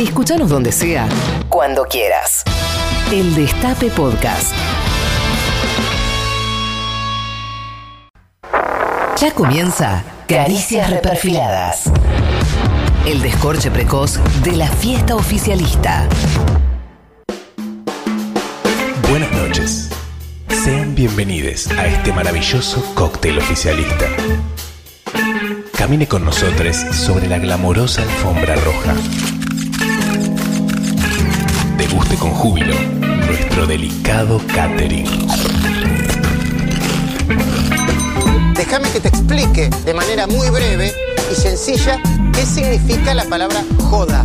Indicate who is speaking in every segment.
Speaker 1: Escúchanos donde sea, cuando quieras. El Destape Podcast. Ya comienza Caricias Reperfiladas. El descorche precoz de la fiesta oficialista.
Speaker 2: Buenas noches. Sean bienvenidos a este maravilloso cóctel oficialista. Camine con nosotros sobre la glamorosa alfombra roja. Deguste con júbilo nuestro delicado catering.
Speaker 3: Déjame que te explique de manera muy breve y sencilla qué significa la palabra joda.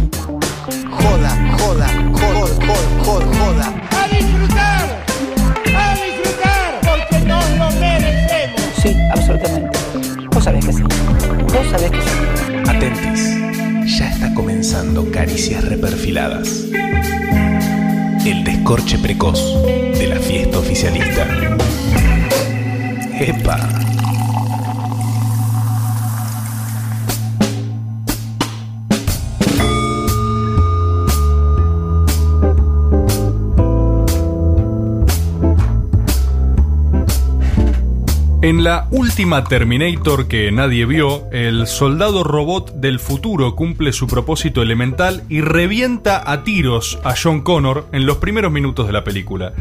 Speaker 3: Joda, joda, joda, joda, joda, joda.
Speaker 4: ¡A disfrutar! ¡A disfrutar! Porque nos lo merecemos.
Speaker 5: Sí, absolutamente. Vos sabés que sí. Vos sabés que sí.
Speaker 2: Atentis, ya está comenzando Caricias Reperfiladas. El descorche precoz de la fiesta oficialista. ¡Epa!
Speaker 6: En la última Terminator que nadie vio, el soldado robot del futuro cumple su propósito elemental y revienta a tiros a John Connor en los primeros minutos de la película.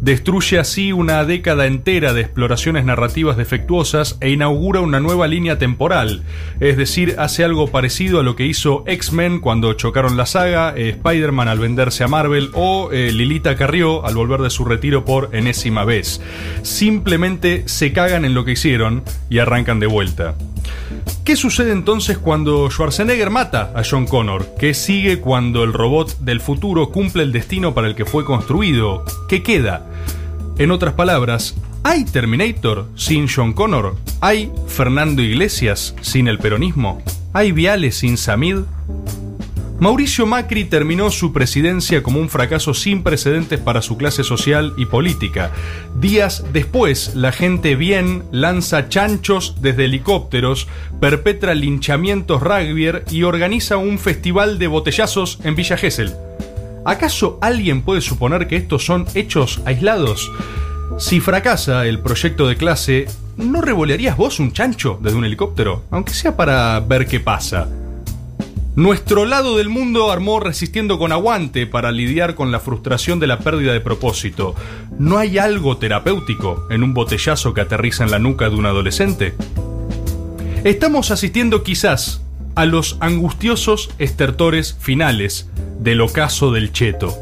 Speaker 6: Destruye así una década entera de exploraciones narrativas defectuosas e inaugura una nueva línea temporal. Es decir, hace algo parecido a lo que hizo X-Men cuando chocaron la saga, eh, Spider-Man al venderse a Marvel o eh, Lilita Carrió al volver de su retiro por enésima vez. Simplemente se cagan en lo que hicieron y arrancan de vuelta. ¿Qué sucede entonces cuando Schwarzenegger mata a John Connor? ¿Qué sigue cuando el robot del futuro cumple el destino para el que fue construido? ¿Qué queda? En otras palabras, ¿hay Terminator sin John Connor? ¿Hay Fernando Iglesias sin el peronismo? ¿Hay Viales sin Samid? Mauricio Macri terminó su presidencia como un fracaso sin precedentes para su clase social y política. Días después, la gente bien lanza chanchos desde helicópteros, perpetra linchamientos rugbier y organiza un festival de botellazos en Villa Gesell. ¿Acaso alguien puede suponer que estos son hechos aislados? Si fracasa el proyecto de clase, ¿no revolearías vos un chancho desde un helicóptero? Aunque sea para ver qué pasa. Nuestro lado del mundo armó resistiendo con aguante para lidiar con la frustración de la pérdida de propósito. ¿No hay algo terapéutico en un botellazo que aterriza en la nuca de un adolescente? Estamos asistiendo quizás a los angustiosos estertores finales del ocaso del cheto.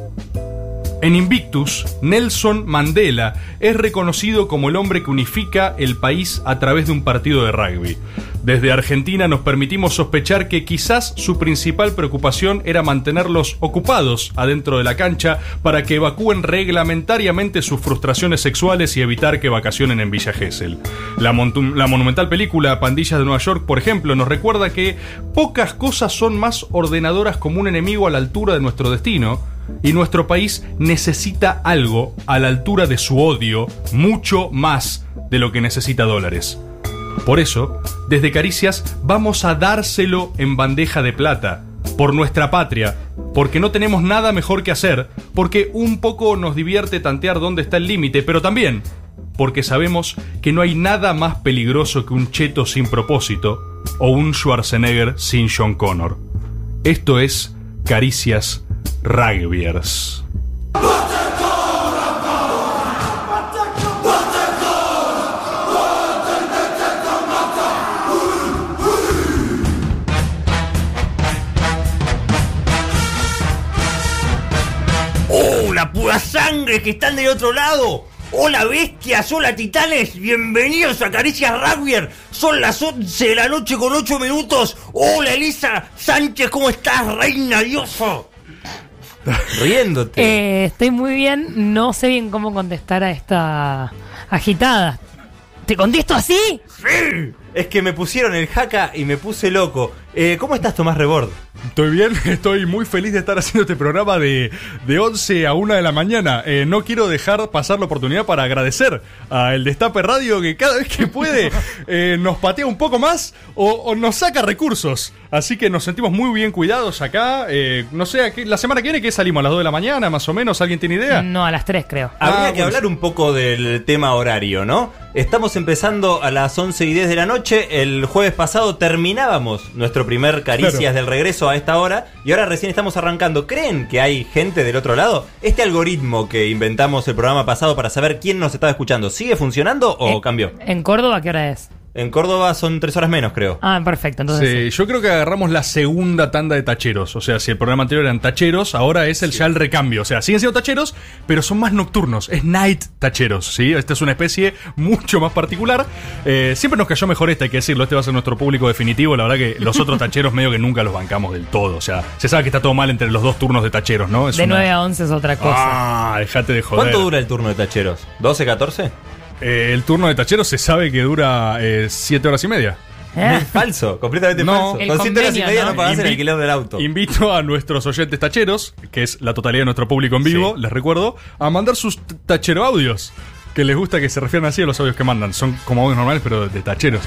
Speaker 6: En Invictus, Nelson Mandela es reconocido como el hombre que unifica el país a través de un partido de rugby. Desde Argentina nos permitimos sospechar que quizás su principal preocupación era mantenerlos ocupados adentro de la cancha para que evacúen reglamentariamente sus frustraciones sexuales y evitar que vacacionen en Villa Gesell. La, montu- la monumental película Pandillas de Nueva York, por ejemplo, nos recuerda que pocas cosas son más ordenadoras como un enemigo a la altura de nuestro destino y nuestro país necesita algo a la altura de su odio mucho más de lo que necesita dólares. Por eso, desde Caricias vamos a dárselo en bandeja de plata, por nuestra patria, porque no tenemos nada mejor que hacer, porque un poco nos divierte tantear dónde está el límite, pero también porque sabemos que no hay nada más peligroso que un cheto sin propósito o un Schwarzenegger sin John Connor. Esto es Caricias Rugbyers.
Speaker 7: ¡Oh, la pura sangre que están del otro lado! ¡Hola bestias! ¡Hola titanes! ¡Bienvenidos a Caricias Rugbyer! Son las 11 de la noche con 8 minutos. ¡Hola Elisa Sánchez! ¿Cómo estás, reina diosa? Riéndote.
Speaker 8: Eh, estoy muy bien, no sé bien cómo contestar a esta agitada. ¿Te contesto así?
Speaker 7: Sí.
Speaker 9: Es que me pusieron el jaca y me puse loco. Eh, ¿Cómo estás, Tomás Rebord?
Speaker 6: Estoy bien, estoy muy feliz de estar haciendo este programa de, de 11 a 1 de la mañana. Eh, no quiero dejar pasar la oportunidad para agradecer a El Destape Radio que cada vez que puede eh, nos patea un poco más o, o nos saca recursos. Así que nos sentimos muy bien cuidados acá. Eh, no sé, ¿a qué- la semana que viene que salimos a las 2 de la mañana más o menos, ¿alguien tiene idea?
Speaker 8: No, a las 3 creo.
Speaker 9: Habría
Speaker 6: Ah,
Speaker 9: que
Speaker 6: bueno.
Speaker 9: hablar un poco del tema horario, ¿no? Estamos empezando a las 11 y 10 de la noche. El jueves pasado terminábamos nuestro primer Caricias
Speaker 6: Claro.
Speaker 9: del regreso a esta hora y ahora recién estamos arrancando. ¿Creen que hay gente del otro lado? ¿Este algoritmo que inventamos el programa pasado para saber quién nos estaba escuchando sigue funcionando o
Speaker 8: Eh,
Speaker 9: cambió?
Speaker 8: ¿En Córdoba qué hora es?
Speaker 9: En Córdoba son tres horas menos, creo.
Speaker 8: Ah, perfecto. Entonces, sí.
Speaker 6: Sí, yo creo que agarramos la segunda tanda de tacheros. O sea, si el programa anterior eran tacheros, ahora es el ya el recambio. O sea, siguen siendo tacheros, pero son más nocturnos. Es night tacheros, ¿sí? Esta es una especie mucho más particular. Eh, siempre nos cayó mejor esta, hay que decirlo. Este va a ser nuestro público definitivo. La verdad que los otros tacheros medio que nunca los bancamos del todo. O sea, se sabe que está todo mal entre los dos turnos de tacheros, ¿no? Es
Speaker 8: de
Speaker 6: una-
Speaker 8: 9 a 11 es otra cosa.
Speaker 6: Ah, dejate de joder.
Speaker 9: ¿Cuánto dura el turno de tacheros? ¿12, 14?
Speaker 6: Eh, el turno de tacheros se sabe que dura eh, siete horas y media.
Speaker 8: ¿Eh?
Speaker 9: Falso, completamente
Speaker 6: No.
Speaker 9: falso.
Speaker 8: El
Speaker 9: Con siete horas y
Speaker 8: convenio,
Speaker 9: media no,
Speaker 8: ¿no?
Speaker 9: pagás el
Speaker 6: Invi-
Speaker 9: alquiler del auto.
Speaker 6: Invito a nuestros oyentes tacheros, que es la totalidad de nuestro público en vivo, les recuerdo, a mandar sus t- tachero audios. Que les gusta que se refieran así a los audios que mandan. Son como audios normales, pero de tacheros.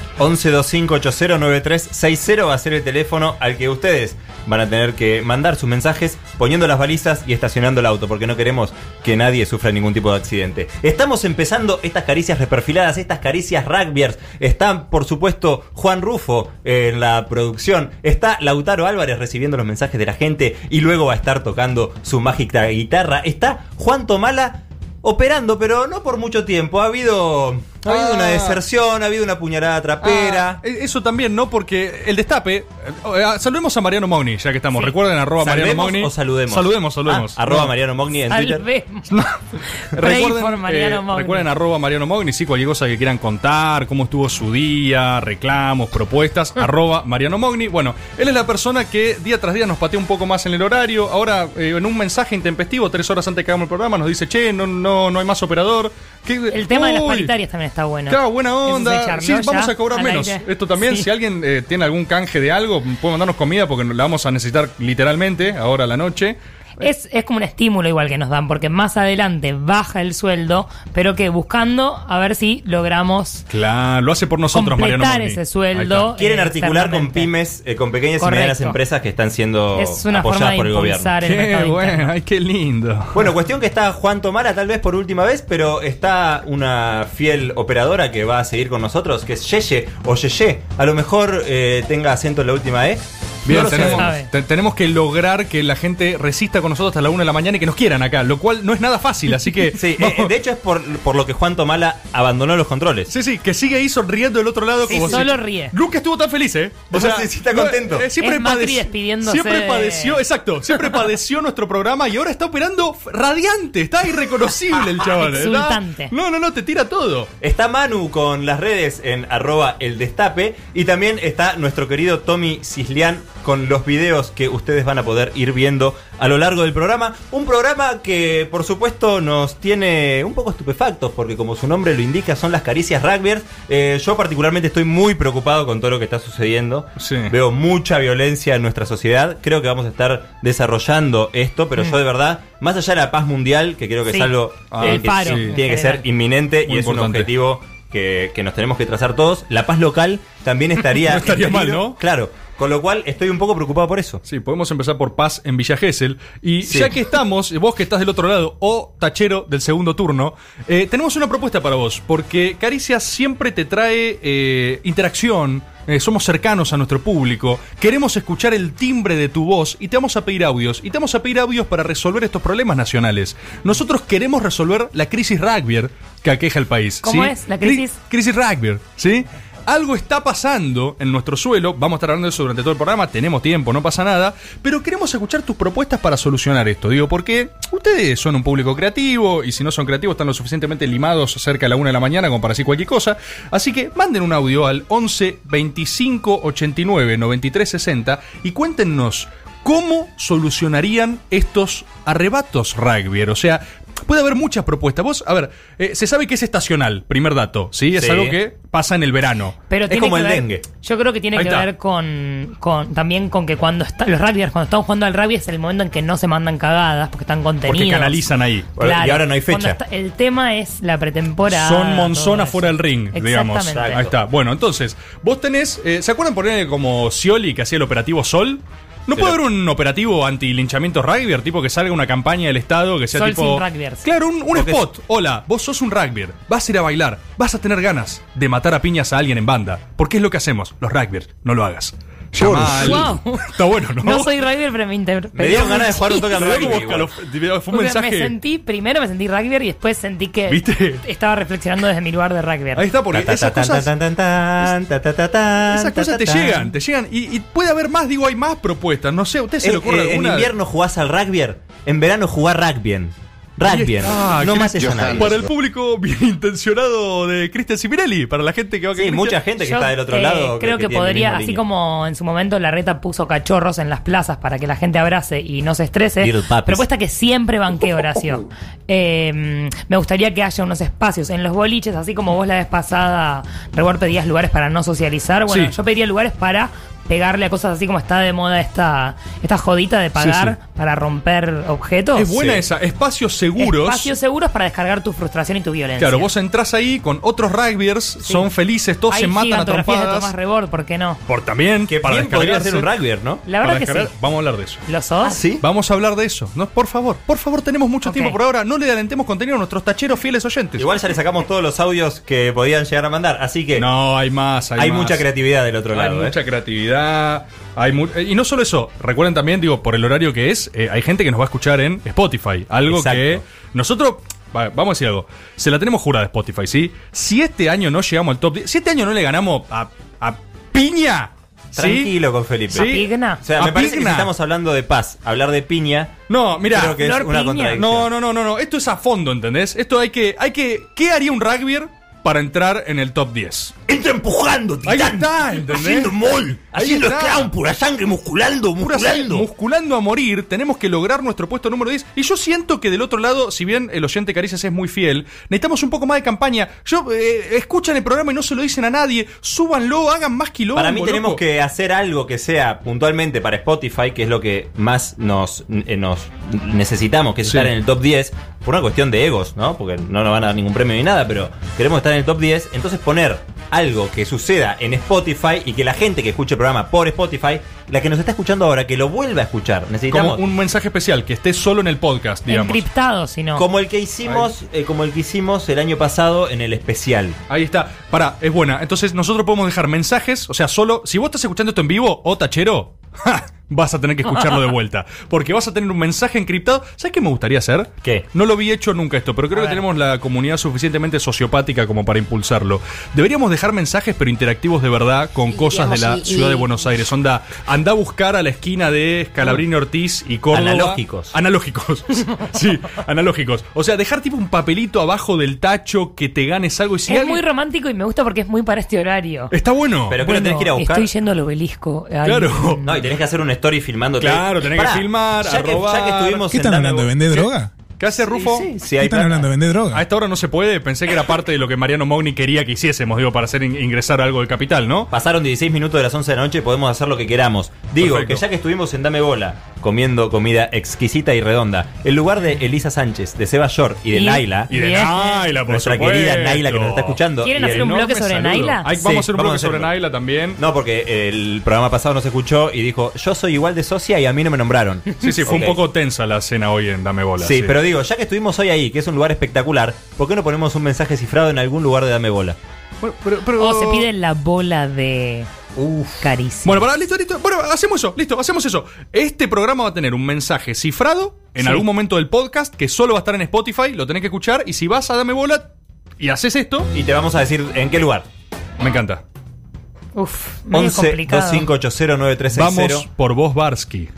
Speaker 9: 1125809360 va a ser el teléfono al que ustedes van a tener que mandar sus mensajes poniendo las balizas y estacionando el auto, porque no queremos que nadie sufra ningún tipo de accidente. Estamos empezando estas caricias reperfiladas, estas caricias rugbyers. Está, por supuesto, Juan Rufo en la producción. Está Lautaro Álvarez recibiendo los mensajes de la gente y luego va a estar tocando su mágica guitarra. Está Juan Tomala operando, pero no por mucho tiempo. Ha habido, ha habido
Speaker 6: Ah.
Speaker 9: una deserción, ha habido una puñalada
Speaker 8: Ah.
Speaker 9: trapera.
Speaker 6: Eh, Eso también, ¿no? Porque el destape. eh, eh, saludemos a Mariano Mogni, ya que estamos.
Speaker 9: Sí.
Speaker 6: Recuerden arroba Mariano
Speaker 9: ¿Salvemos
Speaker 6: Mogni.
Speaker 9: o saludemos?
Speaker 6: Saludemos, saludemos.
Speaker 9: Ah, arroba
Speaker 6: No.
Speaker 9: Mariano Mogni en Twitter.
Speaker 8: Salvemos. Pray for
Speaker 6: Recuerden,
Speaker 8: Mariano
Speaker 6: eh,
Speaker 8: Mogni.
Speaker 6: recuerden arroba Mariano Mogni, sí, cualquier cosa que quieran contar, cómo estuvo su día, reclamos, propuestas,
Speaker 9: Ah.
Speaker 6: arroba Mariano Mogni. Bueno, él es la persona que día tras día nos patea un poco más en el horario. Ahora, eh, en un mensaje intempestivo, tres horas antes que hagamos el programa, nos dice, che, no, no, no hay más operador. ¿Qué-
Speaker 8: El tema de las
Speaker 6: Uy,
Speaker 8: paritarias también está bueno.
Speaker 6: Claro, buena
Speaker 8: Eso se
Speaker 6: onda.
Speaker 8: charló
Speaker 6: Sí, vamos
Speaker 8: ya
Speaker 6: a cobrar
Speaker 8: al
Speaker 6: menos.
Speaker 8: aire.
Speaker 6: Esto también,
Speaker 8: Sí.
Speaker 6: si alguien eh, tiene algún canje de algo, puede mandarnos comida porque la vamos a necesitar literalmente ahora a la noche.
Speaker 8: Es, es como un estímulo igual que nos dan, porque más adelante baja el sueldo, pero que buscando a ver si logramos
Speaker 6: Claro, lo hace por nosotros, Mariano
Speaker 8: completar
Speaker 6: Mogni.
Speaker 8: ese sueldo.
Speaker 9: Quieren articular con
Speaker 8: externamente.
Speaker 9: pymes, eh, con pequeñas y medianas
Speaker 8: Correcto.
Speaker 9: empresas que están siendo
Speaker 8: Es una forma
Speaker 9: apoyadas
Speaker 8: de
Speaker 9: por el gobierno.
Speaker 8: impulsar el
Speaker 6: Qué
Speaker 8: mercado interno.
Speaker 6: Eh, bueno, ay, qué lindo.
Speaker 9: Bueno, cuestión que está Juan Tomara tal vez por última vez, pero está una fiel operadora que va a seguir con nosotros, que es Yeye o Yeye. A lo mejor eh, tenga acento en la última E.
Speaker 6: Bien,
Speaker 9: No lo sabemos.
Speaker 8: sabe.
Speaker 6: tenemos, te- tenemos que lograr que la gente resista con nosotros hasta la 1 de la mañana y que nos quieran acá, lo cual no es nada fácil, así que...
Speaker 9: Sí, eh,
Speaker 6: vamos.
Speaker 9: de hecho es por, por lo que Juan Tomala abandonó los controles.
Speaker 6: Sí, sí, que sigue ahí sonriendo del otro lado.
Speaker 8: Sí, solo ríe.
Speaker 6: Nunca estuvo tan feliz, ¿eh?
Speaker 9: O sea, sí, sí, está contento.
Speaker 8: Es Macri despidiéndose
Speaker 6: Siempre
Speaker 8: de-
Speaker 6: padeció, exacto, siempre padeció nuestro programa y ahora está operando f- radiante, está irreconocible el chaval. ¿eh?
Speaker 9: ¿eh?
Speaker 6: ¿verdad?
Speaker 8: Exultante.
Speaker 6: No, no, no, te tira todo.
Speaker 9: Está Manu con las redes en arroba el destape y también está nuestro querido Tommy Cislián con los videos que ustedes van a poder ir viendo a lo largo del programa. Un programa que por supuesto nos tiene un poco estupefactos porque como su nombre lo indica son las caricias rugby. Eh, yo particularmente estoy muy preocupado con todo lo que está sucediendo.
Speaker 6: Sí.
Speaker 9: Veo mucha violencia en nuestra sociedad. Creo que vamos a estar desarrollando esto, pero yo de verdad, más allá de la paz mundial, que creo que
Speaker 8: Sí.
Speaker 9: es algo
Speaker 6: Ah,
Speaker 9: eh,
Speaker 6: el
Speaker 9: que
Speaker 8: paro,
Speaker 6: sí.
Speaker 8: en
Speaker 9: tiene que ser
Speaker 8: general.
Speaker 9: inminente y
Speaker 6: Muy
Speaker 9: es un
Speaker 6: importante.
Speaker 9: objetivo que, que nos tenemos que trazar todos. La paz local también estaría.
Speaker 6: No estaría
Speaker 9: en
Speaker 6: mal,
Speaker 9: peligro.
Speaker 6: ¿no?
Speaker 9: Claro, con lo cual estoy un poco preocupado por eso.
Speaker 6: Sí, podemos empezar por Paz en Villa Gesell. Y
Speaker 9: Sí.
Speaker 6: ya que estamos, eh, vos que estás del otro lado, o tachero del segundo turno, eh, tenemos una propuesta para vos, porque Caricia siempre te trae eh, interacción. eh, somos cercanos a nuestro público, queremos escuchar el timbre de tu voz y te vamos a pedir audios. Y te vamos a pedir audios para resolver estos problemas nacionales. Nosotros queremos resolver la crisis rugby que aqueja el país.
Speaker 8: ¿Cómo
Speaker 6: ¿sí?
Speaker 8: es la crisis?
Speaker 6: Cri- crisis rugby, ¿sí? Algo está pasando en nuestro suelo, vamos a estar hablando de eso durante todo el programa, tenemos tiempo, no pasa nada, pero queremos escuchar tus propuestas para solucionar esto, digo, porque ustedes son un público creativo y si no son creativos están lo suficientemente limados cerca de la 1 de la mañana como para decir cualquier cosa, así que manden un audio al 11 25 89 93 60 y cuéntenos cómo solucionarían estos arrebatos rugby, o sea, Puede haber muchas propuestas. Vos, a ver, eh, se sabe que es estacional, primer dato, ¿sí? Es
Speaker 9: Sí.
Speaker 6: algo que pasa en el verano.
Speaker 8: Pero
Speaker 9: Es
Speaker 8: tiene
Speaker 9: como
Speaker 8: que
Speaker 9: el
Speaker 8: ver-
Speaker 9: dengue.
Speaker 8: Yo creo que tiene
Speaker 6: Ahí
Speaker 8: que
Speaker 6: está.
Speaker 8: ver con, con- también con que cuando está, los rugbyers, cuando están jugando al rugby, es el momento en que no se mandan cagadas porque están contenidos.
Speaker 6: Porque canalizan ahí.
Speaker 8: Claro.
Speaker 9: Y ahora no hay
Speaker 8: Cuando
Speaker 9: fecha.
Speaker 8: está- el tema es la pretemporada.
Speaker 6: Son Monzón
Speaker 8: todo eso.
Speaker 6: afuera del ring, digamos.
Speaker 8: Exactamente.
Speaker 6: Ahí está. Bueno, entonces, vos tenés. eh, ¿Se acuerdan por ahí como Scioli que hacía el operativo Sol? ¿No puede haber un operativo anti-linchamiento rugbyer? Tipo que salga una campaña del Estado que sea
Speaker 8: Sol
Speaker 6: tipo.
Speaker 8: sin rugbyers.
Speaker 6: Claro, un, un
Speaker 9: Porque
Speaker 6: spot. Hola, vos sos un rugbyer. Vas a ir a bailar. Vas a tener ganas de matar a piñas a alguien en banda. Porque es lo que hacemos, los rugbyers. No lo hagas. Llama al-
Speaker 8: Wow.
Speaker 6: Está bueno, ¿no?
Speaker 8: No soy rugbyer, pero me inter-
Speaker 9: Me dieron ganas de jugar un toque al
Speaker 6: Me dio
Speaker 9: rugby.
Speaker 6: como
Speaker 9: igual.
Speaker 6: escalofrío. Fue un
Speaker 8: O sea,
Speaker 6: mensaje.
Speaker 8: Me sentí, primero me sentí rugbyer y después sentí que
Speaker 6: ¿Viste?
Speaker 8: estaba reflexionando desde mi lugar de rugbyer.
Speaker 6: Ahí está, porque
Speaker 9: Ta, ta,
Speaker 6: esas
Speaker 9: ta,
Speaker 6: cosas.
Speaker 9: tan, tan, tan, ta, ta, ta, tan,
Speaker 6: Esas
Speaker 9: ta,
Speaker 6: cosas
Speaker 9: ta,
Speaker 6: te
Speaker 9: tan.
Speaker 6: llegan, te llegan. Y, y puede haber más, digo, hay más propuestas. No sé, ¿a ¿usted se
Speaker 9: En-
Speaker 6: le ocurre
Speaker 9: eh, en
Speaker 6: alguna?
Speaker 9: invierno jugás al rugby, en verano jugás rugby. Rugby.
Speaker 6: Ah,
Speaker 9: no
Speaker 6: ¿qué-
Speaker 9: más eso nadie.
Speaker 6: Para el público bien intencionado de Cristian Cipirelli, para la gente que va a
Speaker 9: Sí,
Speaker 6: Cristian-
Speaker 9: mucha gente que
Speaker 8: Yo,
Speaker 9: está del otro
Speaker 8: eh,
Speaker 9: lado.
Speaker 8: Creo que,
Speaker 9: tiene el
Speaker 8: podría,
Speaker 9: mismo
Speaker 8: así
Speaker 9: línea.
Speaker 8: como en su momento la reta puso cachorros en las plazas para que la gente abrace y no se estrese.
Speaker 9: Little puppies.
Speaker 8: Propuesta que siempre banqué, Horacio. Eh, me gustaría que haya unos espacios en los boliches, así como vos la vez pasada, Rebor, pedías lugares para no socializar. Bueno,
Speaker 6: Sí.
Speaker 8: yo pediría lugares para pegarle a cosas así como está de moda esta, esta jodita de pagar para romper objetos.
Speaker 6: Es buena
Speaker 9: Sí.
Speaker 6: esa, espacios seguros.
Speaker 8: Espacios seguros para descargar tu frustración y tu violencia.
Speaker 6: Claro, vos entrás ahí con otros rugbyers, son felices, todos
Speaker 8: Hay
Speaker 6: se matan a
Speaker 8: gigantografías de Tomás
Speaker 6: trompadas.
Speaker 8: Rebord, ¿por qué no?
Speaker 6: Por también,
Speaker 9: Que
Speaker 6: para
Speaker 9: bien podría
Speaker 6: descargarse.
Speaker 9: ser un rugby, ¿no?
Speaker 8: La verdad
Speaker 6: Para
Speaker 8: que sí.
Speaker 6: descargar- Vamos a hablar de eso.
Speaker 8: ¿Los sos?
Speaker 9: Ah,
Speaker 6: Vamos a hablar de eso. No, por favor, por favor, tenemos mucho
Speaker 8: Ok.
Speaker 6: tiempo por ahora. No le adelantemos contenido a nuestros tacheros fieles oyentes.
Speaker 9: Igual ya le sacamos todos los audios que podían llegar a mandar, así que
Speaker 6: No, hay más. Hay,
Speaker 9: hay
Speaker 6: más.
Speaker 9: mucha creatividad del otro lado.
Speaker 6: Hay
Speaker 9: ¿eh?
Speaker 6: mucha creatividad. Hay mu- eh, y no solo eso, recuerden también, digo, por el horario que es, eh, hay gente que nos va a escuchar en Spotify. Algo
Speaker 9: Exacto.
Speaker 6: que nosotros, va, vamos a decir algo, se la tenemos jurada a Spotify, ¿sí? Si este año no llegamos al top 10, si este año no le ganamos a, a Piña, ¿sí?
Speaker 9: Tranquilo con Felipe.
Speaker 6: Sí.
Speaker 8: Pigna.
Speaker 9: O sea,
Speaker 6: A
Speaker 9: me parece que
Speaker 6: pigna.
Speaker 9: si estamos hablando de paz, hablar de piña,
Speaker 6: No, mira,
Speaker 9: creo que es
Speaker 8: Flor
Speaker 9: una
Speaker 8: Piña.
Speaker 9: contradicción.
Speaker 6: no, no, no, no, no, esto es a fondo, ¿entendés? Esto hay que, hay que, ¿qué haría un rugbyer para entrar en el top 10?
Speaker 9: Entra empujando,
Speaker 6: Ahí está, ¿entendés?
Speaker 9: mol,
Speaker 6: Ahí está.
Speaker 9: pura sangre, musculando,
Speaker 6: pura sangre, musculando a morir, tenemos que lograr nuestro puesto número 10. Y yo siento que del otro lado, si bien el oyente Caricias es muy fiel, necesitamos un poco más de campaña. Yo eh, escuchan el programa y no se lo dicen a nadie, súbanlo, hagan más kilómetros.
Speaker 9: Para mí tenemos que hacer algo que sea puntualmente para Spotify, que es lo que más nos, eh, nos necesitamos, que es
Speaker 6: Sí.
Speaker 9: estar en el top 10, por una cuestión de egos, ¿no? Porque no nos van a dar ningún premio ni nada, pero queremos estar en el top 10, entonces poner algo que suceda en Spotify y que la gente que escuche el programa por Spotify, la que nos está escuchando ahora, que lo vuelva a escuchar.
Speaker 6: Como
Speaker 9: Necesitamos
Speaker 6: un mensaje especial, que esté solo en el podcast, digamos.
Speaker 8: Encriptado, si no.
Speaker 9: como el que hicimos, eh, como el que hicimos el año pasado en el especial.
Speaker 6: Ahí está. Pará, es buena. Entonces nosotros podemos dejar mensajes, o sea, solo si vos estás escuchando esto en vivo o tachero, ¡ja! vas a tener que escucharlo de vuelta, porque vas a tener un mensaje encriptado. ¿Sabes qué me gustaría hacer?
Speaker 9: ¿Qué?
Speaker 6: No lo vi hecho nunca esto, pero creo
Speaker 8: A
Speaker 6: que
Speaker 8: ver.
Speaker 6: tenemos la comunidad suficientemente sociopática como para impulsarlo. Deberíamos dejar mensajes pero interactivos de verdad con cosas de la
Speaker 10: digamos, y-
Speaker 6: ciudad de
Speaker 10: y-
Speaker 6: Buenos Aires. Onda, anda a buscar a la esquina de Escalabrini Ortiz y Córdoba.
Speaker 9: Analógicos.
Speaker 6: Analógicos. sí, analógicos. O sea, dejar tipo un papelito abajo del tacho que te ganes algo y si
Speaker 8: es
Speaker 6: alguien-
Speaker 8: muy romántico y me gusta porque es muy para este horario.
Speaker 6: Está bueno.
Speaker 9: Pero creo
Speaker 8: Bueno,
Speaker 9: que tenés que ir a buscar.
Speaker 8: Estoy yendo al obelisco. Hay
Speaker 6: Claro.
Speaker 8: un-
Speaker 9: No, y tenés que hacer una story filmándote.
Speaker 6: Claro, tenés que filmar,
Speaker 9: ya que,
Speaker 6: arrobar.
Speaker 9: ya que estuvimos
Speaker 10: ¿Qué están
Speaker 9: en Dame
Speaker 10: hablando?
Speaker 9: Voz-
Speaker 10: ¿Vende droga?
Speaker 6: ¿Qué hace Rufo?
Speaker 9: Sí, sí,
Speaker 10: ¿Qué
Speaker 9: hay
Speaker 10: están
Speaker 9: plata.
Speaker 10: hablando? ¿Vende
Speaker 6: A
Speaker 10: droga?
Speaker 6: esta hora no se puede. Pensé que era parte de lo que Mariano Mogni quería que hiciésemos, digo, para hacer in- ingresar algo de capital, ¿no?
Speaker 9: Pasaron 16 minutos de las 11 de la noche y podemos hacer lo que queramos. Digo
Speaker 6: Perfecto.
Speaker 9: que ya que estuvimos en Dame Bola, comiendo comida exquisita y redonda, el lugar de Elisa Sánchez, de Seba Short y de
Speaker 8: Y-
Speaker 9: Naila,
Speaker 6: Y de
Speaker 8: Bien.
Speaker 6: Naila, por
Speaker 9: nuestra
Speaker 6: supuesto.
Speaker 9: querida Naila que nos está escuchando.
Speaker 8: ¿Quieren
Speaker 9: y
Speaker 8: hacer
Speaker 9: el-
Speaker 8: un bloque
Speaker 6: Enorme
Speaker 8: sobre
Speaker 6: saludo.
Speaker 8: Naila?
Speaker 6: Ay,
Speaker 9: Sí,
Speaker 6: vamos a hacer un
Speaker 9: vamos a
Speaker 6: bloque
Speaker 9: hacerlo.
Speaker 6: sobre Naila también.
Speaker 9: No, porque el programa pasado no se escuchó y dijo, yo soy igual de socia y a mí no me nombraron.
Speaker 6: Sí, sí, fue
Speaker 9: Ok.
Speaker 6: un poco tensa la cena hoy en Dame Bola.
Speaker 9: Sí, pero digo, ya que estuvimos hoy ahí, que es un lugar espectacular, ¿por qué no ponemos un mensaje cifrado en algún lugar de Dame Bola?
Speaker 6: Bueno, pero- pero-
Speaker 8: O Oh, se pide la bola de caricia.
Speaker 6: Bueno, pará, listo, listo. Bueno, hacemos eso, listo, hacemos eso. Este programa va a tener un mensaje cifrado en
Speaker 8: Sí.
Speaker 6: algún momento del podcast que solo va a estar en Spotify, lo tenés que escuchar. Y si vas a Dame Bola y haces esto,
Speaker 9: Y te vamos a decir en qué lugar.
Speaker 6: me encanta.
Speaker 8: Uf, medio
Speaker 9: 11
Speaker 8: complicado.
Speaker 9: 25809360.
Speaker 6: Vamos por vos, Barsky.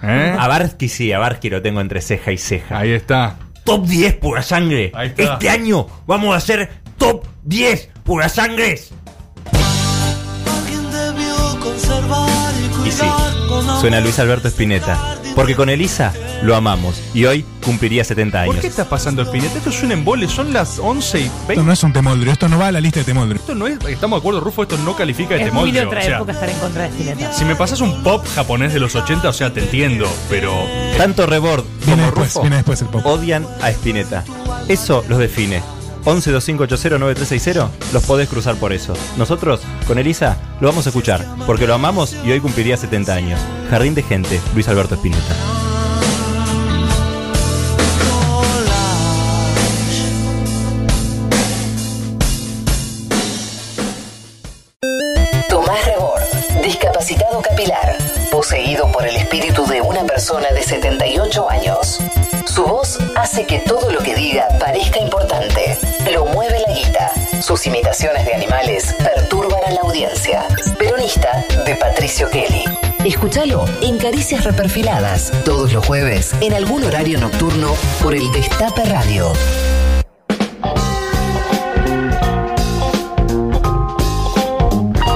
Speaker 6: ¿Eh?
Speaker 9: A Barsky sí, a Barsky lo tengo entre ceja y ceja.
Speaker 6: Ahí está.
Speaker 9: Top 10 pura sangre.
Speaker 6: Ahí está. Este
Speaker 9: año vamos a hacer top 10 pura sangres. Y sí, suena Luis Alberto Spinetta. Porque con Elisa lo amamos. Y hoy cumpliría 70 años.
Speaker 6: ¿Por qué está pasando Spinetta? Esto es un embole, son las 11 y 20.
Speaker 10: Esto no es un temoldrio, esto no va a la lista de temoldrio.
Speaker 6: Esto no es, estamos de acuerdo, Rufo, esto no califica de
Speaker 8: Es muy de
Speaker 6: temoldrio.
Speaker 8: otra
Speaker 6: este o sea,
Speaker 8: época estar en contra de este Spinetta.
Speaker 6: si me pasas un pop japonés de los 80, o sea, te entiendo, pero.
Speaker 9: Tanto Rebord eh,
Speaker 10: Viene
Speaker 9: como
Speaker 10: después,
Speaker 9: Rufo
Speaker 10: viene después el pop.
Speaker 9: odian a Spinetta. Eso los define. 1125809360 los podés cruzar por eso. Nosotros, con Elisa, lo vamos a escuchar, porque lo amamos y hoy cumpliría 70 años. Jardín de Gente, Luis Alberto Spinetta.
Speaker 1: Tomás Rebord, discapacitado capilar, poseído por el espíritu de una persona de 78 años. Su voz hace que todo lo que diga parezca importante. Lo mueve la guita. Sus imitaciones de animales perturban a la audiencia. Peronista de Patricio Kelly. Escúchalo en Caricias Reperfiladas, todos los jueves, en algún horario nocturno, por el Destape Radio.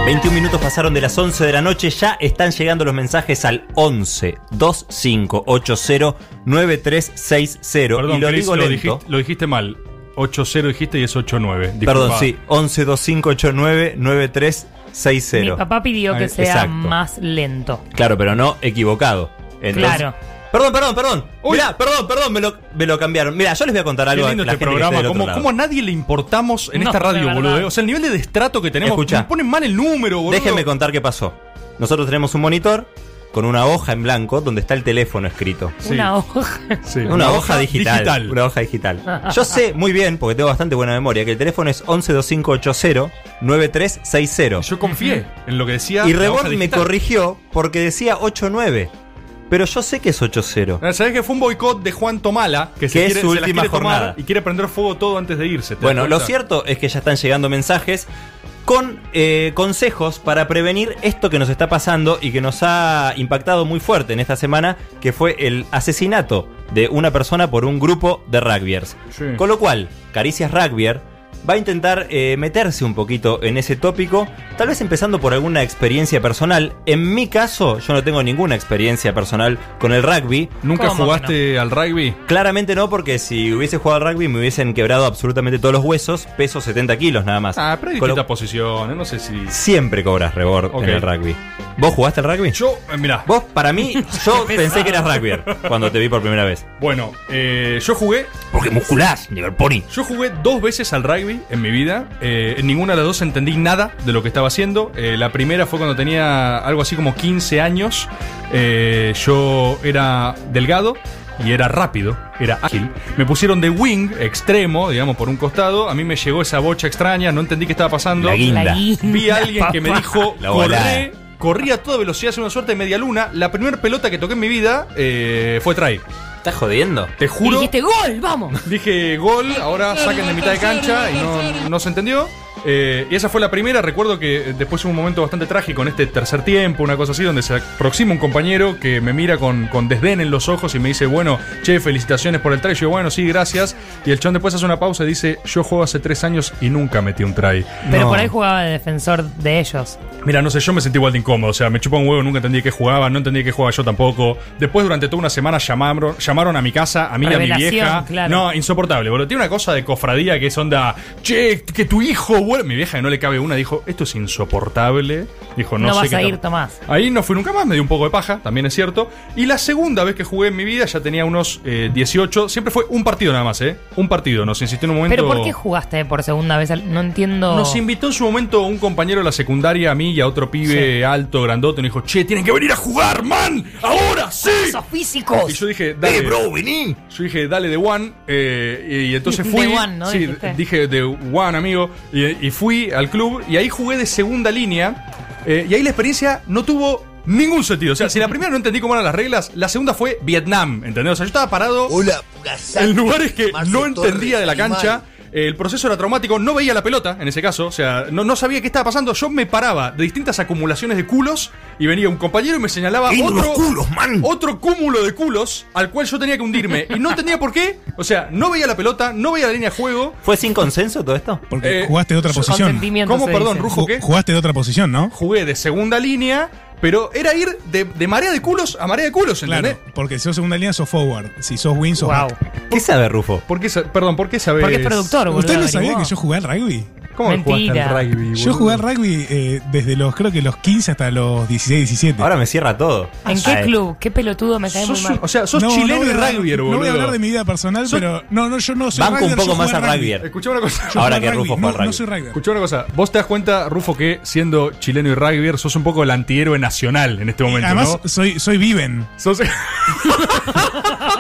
Speaker 9: Veintiún minutos pasaron de las 11 de la noche, ya están llegando los mensajes al 11 2580 9360
Speaker 6: Perdón,
Speaker 9: y lo
Speaker 6: Chris,
Speaker 9: digo
Speaker 6: lo,
Speaker 9: lento.
Speaker 6: dijiste, lo dijiste mal. 8-0 dijiste y es 8-9. Disculpa.
Speaker 9: Perdón, sí, 11 2589
Speaker 8: Mi
Speaker 9: 9360.
Speaker 8: papá pidió que
Speaker 6: Ahí,
Speaker 8: sea
Speaker 9: exacto.
Speaker 8: más lento.
Speaker 9: Claro, pero no equivocado. Entonces-
Speaker 8: Claro.
Speaker 9: Perdón, perdón, perdón.
Speaker 6: Uy.
Speaker 9: Mirá, perdón, perdón, me lo, me lo cambiaron. Mira, yo les voy a contar
Speaker 6: Qué
Speaker 9: algo
Speaker 6: lindo
Speaker 9: a la
Speaker 6: este
Speaker 9: gente que esté
Speaker 6: programa.
Speaker 9: del otro
Speaker 6: ¿Cómo,
Speaker 9: lado.
Speaker 6: cómo a nadie le importamos en
Speaker 8: No,
Speaker 6: esta
Speaker 8: de
Speaker 6: radio, boludo?
Speaker 8: verdad.
Speaker 6: eh? O sea, el nivel de destrato que tenemos.
Speaker 9: Escuchá.
Speaker 6: nos ponen mal el número, boludo.
Speaker 9: Déjenme contar qué pasó. Nosotros tenemos un monitor con una hoja en blanco donde está el teléfono escrito.
Speaker 6: Sí,
Speaker 8: Una hoja.
Speaker 6: sí.
Speaker 9: Una, hoja, digital,
Speaker 6: digital.
Speaker 9: Una hoja digital. Yo sé muy bien, porque tengo bastante buena memoria, que el teléfono es 112580-9360.
Speaker 6: Yo confié en lo que decía.
Speaker 9: Y
Speaker 6: la hoja
Speaker 9: Rebord me
Speaker 6: digital.
Speaker 9: corrigió porque decía 89. Pero yo sé que es 80.
Speaker 6: Ah, Sabés que fue un boicot de Juan Tomala, que, se
Speaker 9: Que es
Speaker 6: quiere,
Speaker 9: su
Speaker 6: se la
Speaker 9: última
Speaker 6: quiere tomar
Speaker 9: jornada.
Speaker 6: y quiere prender fuego todo antes de irse. ¿te das
Speaker 9: Bueno, lo
Speaker 6: cuenta?
Speaker 9: cierto es que ya están llegando mensajes con eh, consejos para prevenir esto que nos está pasando y que nos ha impactado muy fuerte en esta semana, que fue el asesinato de una persona por un grupo de rugbyers.
Speaker 6: Sí.
Speaker 9: Con lo cual, Caricias Rugbier va a intentar eh, meterse un poquito en ese tópico, tal vez empezando por alguna experiencia personal. En mi caso, yo no tengo ninguna experiencia personal con el rugby,
Speaker 6: ¿Nunca
Speaker 8: ¿Cómo que
Speaker 6: jugaste al rugby?
Speaker 9: Claramente no, porque si hubiese jugado al rugby me hubiesen quebrado absolutamente todos los huesos, peso 70 kilos nada más.
Speaker 6: Ah, pero hay
Speaker 9: Con lo-
Speaker 6: distintas posiciones, no sé si.
Speaker 9: Siempre cobras rebord
Speaker 6: Ok.
Speaker 9: en el rugby. ¿Vos jugaste al rugby?
Speaker 6: Yo, eh, mirá,
Speaker 9: Vos, para mí, yo pensé que eras rugby cuando te vi por primera vez.
Speaker 6: bueno, eh, yo jugué
Speaker 7: Porque musculás, Never Pony.
Speaker 6: Yo jugué dos veces al rugby en mi vida. Eh, en ninguna de las dos entendí nada de lo que estaba haciendo. Eh, la primera fue cuando tenía algo así como 15 años. Eh, yo era delgado y era rápido, era ágil. Me pusieron de wing, extremo, digamos, por un costado. A mí me llegó esa bocha extraña, no entendí qué estaba pasando.
Speaker 9: La guinda.
Speaker 8: La guinda,
Speaker 6: Vi a alguien que me
Speaker 8: papá.
Speaker 6: dijo,
Speaker 9: La volada.
Speaker 6: corré. Corrí a toda velocidad, hace una suerte de media luna. La primera pelota que toqué en mi vida eh, fue try.
Speaker 9: ¿Estás jodiendo?
Speaker 6: Te
Speaker 8: Y
Speaker 6: juro.
Speaker 8: dijiste, ¡gol! ¡Vamos!
Speaker 6: Dije gol, ahora saquen de mitad de cancha y no, no se entendió. Eh, y esa fue la primera. Recuerdo que eh, después hubo un momento bastante trágico en este tercer tiempo, una cosa así, donde se aproxima un compañero que me mira con, con desdén en los ojos y me dice, bueno, che, felicitaciones por el try. Yo, bueno, sí, gracias. Y el chon después hace una pausa y dice, yo juego hace tres años y nunca metí un try.
Speaker 8: Pero
Speaker 9: No.
Speaker 8: por ahí jugaba de defensor de ellos.
Speaker 6: Mira, no sé, yo me sentí igual de incómodo. O sea, me chupaba un huevo, nunca entendí que jugaba, no entendí que jugaba yo tampoco. Después, durante toda una semana, llamaron, llamaron a mi casa, a mí y a mi
Speaker 8: Revelación,
Speaker 6: vieja.
Speaker 8: claro.
Speaker 6: No, insoportable, boludo. Tiene una cosa de cofradía que es onda, che, que tu hijo, vuelve. Mi vieja que no le cabe una dijo, esto es insoportable. Dijo, no,
Speaker 8: No
Speaker 6: sé
Speaker 8: vas
Speaker 6: qué
Speaker 8: a
Speaker 6: te-
Speaker 8: ir, Tomás.
Speaker 6: Ahí no fui nunca más, me dio un poco de paja, también es cierto. Y la segunda vez que jugué en mi vida, ya tenía unos eh, 18, siempre fue un partido nada más, ¿eh? Un partido, nos insistió en un momento.
Speaker 8: ¿Pero por qué jugaste por segunda vez? al- No entiendo.
Speaker 6: Nos invitó en su momento un compañero de la secundaria, a mí y a otro pibe alto, grandote. Y nos dijo, che, tienen que venir a jugar, man. Ahora sí.
Speaker 8: ¡Esos
Speaker 6: Y
Speaker 8: físicos!
Speaker 6: yo dije, dale.
Speaker 7: Eh, bro, vení.
Speaker 6: Yo dije, dale de one. eh, y entonces
Speaker 8: De
Speaker 6: fui.
Speaker 8: one, ¿no?
Speaker 6: Sí,
Speaker 8: Dijiste.
Speaker 6: dije de one, amigo. Y, y fui al club y ahí jugué de segunda línea. eh, y ahí la experiencia no tuvo ningún sentido. O sea, si la primera no entendí cómo eran las reglas, la segunda fue Vietnam, ¿entendés? O sea, yo estaba parado
Speaker 3: Hola,
Speaker 6: en lugares que
Speaker 3: Marce
Speaker 6: no
Speaker 3: Torres,
Speaker 6: entendía de la
Speaker 3: animal.
Speaker 6: cancha. eh, El proceso era traumático, no veía la pelota en ese caso, o sea, no, no sabía qué estaba pasando. Yo me paraba de distintas acumulaciones de culos y venía un compañero y me señalaba
Speaker 7: Qué lindos
Speaker 6: otro,
Speaker 7: los culos, man.
Speaker 6: otro cúmulo de culos al cual yo tenía que hundirme y no entendía por qué. O sea, no veía la pelota, no veía la línea de juego.
Speaker 9: ¿Fue sin consenso todo esto?
Speaker 10: Porque
Speaker 6: Eh,
Speaker 10: jugaste de otra
Speaker 8: Con
Speaker 10: posición.
Speaker 8: sentimiento
Speaker 6: ¿Cómo,
Speaker 8: se
Speaker 6: perdón,
Speaker 8: dice.
Speaker 6: Rujo,
Speaker 10: Ju-
Speaker 6: qué?
Speaker 10: Jugaste de otra posición, ¿no?
Speaker 6: Jugué de segunda línea Pero era ir de, de marea de culos a marea de culos, ¿entendés?
Speaker 10: Claro, porque si sos segunda línea sos forward, si sos win sos
Speaker 8: Wow.
Speaker 10: back.
Speaker 9: ¿Qué sabe Rufo?
Speaker 6: ¿Por qué sa- perdón, ¿por qué sabés?
Speaker 8: Porque es productor, boludo.
Speaker 10: ¿Usted no
Speaker 8: averiguó.
Speaker 10: sabía que yo jugué al rugby?
Speaker 6: Pues, ¿Cómo
Speaker 8: Mentira.
Speaker 6: jugaste al rugby? boludo?
Speaker 10: Yo jugué al rugby eh, desde los, creo que los 15 hasta los 16, 17.
Speaker 9: Ahora me cierra todo.
Speaker 8: ¿En qué
Speaker 9: Ay.
Speaker 8: club? ¿Qué pelotudo me cae muy
Speaker 6: Sos un-
Speaker 8: mal?
Speaker 6: o sea, sos
Speaker 10: No,
Speaker 6: chileno
Speaker 10: no voy
Speaker 6: y
Speaker 10: a-
Speaker 6: rugbyer, boludo.
Speaker 10: No voy a hablar de mi vida personal, pero. No, no, yo no soy
Speaker 9: Banco un
Speaker 10: rugbyer,
Speaker 9: poco
Speaker 10: yo
Speaker 9: más
Speaker 10: jugué
Speaker 9: a
Speaker 10: al
Speaker 9: rugbyer.
Speaker 6: Escuchame una cosa.
Speaker 10: Yo
Speaker 9: Ahora
Speaker 10: jugué
Speaker 9: que
Speaker 10: al
Speaker 9: Rufo
Speaker 10: rugby,
Speaker 9: juega
Speaker 10: no,
Speaker 9: al
Speaker 10: no soy rugbyer.
Speaker 6: Escuchame una cosa. Vos te das cuenta, Rufo, que siendo chileno y rugbyer sos un poco el antihéroe nacional en este momento,
Speaker 10: Además,
Speaker 6: ¿no?
Speaker 10: soy, soy Viven.
Speaker 6: Sos...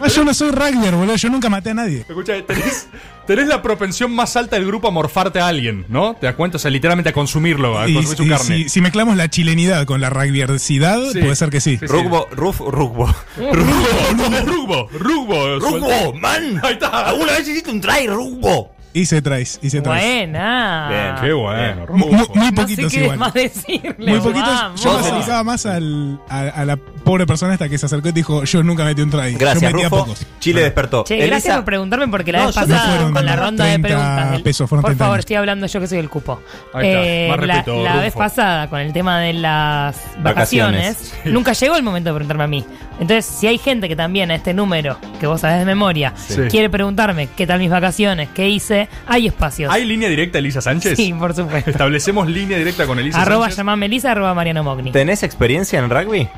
Speaker 10: No, yo no soy rugbyer, boludo. Yo nunca maté a nadie.
Speaker 6: Escucha, tenés, tenés la propensión más alta del grupo a morfarte a alguien, ¿no? ¿Te das cuenta? O sea, literalmente a consumirlo,
Speaker 9: Ah,
Speaker 6: a
Speaker 10: Y-
Speaker 6: consumir su
Speaker 10: y
Speaker 6: carne.
Speaker 10: si, si mezclamos la chilenidad con la rugbiercidad,
Speaker 6: Sí.
Speaker 10: puede ser que sí.
Speaker 6: Sí, sí.
Speaker 9: Rugbo, Ruf, Rugbo.
Speaker 6: Rugbo, rugbo, rugbo.
Speaker 7: ¡Rumbo,
Speaker 6: suelta.
Speaker 7: man!
Speaker 6: Ahí está.
Speaker 7: ¿Alguna vez hiciste un try, Rumbo?
Speaker 10: Y se traes, y se traes.
Speaker 8: Buena.
Speaker 9: Bien,
Speaker 6: Qué bueno,
Speaker 10: Mu- mu-
Speaker 6: rugbo.
Speaker 10: Muy
Speaker 8: No sé
Speaker 10: poquitos
Speaker 8: qué
Speaker 10: igual.
Speaker 8: más decirle.
Speaker 10: Muy poquitos.
Speaker 8: vamos.
Speaker 10: Yo me
Speaker 9: Vamos.
Speaker 10: acercaba más al, a, a la pobre persona hasta que se acercó y dijo: Yo nunca metí un try. yo
Speaker 9: Gracias,
Speaker 10: metí a
Speaker 9: Rufo.
Speaker 10: pocos.
Speaker 9: Chile despertó.
Speaker 8: Che,
Speaker 9: Elisa-
Speaker 8: gracias por preguntarme porque la
Speaker 9: No,
Speaker 8: vez
Speaker 9: yo-
Speaker 10: No
Speaker 8: pasada
Speaker 10: fueron
Speaker 8: con la ronda de
Speaker 10: 30
Speaker 8: preguntas. del-
Speaker 10: pesos, fueron
Speaker 8: por
Speaker 10: 30
Speaker 8: favor,
Speaker 10: años.
Speaker 8: estoy hablando yo que soy el cupo. Eh,
Speaker 6: Ahí está, más
Speaker 8: la
Speaker 6: respeto,
Speaker 8: la
Speaker 6: Rufo.
Speaker 8: vez pasada con el tema de las vacaciones,
Speaker 9: Vacaciones.
Speaker 8: nunca llegó el momento de preguntarme a mí. Entonces, si hay gente que también a este número que vos sabés de memoria
Speaker 6: Sí.
Speaker 8: quiere preguntarme qué tal mis vacaciones, qué hice, hay espacios.
Speaker 6: ¿Hay línea directa, Elisa Sánchez?
Speaker 8: sí, por supuesto.
Speaker 6: Establecemos línea directa con Elisa
Speaker 8: arroba
Speaker 6: Sánchez.
Speaker 8: llamame Elisa, arroba Mariano Mogni.
Speaker 9: Eh, ¿Tenés experiencia en rugby?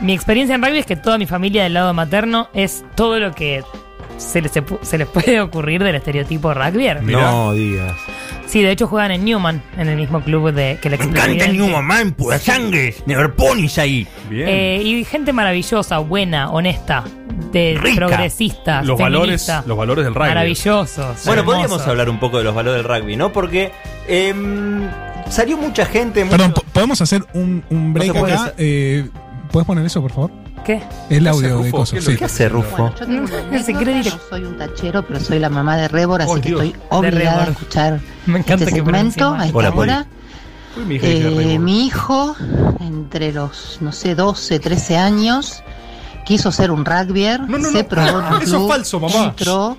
Speaker 8: Mi experiencia en rugby es que toda mi familia del lado materno es todo lo que se les, se pu- se les puede ocurrir del estereotipo rugbyer.
Speaker 6: Mirá.
Speaker 9: digas.
Speaker 8: Sí, de hecho juegan en Newman, en el mismo club de, que el
Speaker 7: Me encanta
Speaker 8: expresidente.
Speaker 7: el Newman, man, pura sangre. Never ponis ahí.
Speaker 6: Bien.
Speaker 8: Eh, y gente maravillosa, buena, honesta, de
Speaker 7: Rica.
Speaker 8: progresista,
Speaker 6: los valores,
Speaker 8: feminista.
Speaker 6: los valores del rugby.
Speaker 8: Ah, maravillosos.
Speaker 9: Bueno,
Speaker 8: hermosos.
Speaker 9: podríamos hablar un poco de los valores del rugby, ¿no? Porque em, salió mucha gente. mucho-
Speaker 10: Perdón, ¿po- ¿podemos hacer un, un break
Speaker 9: No se puede
Speaker 10: acá?
Speaker 9: hacer.
Speaker 10: Eh, ¿Puedes poner eso, por favor?
Speaker 8: ¿Qué?
Speaker 10: El
Speaker 6: ¿Qué
Speaker 10: audio
Speaker 6: hace
Speaker 10: de
Speaker 6: Rufo? ¿Qué
Speaker 10: cosas.
Speaker 6: es lo
Speaker 10: Sí.
Speaker 6: que
Speaker 9: ¿Qué hace Rufo?
Speaker 11: Bueno, yo tengo una
Speaker 8: No, se cree
Speaker 11: anécdota.
Speaker 8: directo.
Speaker 11: Yo soy un tachero, pero soy la mamá de Rébor, así
Speaker 6: Oh,
Speaker 11: que
Speaker 6: Dios.
Speaker 11: estoy obligada
Speaker 8: Rébor.
Speaker 11: a escuchar
Speaker 8: Me encanta
Speaker 11: este
Speaker 8: que
Speaker 11: segmento
Speaker 8: pronuncie
Speaker 11: a esta
Speaker 9: Hola, Poli.
Speaker 11: hora.
Speaker 6: Uy, mi hija
Speaker 11: Eh,
Speaker 6: dice Rainbow.
Speaker 11: mi hijo, entre los, no sé, 12, 13 años, quiso ser un rugbyer,
Speaker 6: No, no,
Speaker 11: se
Speaker 6: no.
Speaker 11: probó en un
Speaker 6: Eso es
Speaker 11: club,
Speaker 6: falso, mamá.
Speaker 11: entró,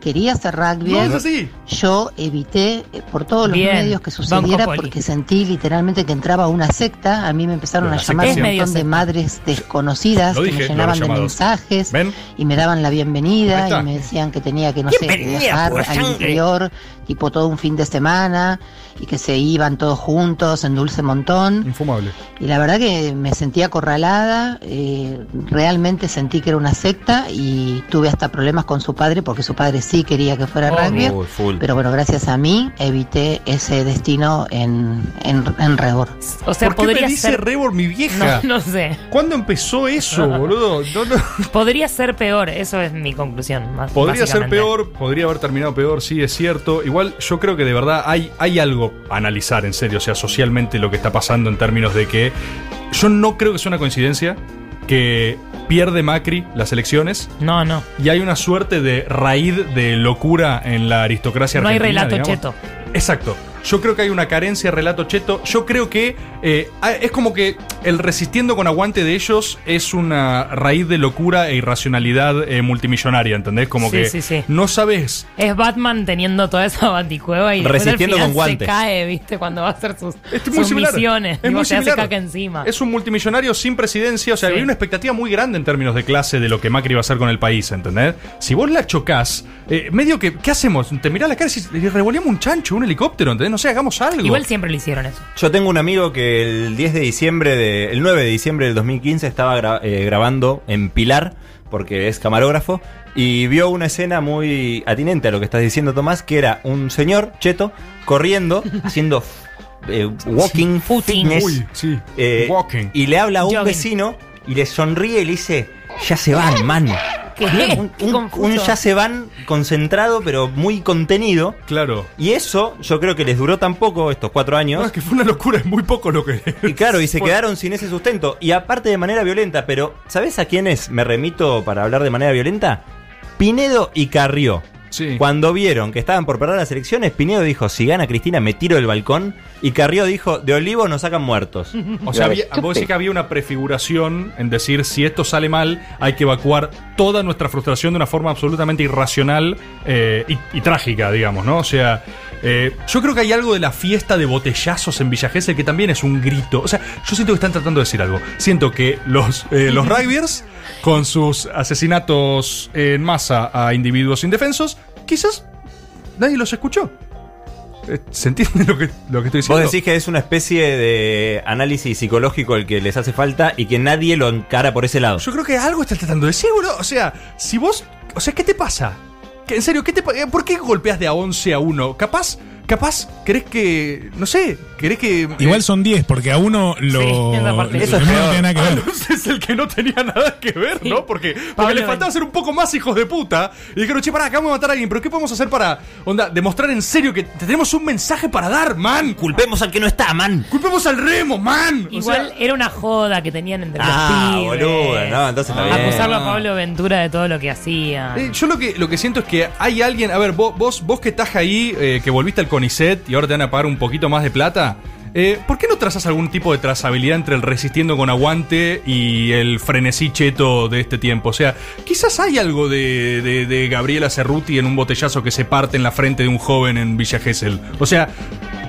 Speaker 11: quería ser
Speaker 6: No
Speaker 11: rugbyer,
Speaker 6: es así.
Speaker 11: yo evité eh, por todos los
Speaker 8: Bien.
Speaker 11: medios que
Speaker 8: Banco
Speaker 11: sucediera
Speaker 8: Poli.
Speaker 11: porque sentí literalmente que entraba a una secta. A mí me empezaron
Speaker 6: Pero
Speaker 11: a
Speaker 6: la
Speaker 11: llamar
Speaker 8: secta
Speaker 11: un
Speaker 8: medio
Speaker 11: montón de
Speaker 8: secta.
Speaker 11: madres desconocidas
Speaker 6: Lo
Speaker 11: que
Speaker 6: dije,
Speaker 11: me
Speaker 6: lo
Speaker 11: llenaban de
Speaker 6: llamados.
Speaker 11: mensajes
Speaker 6: ¿Ven?
Speaker 11: y me daban la
Speaker 6: Ahí
Speaker 11: bienvenida
Speaker 6: está.
Speaker 11: y me decían que tenía que, no sé, que
Speaker 7: Bienvenida,
Speaker 11: viajar
Speaker 8: pues,
Speaker 7: pura
Speaker 11: al
Speaker 7: sangre.
Speaker 11: interior, tipo todo un fin de semana y que se iban todos juntos en Dulce Montón.
Speaker 6: Infumable.
Speaker 11: Y la verdad que me sentí acorralada, eh, realmente sentí que era una secta y tuve hasta problemas con su padre porque su padre sí quería que
Speaker 6: Oh,
Speaker 11: fuera
Speaker 8: Obvio.
Speaker 11: rugby.
Speaker 9: Uy, full.
Speaker 11: Pero bueno, gracias a mí evité ese destino en, en, en Rebor.
Speaker 8: O sea,
Speaker 6: ¿Por qué me
Speaker 8: podría
Speaker 6: dice
Speaker 8: ser.
Speaker 6: Rebor mi
Speaker 8: No,
Speaker 6: vieja?
Speaker 8: no sé.
Speaker 6: ¿Cuándo empezó e-? eso, boludo? No, no.
Speaker 8: Podría ser peor, eso es mi conclusión. más-
Speaker 6: Podría ser
Speaker 8: básicamente.
Speaker 6: peor, podría haber terminado peor, sí, es cierto. Igual yo creo que de verdad hay, hay algo a analizar en serio, o sea, socialmente lo que está pasando en términos de que yo no creo que sea una coincidencia que pierde Macri las elecciones
Speaker 8: No, no.
Speaker 6: y hay una suerte de raíz de locura en la aristocracia
Speaker 8: No hay
Speaker 6: argentina,
Speaker 8: relato
Speaker 6: digamos.
Speaker 8: cheto.
Speaker 6: Exacto. Yo creo que hay una carencia de relato cheto. Yo creo que eh, es como que el resistiendo con aguante de ellos es una raíz de locura e irracionalidad eh, multimillonaria, ¿entendés? Como
Speaker 8: Sí,
Speaker 6: que
Speaker 8: sí, sí.
Speaker 6: no sabes.
Speaker 8: Es Batman teniendo toda esa baticueva y después al
Speaker 9: Resistiendo
Speaker 8: final
Speaker 9: con guantes.
Speaker 8: se cae, ¿viste? Cuando va a hacer sus,
Speaker 6: Es muy
Speaker 8: sus
Speaker 6: similar.
Speaker 8: misiones.
Speaker 6: Es
Speaker 8: Digo,
Speaker 6: muy
Speaker 8: se hace
Speaker 6: similar.
Speaker 8: caca encima.
Speaker 6: Es un multimillonario sin presidencia. O sea,
Speaker 8: Sí.
Speaker 6: había una expectativa muy grande en términos de clase de lo que Macri va a hacer con el país, ¿entendés? Si vos la chocás, eh, medio que, ¿qué hacemos? Te mirás la cara y decís, "Le revoleamos un chancho, un helicóptero, ¿entendés? No sé, hagamos algo.
Speaker 8: Igual siempre lo hicieron eso.
Speaker 9: Yo tengo un amigo que el 10 de diciembre de, el 9 de diciembre del 2015 estaba gra- eh, grabando en Pilar porque es camarógrafo y vio una escena muy atinente a lo que estás diciendo Tomás, que era un señor cheto corriendo haciendo eh, walking
Speaker 8: Footing.
Speaker 9: fitness
Speaker 6: Uy, sí.
Speaker 9: eh,
Speaker 6: Walking.
Speaker 9: y le habla a un
Speaker 8: Jogging.
Speaker 9: vecino y le sonríe y le dice, "Ya se van, man."
Speaker 8: ¿Qué?
Speaker 9: Un,
Speaker 8: Qué
Speaker 9: un-
Speaker 8: confuso.
Speaker 9: un ya se van concentrado pero muy contenido.
Speaker 6: Claro.
Speaker 9: Y eso yo creo que les duró tan poco estos cuatro años.
Speaker 6: No, es que fue una locura, es muy poco lo que.
Speaker 9: Y claro, y se
Speaker 6: Bueno,
Speaker 9: quedaron sin ese sustento. Y aparte de manera violenta, pero ¿sabes a quiénes me remito para hablar de manera violenta? Pinedo y Carrió.
Speaker 6: Sí.
Speaker 9: Cuando vieron que estaban por perder las elecciones, Pinedo dijo, si gana Cristina me tiro del balcón. Y Carrió dijo, de olivo nos sacan muertos.
Speaker 6: O sea, había, vos decís que había una prefiguración en decir si esto sale mal, hay que evacuar toda nuestra frustración de una forma absolutamente irracional eh, y, y trágica, digamos, ¿no? O sea, Eh, yo creo que hay algo de la fiesta de botellazos en Villa Gesell que también es un grito. O sea, yo siento que están tratando de decir algo. Siento que los, eh, los rugbyers, con sus asesinatos en masa a individuos indefensos, quizás nadie los escuchó. Eh, ¿Se entiende lo que, lo que estoy diciendo?
Speaker 9: Vos decís que es una especie de análisis psicológico el que les hace falta y que nadie lo encara por ese lado.
Speaker 6: Yo creo que algo estás tratando de decir, boludo. O sea, si vos. O sea, ¿qué te pasa? ¿Qué- en serio, ¿qué te, pa- eh, ¿por qué golpeas de a 11 a 1? Capaz, capaz, ¿querés que. No sé, ¿querés que. eh,
Speaker 10: Igual son 10, porque a uno lo.
Speaker 6: Eso
Speaker 10: lo- no tiene nada que ver.
Speaker 6: es el que no tenía nada que ver, ¿no? Porque, porque le faltaba ser un poco más hijos de puta. Y dijeron, che, pará, acabamos de matar a alguien, pero ¿qué podemos hacer para, onda, demostrar en serio que te- tenemos un mensaje para dar, man?
Speaker 7: Culpemos al que no está, man.
Speaker 6: Culpemos al remo, man. O
Speaker 8: Igual era una joda que tenían entre
Speaker 9: Ah,
Speaker 8: los pibes.
Speaker 9: boluda, no, entonces está bien.
Speaker 8: Ah. Acusarlo a Pablo Ventura de todo lo que hacía.
Speaker 6: Eh, yo lo que, lo que siento es que hay alguien. A ver, vos, vos, vos que estás ahí, eh, que volviste al CONICET y ahora te van a pagar un poquito más de plata. eh, ¿Por qué no trazas algún tipo de trazabilidad entre el resistiendo con aguante y el frenesí cheto de este tiempo? O sea, quizás hay algo de, de- de Gabriela Cerruti en un botellazo que se parte en la frente de un joven en Villa Gesell. O sea,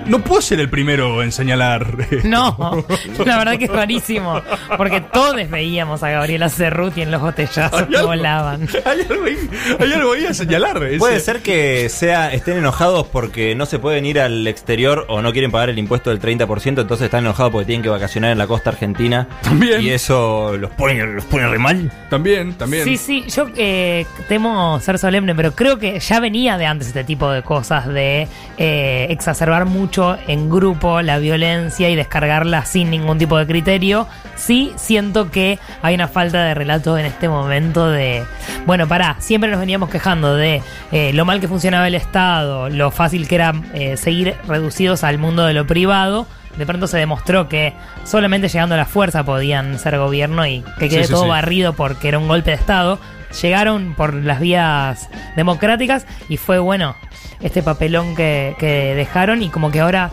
Speaker 6: no puedo ser el primero en señalar. eh,
Speaker 8: No, la verdad que es rarísimo. Porque todos veíamos a Gabriela Cerruti en los botellazos que volaban.
Speaker 6: Hay algo ahí, hay algo ahí a señalar. es-
Speaker 9: Puede ser que sea, estén enojados porque no se pueden ir al exterior o no quieren pagar el impuesto del 30%, entonces están enojados porque tienen que vacacionar en la costa argentina.
Speaker 6: También.
Speaker 9: Y eso los pone, los pone re mal.
Speaker 6: También, también.
Speaker 8: Sí, sí, yo eh, temo ser solemne, pero creo que ya venía de antes este tipo de cosas de eh, exacerbar mucho en grupo la violencia y descargarla sin ningún tipo de criterio. Sí, siento que hay una falta de relato en este momento de, bueno, pará, siempre nos veníamos quejando de eh, lo mal que funcionaba el Estado, lo fácil que era eh, seguir reducidos al mundo de lo privado. De pronto se demostró que solamente llegando a la fuerza podían ser gobierno y que quede
Speaker 12: Sí, sí,
Speaker 8: todo
Speaker 12: sí.
Speaker 8: barrido barrido porque era un golpe de Estado. Llegaron por las vías democráticas y fue bueno este papelón que, que dejaron y como que ahora...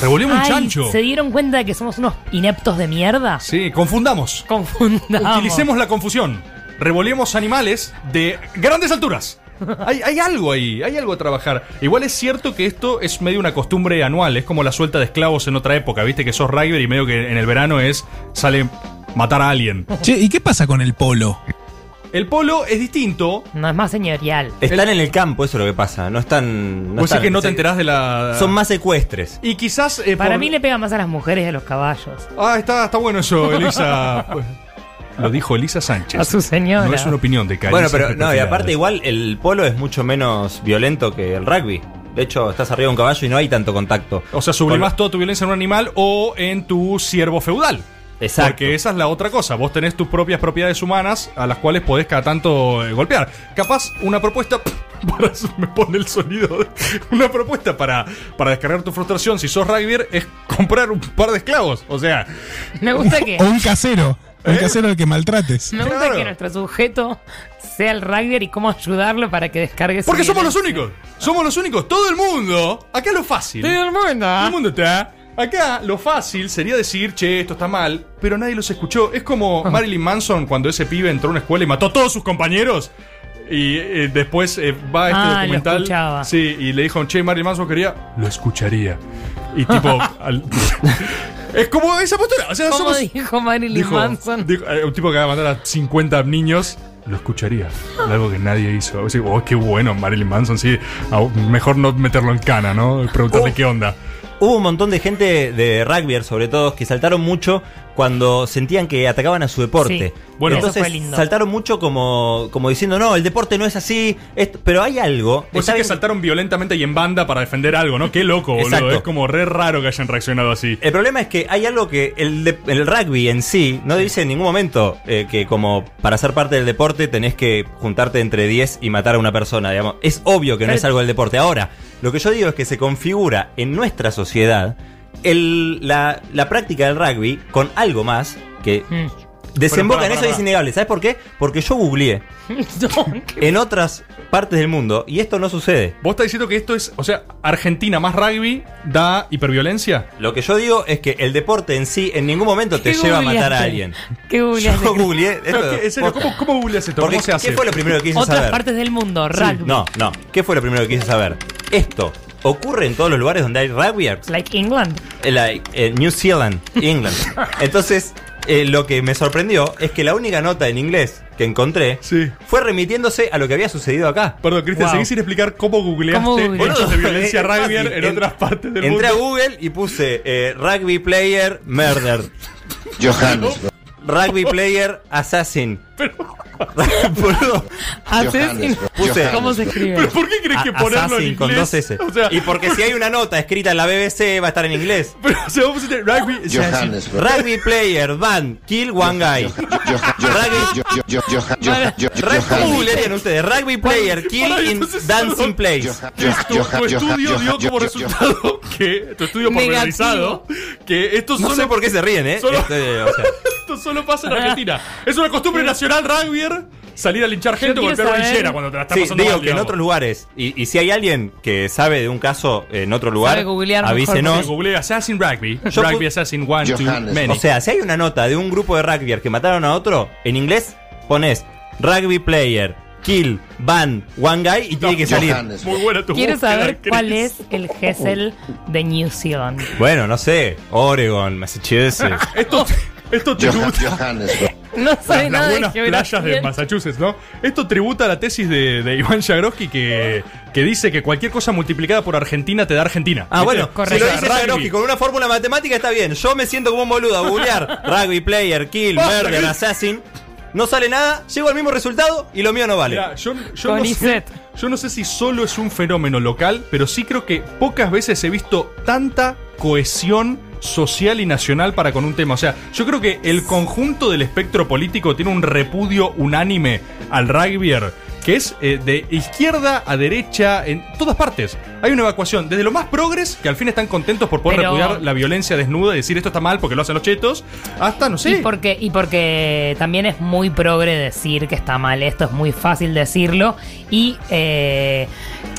Speaker 6: Revolvimos un
Speaker 8: Ay,
Speaker 6: chancho.
Speaker 8: Se dieron cuenta de que somos unos ineptos de mierda.
Speaker 6: Sí, confundamos.
Speaker 8: Confundamos.
Speaker 6: Utilicemos la confusión. Revolvemos animales de grandes alturas. Hay, hay algo ahí, hay algo a trabajar. Igual es cierto que esto es medio una costumbre anual, es como la suelta de esclavos en otra época, viste que sos rugby y medio que en el verano es sale matar a alguien.
Speaker 10: Che, ¿y qué pasa con el polo?
Speaker 6: El polo es distinto.
Speaker 8: No es más señorial.
Speaker 9: Están en el campo, eso es lo que pasa. No están.
Speaker 6: Vos
Speaker 9: están-
Speaker 6: decís que no te enterás de la-
Speaker 9: Son más secuestres.
Speaker 6: Y quizás. eh,
Speaker 8: Para
Speaker 6: por-
Speaker 8: mí le pega más a las mujeres de los caballos.
Speaker 6: Ah, está, está bueno eso, Elisa. Lo dijo Elisa Sánchez.
Speaker 8: A su señora.
Speaker 6: No es una opinión de Caricia
Speaker 9: Bueno, pero no, y
Speaker 6: Petrofilia.
Speaker 9: aparte, igual el polo es mucho menos violento que el rugby. De hecho, estás arriba de un caballo y no hay tanto contacto.
Speaker 6: O sea, sublimas toda tu violencia en un animal o en tu siervo feudal.
Speaker 9: Exacto.
Speaker 6: Porque esa es la otra cosa. Vos tenés tus propias propiedades humanas a las cuales podés cada tanto eh, golpear. Capaz, una propuesta. Para eso me pone el sonido. Una propuesta para, para descargar tu frustración si sos rugbyer es comprar un par de esclavos. O sea.
Speaker 8: Me gusta que...
Speaker 10: O un casero. Un
Speaker 9: ¿Eh?
Speaker 10: casero al que maltrates.
Speaker 8: Me gusta que nuestro sujeto sea el rugby y cómo ayudarlo para que descargue su
Speaker 6: Porque somos los
Speaker 8: violencia.
Speaker 6: únicos. Somos los únicos. Todo el mundo. Acá lo fácil.
Speaker 8: Todo el mundo. ¿eh?
Speaker 6: Todo el mundo está. Acá lo fácil sería decir, che, esto está mal, pero nadie los escuchó. Es como Marilyn Manson cuando ese pibe entró a una escuela y mató a todos sus compañeros. Y eh, después eh, va a este
Speaker 8: Ah, lo
Speaker 6: documental.
Speaker 8: escuchaba.
Speaker 6: sí, y le dijo, che, Marilyn Manson quería. Lo escucharía. Y tipo. al- es como esa postura. O sea,
Speaker 8: Como
Speaker 6: somos.
Speaker 8: dijo Marilyn
Speaker 6: dijo-
Speaker 8: Manson.
Speaker 6: dijo, eh, un tipo que acaba de matar a 50 niños. Lo escucharía. Algo que nadie hizo. O sea, oh, qué bueno, Marilyn Manson. Sí, Ah, mejor no meterlo en cana, ¿no? Preguntarle qué onda.
Speaker 9: Hubo un montón de gente de rugby, sobre todo, que saltaron mucho cuando sentían que atacaban a su deporte.
Speaker 6: Sí, bueno. eso
Speaker 9: entonces
Speaker 6: fue lindo.
Speaker 9: saltaron mucho como, como diciendo, no, el deporte no es así, esto- pero hay algo.
Speaker 6: Vos
Speaker 9: Está
Speaker 6: sí que
Speaker 9: bien-
Speaker 6: saltaron violentamente y en banda para defender algo, ¿no? Qué loco, boludo.
Speaker 9: Exacto.
Speaker 6: Es como re raro que hayan reaccionado así.
Speaker 9: El problema es que hay algo que el, de- el rugby en sí no dice en ningún momento eh, que como para ser parte del deporte tenés que juntarte entre 10 y matar a una persona, digamos. Es obvio que no
Speaker 7: Pero-
Speaker 9: es
Speaker 6: Eh.
Speaker 9: algo del deporte. Ahora, lo que yo digo es que se configura en nuestra sociedad el- la, la práctica del rugby con algo más que
Speaker 6: Hmm.
Speaker 9: desemboca
Speaker 7: Pero, para,
Speaker 9: en eso y
Speaker 7: para,
Speaker 9: es
Speaker 7: para.
Speaker 9: innegable. ¿Sabes por qué? Porque yo googleé en otras partes del mundo y esto no sucede.
Speaker 6: Vos estás diciendo que esto es, o sea, Argentina más rugby da hiperviolencia.
Speaker 9: Lo que yo digo es que el deporte en sí en ningún momento te
Speaker 6: ¿Qué
Speaker 9: lleva a matar
Speaker 6: googleaste?
Speaker 9: a alguien.
Speaker 8: ¿Qué googleaste?
Speaker 9: Yo googleé esto.
Speaker 6: Pero, ¿qué- en serio, ¿cómo, ¿Cómo googleas esto?
Speaker 9: Porque,
Speaker 6: ¿Cómo se hace?
Speaker 9: ¿Qué fue lo primero que quise
Speaker 8: Otras
Speaker 9: saber?
Speaker 8: partes del mundo,
Speaker 9: Sí,
Speaker 8: rugby.
Speaker 9: No, no. ¿Qué fue lo primero que quise saber? Esto ocurre en todos los lugares donde hay rugbyers.
Speaker 8: Like England.
Speaker 9: Eh, like, eh, New Zealand, England. Entonces, eh, lo que me sorprendió es que la única nota en inglés que encontré fue remitiéndose a lo que había sucedido acá.
Speaker 6: Perdón, Cristian,
Speaker 9: Wow.
Speaker 6: seguí sin explicar cómo googleaste
Speaker 9: ¿Cómo googleé?
Speaker 6: hechos de violencia
Speaker 9: Es
Speaker 6: rugbyer
Speaker 9: fácil.
Speaker 6: en otras partes del mundo.
Speaker 9: Entré a Google y puse eh, rugby player murder.
Speaker 12: Johannesburg.
Speaker 9: Rugby player assassin. Boludo. Assassin.
Speaker 12: Johannesburg.
Speaker 9: Puse.
Speaker 12: Ah, ¿Cómo se escribe? ¿Pero por qué crees que
Speaker 9: A-
Speaker 12: ponerlo en
Speaker 9: assassin con
Speaker 12: inglés?
Speaker 9: dos S.
Speaker 12: O sea,
Speaker 9: y porque si hay una nota escrita en la BBC va a estar en inglés.
Speaker 6: Pero se vos pusiste rugby
Speaker 12: Johannesburg.
Speaker 9: Rugby player ban kill one guy. Rugby Googlearían ustedes rugby player kill in dancing place.
Speaker 6: Tu, tu estudio dio como resultado que tu estudio
Speaker 9: Negativo.
Speaker 6: pormenorizado que esto
Speaker 9: No
Speaker 6: solo
Speaker 9: sé por qué se ríen, eh.
Speaker 6: Solo-
Speaker 9: Este, o sea.
Speaker 6: Esto solo pasa en Argentina. Es una costumbre nacional rugbyer salir a linchar gente o golpear rodillera cuando te la está
Speaker 9: Sí,
Speaker 6: pasando
Speaker 9: digo
Speaker 6: mal,
Speaker 9: que en
Speaker 6: digamos.
Speaker 9: otros lugares. Y, y si hay alguien que sabe de un caso en otro lugar,
Speaker 6: Sabe googlear mejor,
Speaker 9: avísenos.
Speaker 6: porque Google Assassin Rugby. Rugby Assassin One, Two, Many.
Speaker 9: O sea, si hay una nota de un grupo de rugbyers que mataron a otro, en inglés pones rugby player, kill, ban, one guy y tiene que salir.
Speaker 6: Muy buena tu
Speaker 8: Quiero
Speaker 6: búsqueda,
Speaker 8: saber
Speaker 6: Cris.
Speaker 8: cuál es el Gesell de New Zealand.
Speaker 9: Bueno, no sé. Oregon, Massachusetts.
Speaker 6: Esto, esto tributa.
Speaker 8: No sabe
Speaker 6: Las-
Speaker 8: nada
Speaker 6: las
Speaker 8: de
Speaker 6: buenas
Speaker 8: geografía.
Speaker 6: playas de Massachusetts, ¿no? Esto tributa a la tesis de, de Iván Jagroski que, que dice que cualquier cosa multiplicada por Argentina te da Argentina.
Speaker 9: Ah, bueno, si lo dice
Speaker 6: Rugby.
Speaker 9: Jagroski con una fórmula matemática está bien. Yo me siento como un boludo a googlear rugby player, kill,
Speaker 6: Basta,
Speaker 9: murder,
Speaker 6: Cris.
Speaker 9: assassin. No sale nada, llego al mismo resultado y lo mío no vale.
Speaker 6: Mirá, yo, yo no sé, yo no sé si solo es un fenómeno local, pero sí creo que pocas veces he visto tanta cohesión social y nacional para con un tema. O sea, yo creo que el conjunto del espectro político tiene un repudio unánime al rugbyer, que es eh, de izquierda a derecha, en todas partes. Hay una evacuación, desde los más progres, que al fin están contentos por poder
Speaker 8: Pero-
Speaker 6: repudiar la violencia desnuda y decir esto está mal porque lo hacen los chetos, hasta, no sé,
Speaker 8: Y porque, y porque también es muy progre decir que está mal esto, es muy fácil decirlo. Y eh,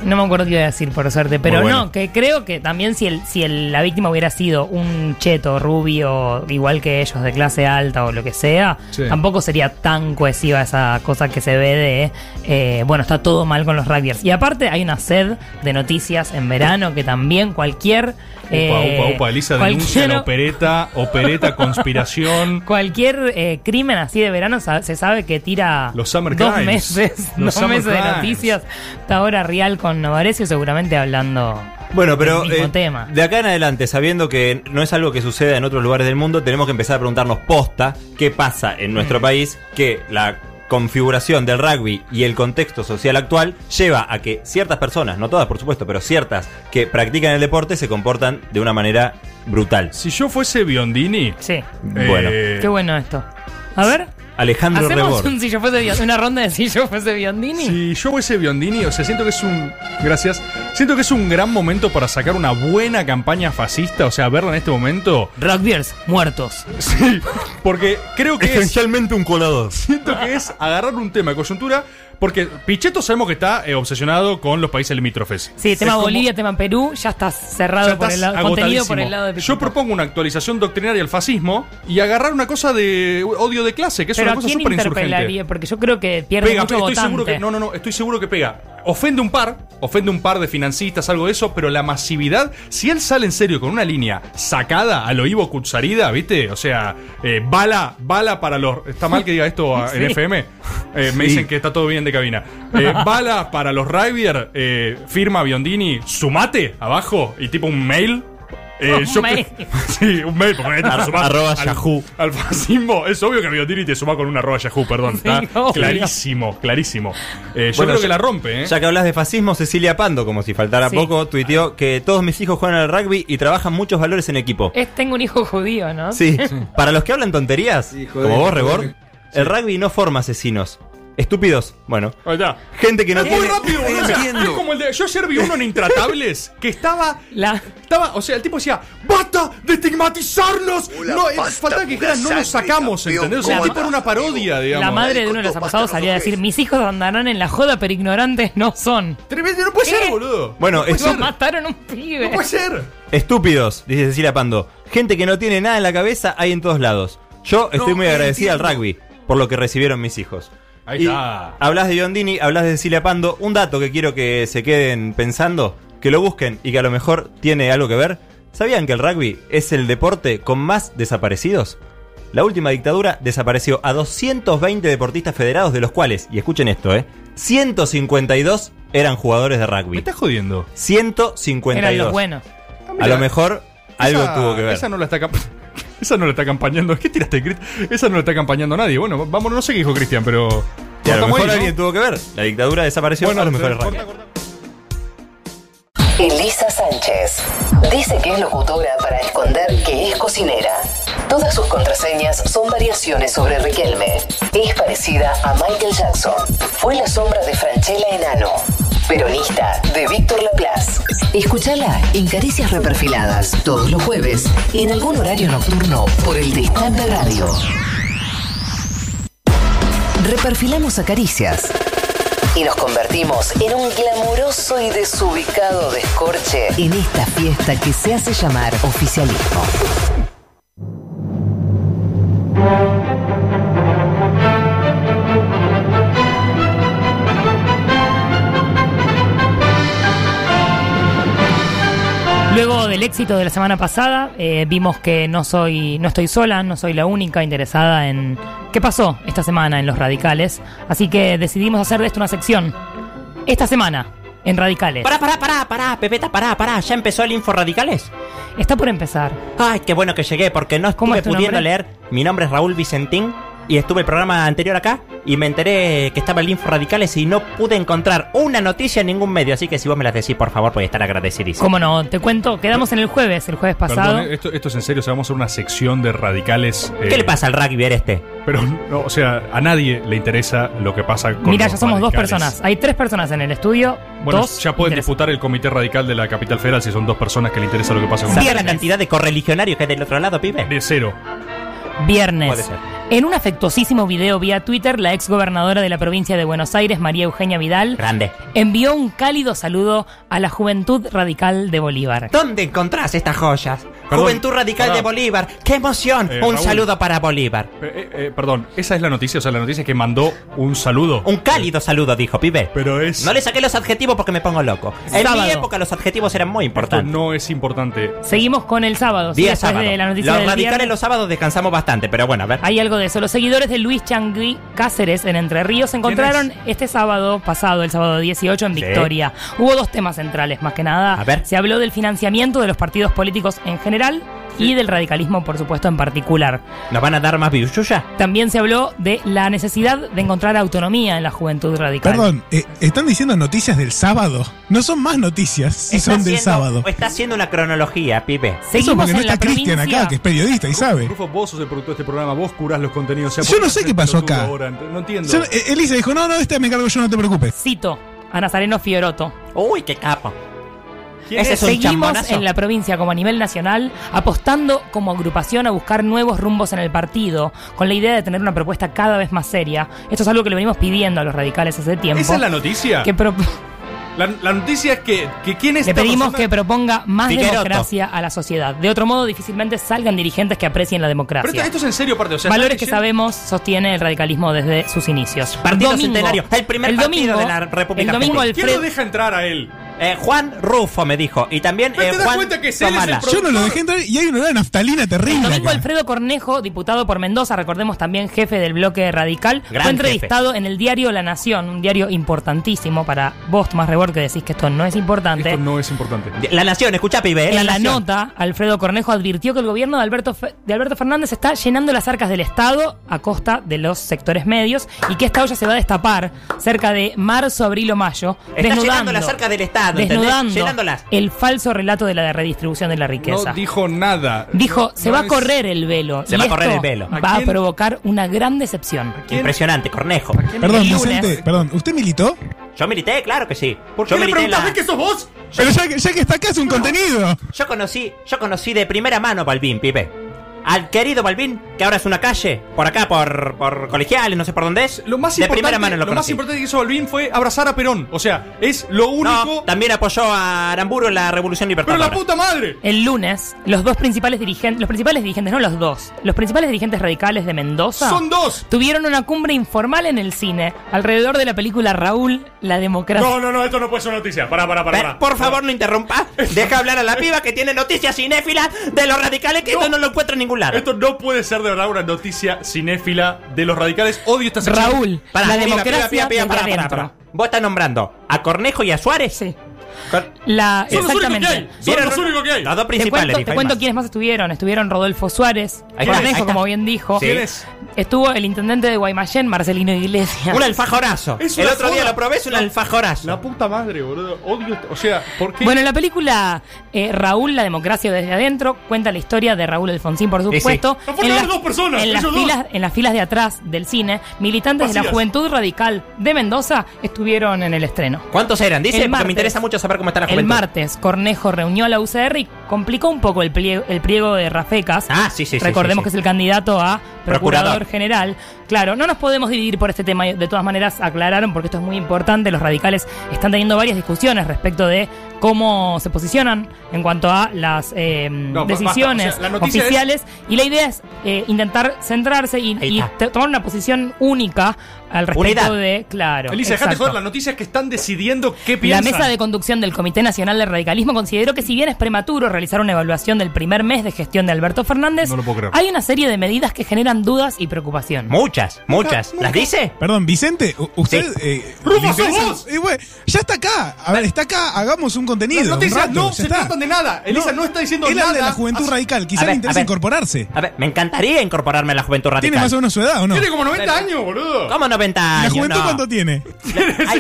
Speaker 8: no me acuerdo qué iba a decir, por suerte, pero
Speaker 13: Muy bueno.
Speaker 8: no, que creo que también si, el, si el- la víctima hubiera sido un cheto rubio, igual que ellos, de clase alta o lo que sea,
Speaker 13: Sí.
Speaker 8: tampoco sería tan cohesiva esa cosa que se ve de, eh, bueno, está todo mal con los rugbyers. Y aparte hay una sed de noticias en verano que también cualquier...
Speaker 6: Upa,
Speaker 8: eh,
Speaker 6: upa, upa, Elisa denuncia
Speaker 8: cualquier-
Speaker 6: la opereta, opereta, conspiración.
Speaker 8: Cualquier eh, crimen así de verano sa- se sabe que tira
Speaker 6: Los Summer
Speaker 8: dos
Speaker 6: Crimes.
Speaker 8: meses,
Speaker 6: Los
Speaker 8: dos
Speaker 6: Summer
Speaker 8: meses de
Speaker 6: Crimes.
Speaker 8: noticias. Está ahora Real con Novarecio seguramente hablando
Speaker 9: Bueno, pero
Speaker 8: del mismo
Speaker 9: eh,
Speaker 8: tema.
Speaker 9: de acá en adelante, sabiendo que no es algo que suceda en otros lugares del mundo, tenemos que empezar a preguntarnos posta qué pasa
Speaker 6: Mm.
Speaker 9: en nuestro país que la configuración del rugby y el contexto social actual lleva a que ciertas personas, no todas por supuesto, pero ciertas que practican el deporte se comportan de una manera brutal.
Speaker 6: Si yo fuese Biondini, eh,
Speaker 8: Sí.
Speaker 9: Bueno.
Speaker 8: Qué bueno esto. A ver,
Speaker 9: Alejandro
Speaker 8: hacemos
Speaker 9: Rebord.
Speaker 8: un si yo fuese Bion- una ronda de si yo fuese Biondini.
Speaker 6: Si yo fuese Biondini, o sea, siento que es un. Gracias. Siento que es un gran momento para sacar una buena campaña fascista, o sea, verla en este momento.
Speaker 8: Rugbyers muertos.
Speaker 6: Sí, porque creo que.
Speaker 9: Esencialmente un colador.
Speaker 6: Siento que es agarrar un tema de coyuntura, porque Pichetto sabemos que está eh, obsesionado con los países limítrofes.
Speaker 8: Sí, tema
Speaker 6: Es como-
Speaker 8: Bolivia, tema Perú, ya está cerrado
Speaker 6: Ya
Speaker 8: por el
Speaker 6: estás
Speaker 8: lado, contenido por
Speaker 6: agotadísimo.
Speaker 8: el lado de
Speaker 6: Yo propongo una actualización doctrinaria al fascismo y agarrar una cosa de odio de clase, que es
Speaker 8: Pero
Speaker 6: una
Speaker 8: ¿a
Speaker 6: cosa
Speaker 8: quién
Speaker 6: súper insurgente.
Speaker 8: interpelaría? Porque yo creo que pierde
Speaker 6: Pega,
Speaker 8: mucho
Speaker 6: estoy seguro
Speaker 8: votante.
Speaker 6: que. No, no, no, estoy seguro que pega. Ofende un par, ofende un par de financistas, algo de eso, pero la masividad, si él sale en serio con una línea sacada a lo Ivo Kutsarida, ¿viste? O sea, eh, bala, bala para los. Está mal que diga esto a- en
Speaker 2: Sí.
Speaker 6: FM. Eh, Me
Speaker 2: Sí.
Speaker 6: dicen que está todo bien de cabina. Eh, bala para los Rivier, firma Biondini, sumate abajo y tipo un mail. Eh,
Speaker 2: Un
Speaker 6: yo
Speaker 2: mail.
Speaker 6: cre- sí, un mail, porque te
Speaker 2: Ar-
Speaker 6: sumás
Speaker 2: arroba
Speaker 6: al-
Speaker 2: Yahoo.
Speaker 6: Al fascismo. Es obvio que Biondini te suma con un arroba Yahoo, perdón. Está
Speaker 2: obvio.
Speaker 6: clarísimo, clarísimo. Eh, yo
Speaker 9: Bueno,
Speaker 6: creo que
Speaker 9: ya-
Speaker 6: la rompe, ¿eh?
Speaker 9: Ya que hablas de fascismo, Cecilia Pando, como si faltara
Speaker 8: Sí.
Speaker 9: poco, tuiteó que todos mis hijos juegan al rugby y trabajan muchos valores en equipo.
Speaker 8: Es, tengo un hijo judío, ¿no?
Speaker 9: Sí. Para los que hablan tonterías, como vos, Rebord, el rugby no forma asesinos. Estúpidos. Bueno.
Speaker 6: Ahí está.
Speaker 9: Gente que no
Speaker 6: Es muy
Speaker 9: tiene.
Speaker 6: rápido, boludo. O sea, es como el de. Yo ayer vi uno en Intratables que estaba. Estaba. O sea, el tipo decía: ¡Basta de estigmatizarnos!
Speaker 2: Hola,
Speaker 6: no, es-
Speaker 2: basta,
Speaker 6: faltaba que dijeran, no
Speaker 2: pura
Speaker 6: nos sacamos,
Speaker 2: sangre,
Speaker 6: ¿entendés? O sea, el
Speaker 8: campeón,
Speaker 6: tipo era una parodia, digamos.
Speaker 8: La madre de uno de los acusados salió a decir: Mis hijos andarán en la joda, pero ignorantes no son.
Speaker 6: Tremendo, no puede ser, boludo.
Speaker 9: Bueno,
Speaker 8: Ellos
Speaker 9: estu-
Speaker 8: mataron un pibe.
Speaker 6: No puede ser.
Speaker 9: estúpidos, dice Cecilia Pando. Gente que no tiene nada en la cabeza hay en todos lados. Yo estoy
Speaker 6: No, eh,
Speaker 9: muy agradecida al
Speaker 6: entiendo.
Speaker 9: rugby por lo que recibieron mis hijos.
Speaker 6: Ahí está.
Speaker 9: Hablas de Biondini, hablas de Cecilia Pando. Un dato que quiero que se queden pensando que lo busquen y que a lo mejor tiene algo que ver. ¿Sabían que el rugby es el deporte con más desaparecidos? La última dictadura desapareció a 220 deportistas federados, de los cuales, y escuchen esto, ¿eh? 152 eran jugadores de rugby. ¿Me estás
Speaker 6: jodiendo?
Speaker 9: 152.
Speaker 8: Eran los buenos.
Speaker 9: A lo mejor algo tuvo que ver.
Speaker 6: Ah, Esa no la está camp- Esa no la está acompañando. ¿Qué tiraste, Cristian? Esa no la está acompañando nadie. Bueno, vamos, no sé qué dijo Cristian, pero.
Speaker 9: Y a lo
Speaker 6: cortamos
Speaker 9: mejor
Speaker 6: ahí, ¿no?
Speaker 9: alguien tuvo que ver. La dictadura desapareció
Speaker 6: Bueno, eh,
Speaker 9: a lo mejor el
Speaker 6: corta,
Speaker 9: rugby.
Speaker 1: Elisa Sánchez dice que es locutora para esconder que es cocinera. Todas sus contraseñas son variaciones sobre Riquelme. Es parecida a Michael Jackson. Fue la sombra de Franchella Enano. Peronista de Víctor Laplace. Escúchala en Caricias Reperfiladas todos los jueves y en algún horario nocturno por el Distante Radio. Reperfilamos a Caricias y nos convertimos en un glamuroso y desubicado descorche en esta fiesta que se hace llamar oficialismo.
Speaker 8: Luego del éxito de la semana pasada, eh, vimos que no soy, no estoy sola, no soy la única interesada en qué pasó esta semana en los radicales. Así que decidimos hacer de esto una sección. Esta semana, en radicales.
Speaker 13: Pará, pará, pará, pará, Pepeta, pará, pará. ¿Ya empezó el Info Radicales?
Speaker 8: Está por empezar.
Speaker 13: Ay, qué bueno que llegué, porque no estuve
Speaker 8: es tu
Speaker 13: pudiendo
Speaker 8: nombre?
Speaker 13: leer. Mi nombre es Raúl Vicentín y estuve el programa anterior acá y me enteré que estaba el Info Radicales y no pude encontrar una noticia en ningún medio. Así que si vos me las decís, por favor, voy a estar agradecidísimo.
Speaker 8: Cómo no, te cuento, quedamos en el jueves, el jueves pasado.
Speaker 6: Perdón, ¿eh? esto, esto es en serio, o sea, vamos a hacer una sección de radicales. eh,
Speaker 13: ¿Qué le pasa al rugby este?
Speaker 6: Pero, no, o sea, a nadie le interesa lo que pasa con.
Speaker 8: Mira,
Speaker 6: los
Speaker 8: ya somos dos
Speaker 6: radicales.
Speaker 8: personas. Hay tres personas en el estudio.
Speaker 6: Bueno,
Speaker 8: dos.
Speaker 6: ya pueden
Speaker 8: interesadas.
Speaker 6: disputar el comité radical de la capital federal si son dos personas que le interesa lo que pasa con
Speaker 13: Mira la cantidad de correligionarios que hay del otro lado, pibe.
Speaker 6: De cero.
Speaker 13: Puede
Speaker 8: Viernes.
Speaker 13: ser.
Speaker 8: En un afectuosísimo video vía Twitter, la exgobernadora de la provincia de Buenos Aires, María Eugenia Vidal,
Speaker 13: Grande.
Speaker 8: envió un cálido saludo a la juventud radical de Bolívar.
Speaker 13: ¿Dónde encontrás estas joyas? Juventud Radical
Speaker 6: pará.
Speaker 13: de Bolívar. ¡Qué emoción!
Speaker 6: Eh,
Speaker 13: Un
Speaker 6: Raúl.
Speaker 13: saludo para Bolívar.
Speaker 6: Eh, eh, eh, perdón, esa es la noticia, o sea, la noticia es que mandó un saludo.
Speaker 13: Un cálido saludo, dijo, pibe.
Speaker 6: Pero es.
Speaker 13: No le saqué los adjetivos porque me pongo loco. En mi
Speaker 8: Sábado.
Speaker 13: época los adjetivos eran muy
Speaker 6: Esto
Speaker 13: importantes.
Speaker 6: no es importante.
Speaker 8: Seguimos con el sábado. ¿sí?
Speaker 13: Día
Speaker 8: Después
Speaker 13: sábado.
Speaker 8: de la noticia
Speaker 13: los
Speaker 8: del
Speaker 13: radicales
Speaker 8: viernes.
Speaker 13: los sábados descansamos bastante, pero bueno, a ver.
Speaker 8: Hay algo de eso. Los seguidores de Luis Changui Cáceres en Entre Ríos se encontraron este sábado pasado, el sábado 18, en Victoria. Hubo dos temas centrales, más que nada.
Speaker 13: A ver.
Speaker 8: Se habló del financiamiento de los partidos políticos en general y del radicalismo, por supuesto, en particular.
Speaker 13: ¿Nos van a dar más billulla?
Speaker 8: También se habló de la necesidad de encontrar autonomía en la juventud radical.
Speaker 10: Perdón, eh, están diciendo noticias del sábado. No son más noticias si son del sábado.
Speaker 9: pues,
Speaker 13: Está haciendo una cronología, pibe.
Speaker 10: Eso porque no está Cristian acá, que es periodista y sabe.
Speaker 6: Rufo, vos sos el productor de este programa, vos curás los contenidos. o sea,
Speaker 10: Yo
Speaker 6: ¿por
Speaker 10: no sé
Speaker 6: haces
Speaker 10: qué pasó
Speaker 6: pelotudo
Speaker 10: acá.
Speaker 6: ahora? Ent- No entiendo.
Speaker 10: Yo- eh, Elisa dijo, no, no, esta me cargo yo, no te preocupes.
Speaker 8: Cito a Nazareno Fioroto.
Speaker 13: Uy, qué capo.
Speaker 6: ¿Quién
Speaker 13: Ese es un
Speaker 8: Seguimos
Speaker 13: chambonazo.
Speaker 8: en la provincia como a nivel nacional, apostando como agrupación a buscar nuevos rumbos en el partido, con la idea de tener una propuesta cada vez más seria. Esto es algo que le venimos pidiendo a los radicales hace tiempo.
Speaker 6: ¿Esa es la noticia?
Speaker 8: Que pro-
Speaker 6: La, la noticia es que, que quién es
Speaker 8: le
Speaker 6: esta
Speaker 8: pedimos
Speaker 6: persona-
Speaker 8: que proponga más
Speaker 6: Figueroa.
Speaker 8: democracia a la sociedad. De otro modo, difícilmente salgan dirigentes que aprecien la
Speaker 6: Pero esto,
Speaker 8: democracia.
Speaker 6: esto es en serio, parte. O sea,
Speaker 8: Valores
Speaker 6: está
Speaker 8: que
Speaker 6: leyendo-
Speaker 8: sabemos sostiene el radicalismo desde sus inicios.
Speaker 13: Partido Centenario, el primer partido de la República
Speaker 8: El domingo
Speaker 13: Argentina.
Speaker 6: ¿Quién
Speaker 8: Alfredo-
Speaker 6: lo deja entrar a él?
Speaker 13: Eh, Juan Rufo me dijo. Y también
Speaker 6: ¿No te
Speaker 13: eh,
Speaker 6: das
Speaker 13: Juan
Speaker 6: cuenta que es él, es el
Speaker 13: Tomala.
Speaker 10: Yo no lo dejé entrar y hay una olor a naftalina
Speaker 8: El
Speaker 10: terrible.
Speaker 8: domingo
Speaker 10: acá.
Speaker 8: Alfredo Cornejo, diputado por Mendoza, recordemos también jefe del bloque radical,
Speaker 13: Gran
Speaker 8: fue entrevistado en el diario La Nación, un diario importantísimo para vos, Tomás Rebor, que decís que esto no es importante.
Speaker 6: Esto no es importante.
Speaker 13: La Nación, escucha, pibe. eh,
Speaker 8: En la
Speaker 13: Nación.
Speaker 8: nota, Alfredo Cornejo advirtió que el gobierno de Alberto, Fe- de Alberto Fernández está llenando las arcas del Estado a costa de los sectores medios y que esta olla se va a destapar cerca de marzo, abril o mayo,
Speaker 13: Está
Speaker 8: desnudando,
Speaker 13: llenándolas cerca del Estado, ¿entendés?
Speaker 8: desnudando
Speaker 13: Llenándolas.
Speaker 8: el falso relato de la redistribución de la riqueza.
Speaker 6: No dijo nada.
Speaker 8: Dijo,
Speaker 6: No-
Speaker 8: se
Speaker 6: no
Speaker 8: va
Speaker 6: es-
Speaker 8: a correr el velo.
Speaker 13: Se
Speaker 8: Y
Speaker 13: va a correr
Speaker 8: esto
Speaker 13: el velo. ¿A
Speaker 8: Va a
Speaker 6: quién?
Speaker 8: provocar una gran decepción.
Speaker 13: Impresionante, Cornejo.
Speaker 10: Perdón,
Speaker 8: El lunes.
Speaker 10: Vicente, perdón, ¿usted militó?
Speaker 13: Yo milité, claro que sí.
Speaker 6: ¿Por qué
Speaker 13: yo
Speaker 6: le
Speaker 13: milité en la-
Speaker 6: preguntás que sos vos?
Speaker 10: Pero ya que, ya que está acá es un contenido.
Speaker 13: Yo conocí, yo conocí de primera mano a Balvin, pibe. Al querido Balvin
Speaker 9: que ahora es una calle, por acá, por, por colegiales, no sé por dónde es.
Speaker 6: Lo más
Speaker 9: de
Speaker 6: importante-
Speaker 9: primera mano lo,
Speaker 6: lo más
Speaker 9: conocí.
Speaker 6: importante que hizo Balvin fue abrazar a Perón. O sea, es lo único.
Speaker 9: No, también apoyó a Aramburu en la Revolución Libertadora.
Speaker 6: ¡Pero la puta madre!
Speaker 8: El lunes, los dos principales dirigentes, los principales dirigentes, no los dos, los principales dirigentes radicales de Mendoza.
Speaker 6: Son dos.
Speaker 8: Tuvieron una cumbre informal en el cine, alrededor de la película Raúl, la democracia.
Speaker 6: No, no, no, esto no puede ser noticia. Pará, pará, pará.
Speaker 9: Pe-
Speaker 6: pará.
Speaker 9: Por favor, no interrumpa. Deja hablar a la piba que tiene noticias cinéfilas de los radicales que esto no lo encuentro en ningún lado.
Speaker 6: Esto no puede ser de verdad una noticia cinéfila de los radicales. Odio esta sección.
Speaker 9: Pará, piba, piba, piba, piba, pará, pará, pará. Vos estás nombrando a Cornejo y a Suárez. Sí. Ah,
Speaker 8: La, exactamente.
Speaker 9: Los dos
Speaker 8: Te
Speaker 9: principales.
Speaker 8: cuento, te
Speaker 9: dijo, hay
Speaker 8: cuento
Speaker 9: más.
Speaker 8: quiénes más estuvieron. Estuvieron Rodolfo Suárez,
Speaker 9: Ahí está, ahí
Speaker 8: Cornejo,
Speaker 9: está.
Speaker 8: como bien dijo.
Speaker 9: Sí. ¿Quién es?
Speaker 8: Estuvo el intendente de Guaymallén, Marcelino Iglesias.
Speaker 9: Un alfajorazo. El otro día lo probé, es un alfajorazo.
Speaker 6: La puta madre, boludo. Odio esto. O sea, ¿por qué?
Speaker 8: Bueno, la película eh, Raúl, la democracia desde adentro, cuenta la historia de Raúl Alfonsín, por
Speaker 6: sí.
Speaker 8: supuesto.
Speaker 6: Pero fueron las dos personas,
Speaker 8: en las,
Speaker 6: ellos dos.
Speaker 8: filas, en las filas de atrás del cine, militantes de la
Speaker 9: Vacías.
Speaker 8: Juventud Radical de Mendoza estuvieron en el estreno.
Speaker 9: ¿Cuántos eran? Dice,
Speaker 8: El
Speaker 9: porque
Speaker 8: martes.
Speaker 9: me interesa mucho saber cómo está la
Speaker 8: El
Speaker 9: juventud.
Speaker 8: martes, Cornejo reunió a la UCR y complicó un poco el pliego, el priego de Rafecas.
Speaker 9: Ah, sí, sí, sí,
Speaker 8: Recordemos
Speaker 9: sí, sí.
Speaker 8: que es el candidato a procurador,
Speaker 9: Procurador.
Speaker 8: general. Claro, no nos podemos dividir por este tema. De todas maneras, aclararon, porque esto es muy importante. Los radicales están teniendo varias discusiones respecto de cómo se posicionan en cuanto a las eh,
Speaker 11: No, basta,
Speaker 8: decisiones
Speaker 11: o sea, la noticia
Speaker 8: oficiales. Y la idea es eh, intentar centrarse y, y te- tomar una posición única al respecto
Speaker 6: Unidad.
Speaker 8: de. Claro.
Speaker 6: Elisa, dejate
Speaker 8: exacto.
Speaker 6: joder. La noticia es que están decidiendo qué
Speaker 8: La
Speaker 6: piensan.
Speaker 8: mesa de conducción del Comité Nacional de Radicalismo consideró que si bien es prematuro realizar una evaluación del primer mes de gestión de Alberto Fernández,
Speaker 9: No lo puedo creer.
Speaker 8: hay una serie de medidas que generan dudas y preocupación.
Speaker 9: Muchas, muchas.
Speaker 8: Nunca-
Speaker 9: ¿Las dice?
Speaker 10: Perdón, Vicente, u- usted.
Speaker 9: Sí.
Speaker 10: eh,
Speaker 9: Rufo,
Speaker 10: ¿le
Speaker 9: sos
Speaker 10: interesa?
Speaker 9: vos.
Speaker 10: Eh, güey, ya está acá. A ver, está acá. Hagamos un contenido.
Speaker 6: Las noticias
Speaker 10: un rato,
Speaker 6: no
Speaker 10: ya
Speaker 6: se
Speaker 10: está.
Speaker 6: tratan de nada. Elisa no está diciendo
Speaker 10: Él habla de
Speaker 6: nada.
Speaker 10: la juventud
Speaker 6: Hace-
Speaker 10: radical.
Speaker 9: A
Speaker 10: Quizá
Speaker 9: ver,
Speaker 10: le
Speaker 9: a
Speaker 10: interesa
Speaker 9: ver.
Speaker 10: incorporarse.
Speaker 9: A ver, me encantaría incorporarme a la juventud radical.
Speaker 10: Tiene más o menos su edad, ¿o no?
Speaker 6: Tiene como 90 años, boludo.
Speaker 9: ¿Cómo 90
Speaker 10: ¿La
Speaker 9: años?
Speaker 10: juventud
Speaker 9: No.
Speaker 10: cuánto tiene?
Speaker 6: Sí,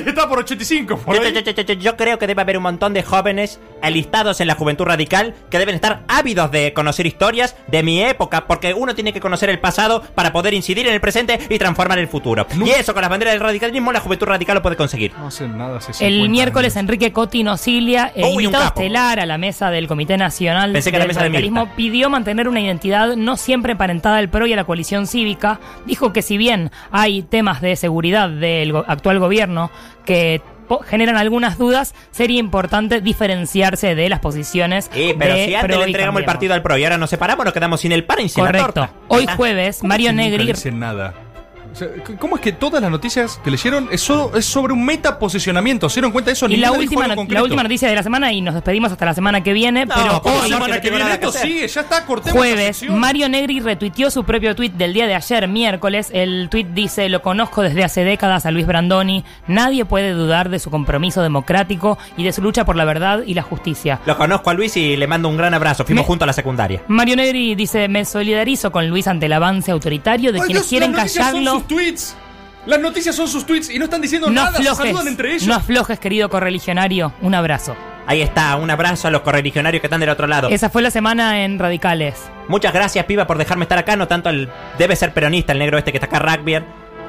Speaker 6: está por 85. por
Speaker 9: Yo,
Speaker 6: ahí.
Speaker 9: yo- yo- yo- yo- yo creo que debe haber un montón de jóvenes alistados en la juventud radical que deben estar ávidos de conocer historias de mi época, porque uno tiene que conocer el pasado para poder incidir en el presente y transformar el futuro. Y eso con las banderas del radicalismo la juventud radical lo puede conseguir.
Speaker 6: No hacen nada hace
Speaker 8: El
Speaker 6: 50
Speaker 8: miércoles, Enrique Cotino Cilia, eh,
Speaker 9: Uy, Oh, un
Speaker 8: invitado
Speaker 9: capo.
Speaker 8: estelar a la mesa del Comité Nacional
Speaker 9: Pensé que
Speaker 8: del
Speaker 9: era mesa de
Speaker 8: Radicalismo, pidió mantener una identidad no siempre emparentada al PRO y a la coalición cívica. Dijo que si bien hay temas de seguridad del go- actual gobierno que po- generan algunas dudas, sería importante diferenciarse de las posiciones
Speaker 9: Eh, pero
Speaker 8: de
Speaker 9: si antes
Speaker 8: PRO
Speaker 9: le entregamos
Speaker 8: y
Speaker 9: el
Speaker 8: Cambiemos.
Speaker 9: partido al PRO y ahora nos separamos, nos quedamos sin el pan y sin la
Speaker 8: Correcto.
Speaker 9: torta.
Speaker 8: Hoy jueves, Mario
Speaker 6: que nunca
Speaker 8: Negri
Speaker 6: dicen nada. O sea, c- ¿Cómo es que todas las noticias que leyeron es, solo, es sobre un metaposicionamiento? ¿Se dieron cuenta de eso?
Speaker 8: Y
Speaker 6: Ninguna
Speaker 8: la
Speaker 6: dijo
Speaker 8: última,
Speaker 6: algo
Speaker 8: no-
Speaker 6: concreto.
Speaker 8: la última noticia de la semana y nos despedimos hasta la semana que viene.
Speaker 6: No,
Speaker 8: pero
Speaker 6: por
Speaker 8: hoy,
Speaker 6: la semana que viene esto sigue, ya está, cortemos la
Speaker 8: Jueves,
Speaker 6: sección.
Speaker 8: Mario Negri retuiteó su propio tuit del día de ayer, miércoles. El tuit dice, lo conozco desde hace décadas a Luis Brandoni. Nadie puede dudar de su compromiso democrático y de su lucha por la verdad y la justicia.
Speaker 9: Lo conozco a Luis y le mando un gran abrazo. Fuimos juntos a la secundaria.
Speaker 8: Mario Negri dice, me solidarizo con Luis ante el avance autoritario de
Speaker 6: Ay,
Speaker 8: quienes
Speaker 6: Dios,
Speaker 8: quieren
Speaker 6: las noticias
Speaker 8: callarlo.
Speaker 6: Son sus tweets. Las noticias son sus tweets y no están diciendo
Speaker 8: No
Speaker 6: nada, se
Speaker 8: aflojes,
Speaker 6: saludan entre ellos.
Speaker 8: no aflojes, querido correligionario. Un abrazo.
Speaker 9: Ahí está, un abrazo a los correligionarios que están del otro lado.
Speaker 8: Esa fue la semana en Radicales.
Speaker 9: Muchas gracias, piba, por dejarme estar acá. No tanto el. Debe ser peronista el negro este que está acá, Rugby.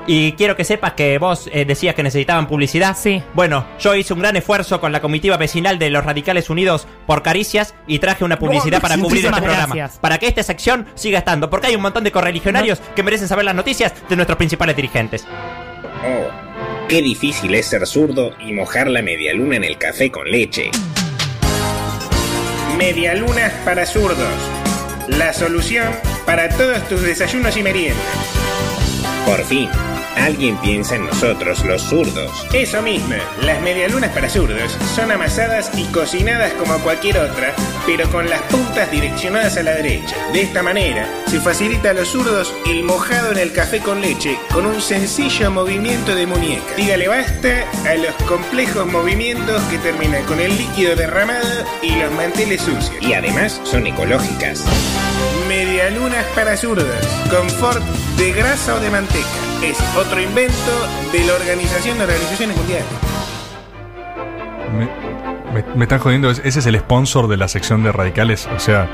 Speaker 9: Y quiero que sepas que vos eh, decías que necesitaban publicidad.
Speaker 8: Sí.
Speaker 9: Bueno, yo hice un gran esfuerzo con la comitiva vecinal de los Radicales Unidos por Caricias y traje una publicidad
Speaker 8: No,
Speaker 9: para cubrir
Speaker 8: muchísimas
Speaker 9: este programa.
Speaker 8: gracias.
Speaker 9: Para que esta sección siga estando. Porque hay un montón de correligionarios que merecen saber las noticias de nuestros principales dirigentes.
Speaker 14: Oh, qué difícil es ser zurdo y mojar la medialuna en el café con leche. Medialunas para zurdos. La solución para todos tus desayunos y meriendas. Por fin, alguien piensa en nosotros, los zurdos. Eso mismo, las medialunas para zurdos son amasadas y cocinadas como cualquier otra, pero con las puntas direccionadas a la derecha. De esta manera, se facilita a los zurdos el mojado en el café con leche con un sencillo movimiento de muñeca. Dígale basta a los complejos movimientos que terminan con el líquido derramado y los manteles sucios. Y además son ecológicas. Medialunas para zurdas. Confort de grasa o de manteca. Es otro invento de la Organización de Organizaciones Mundiales.
Speaker 6: Me, me- me están jodiendo. es- Ese es el sponsor de la sección de radicales. O sea,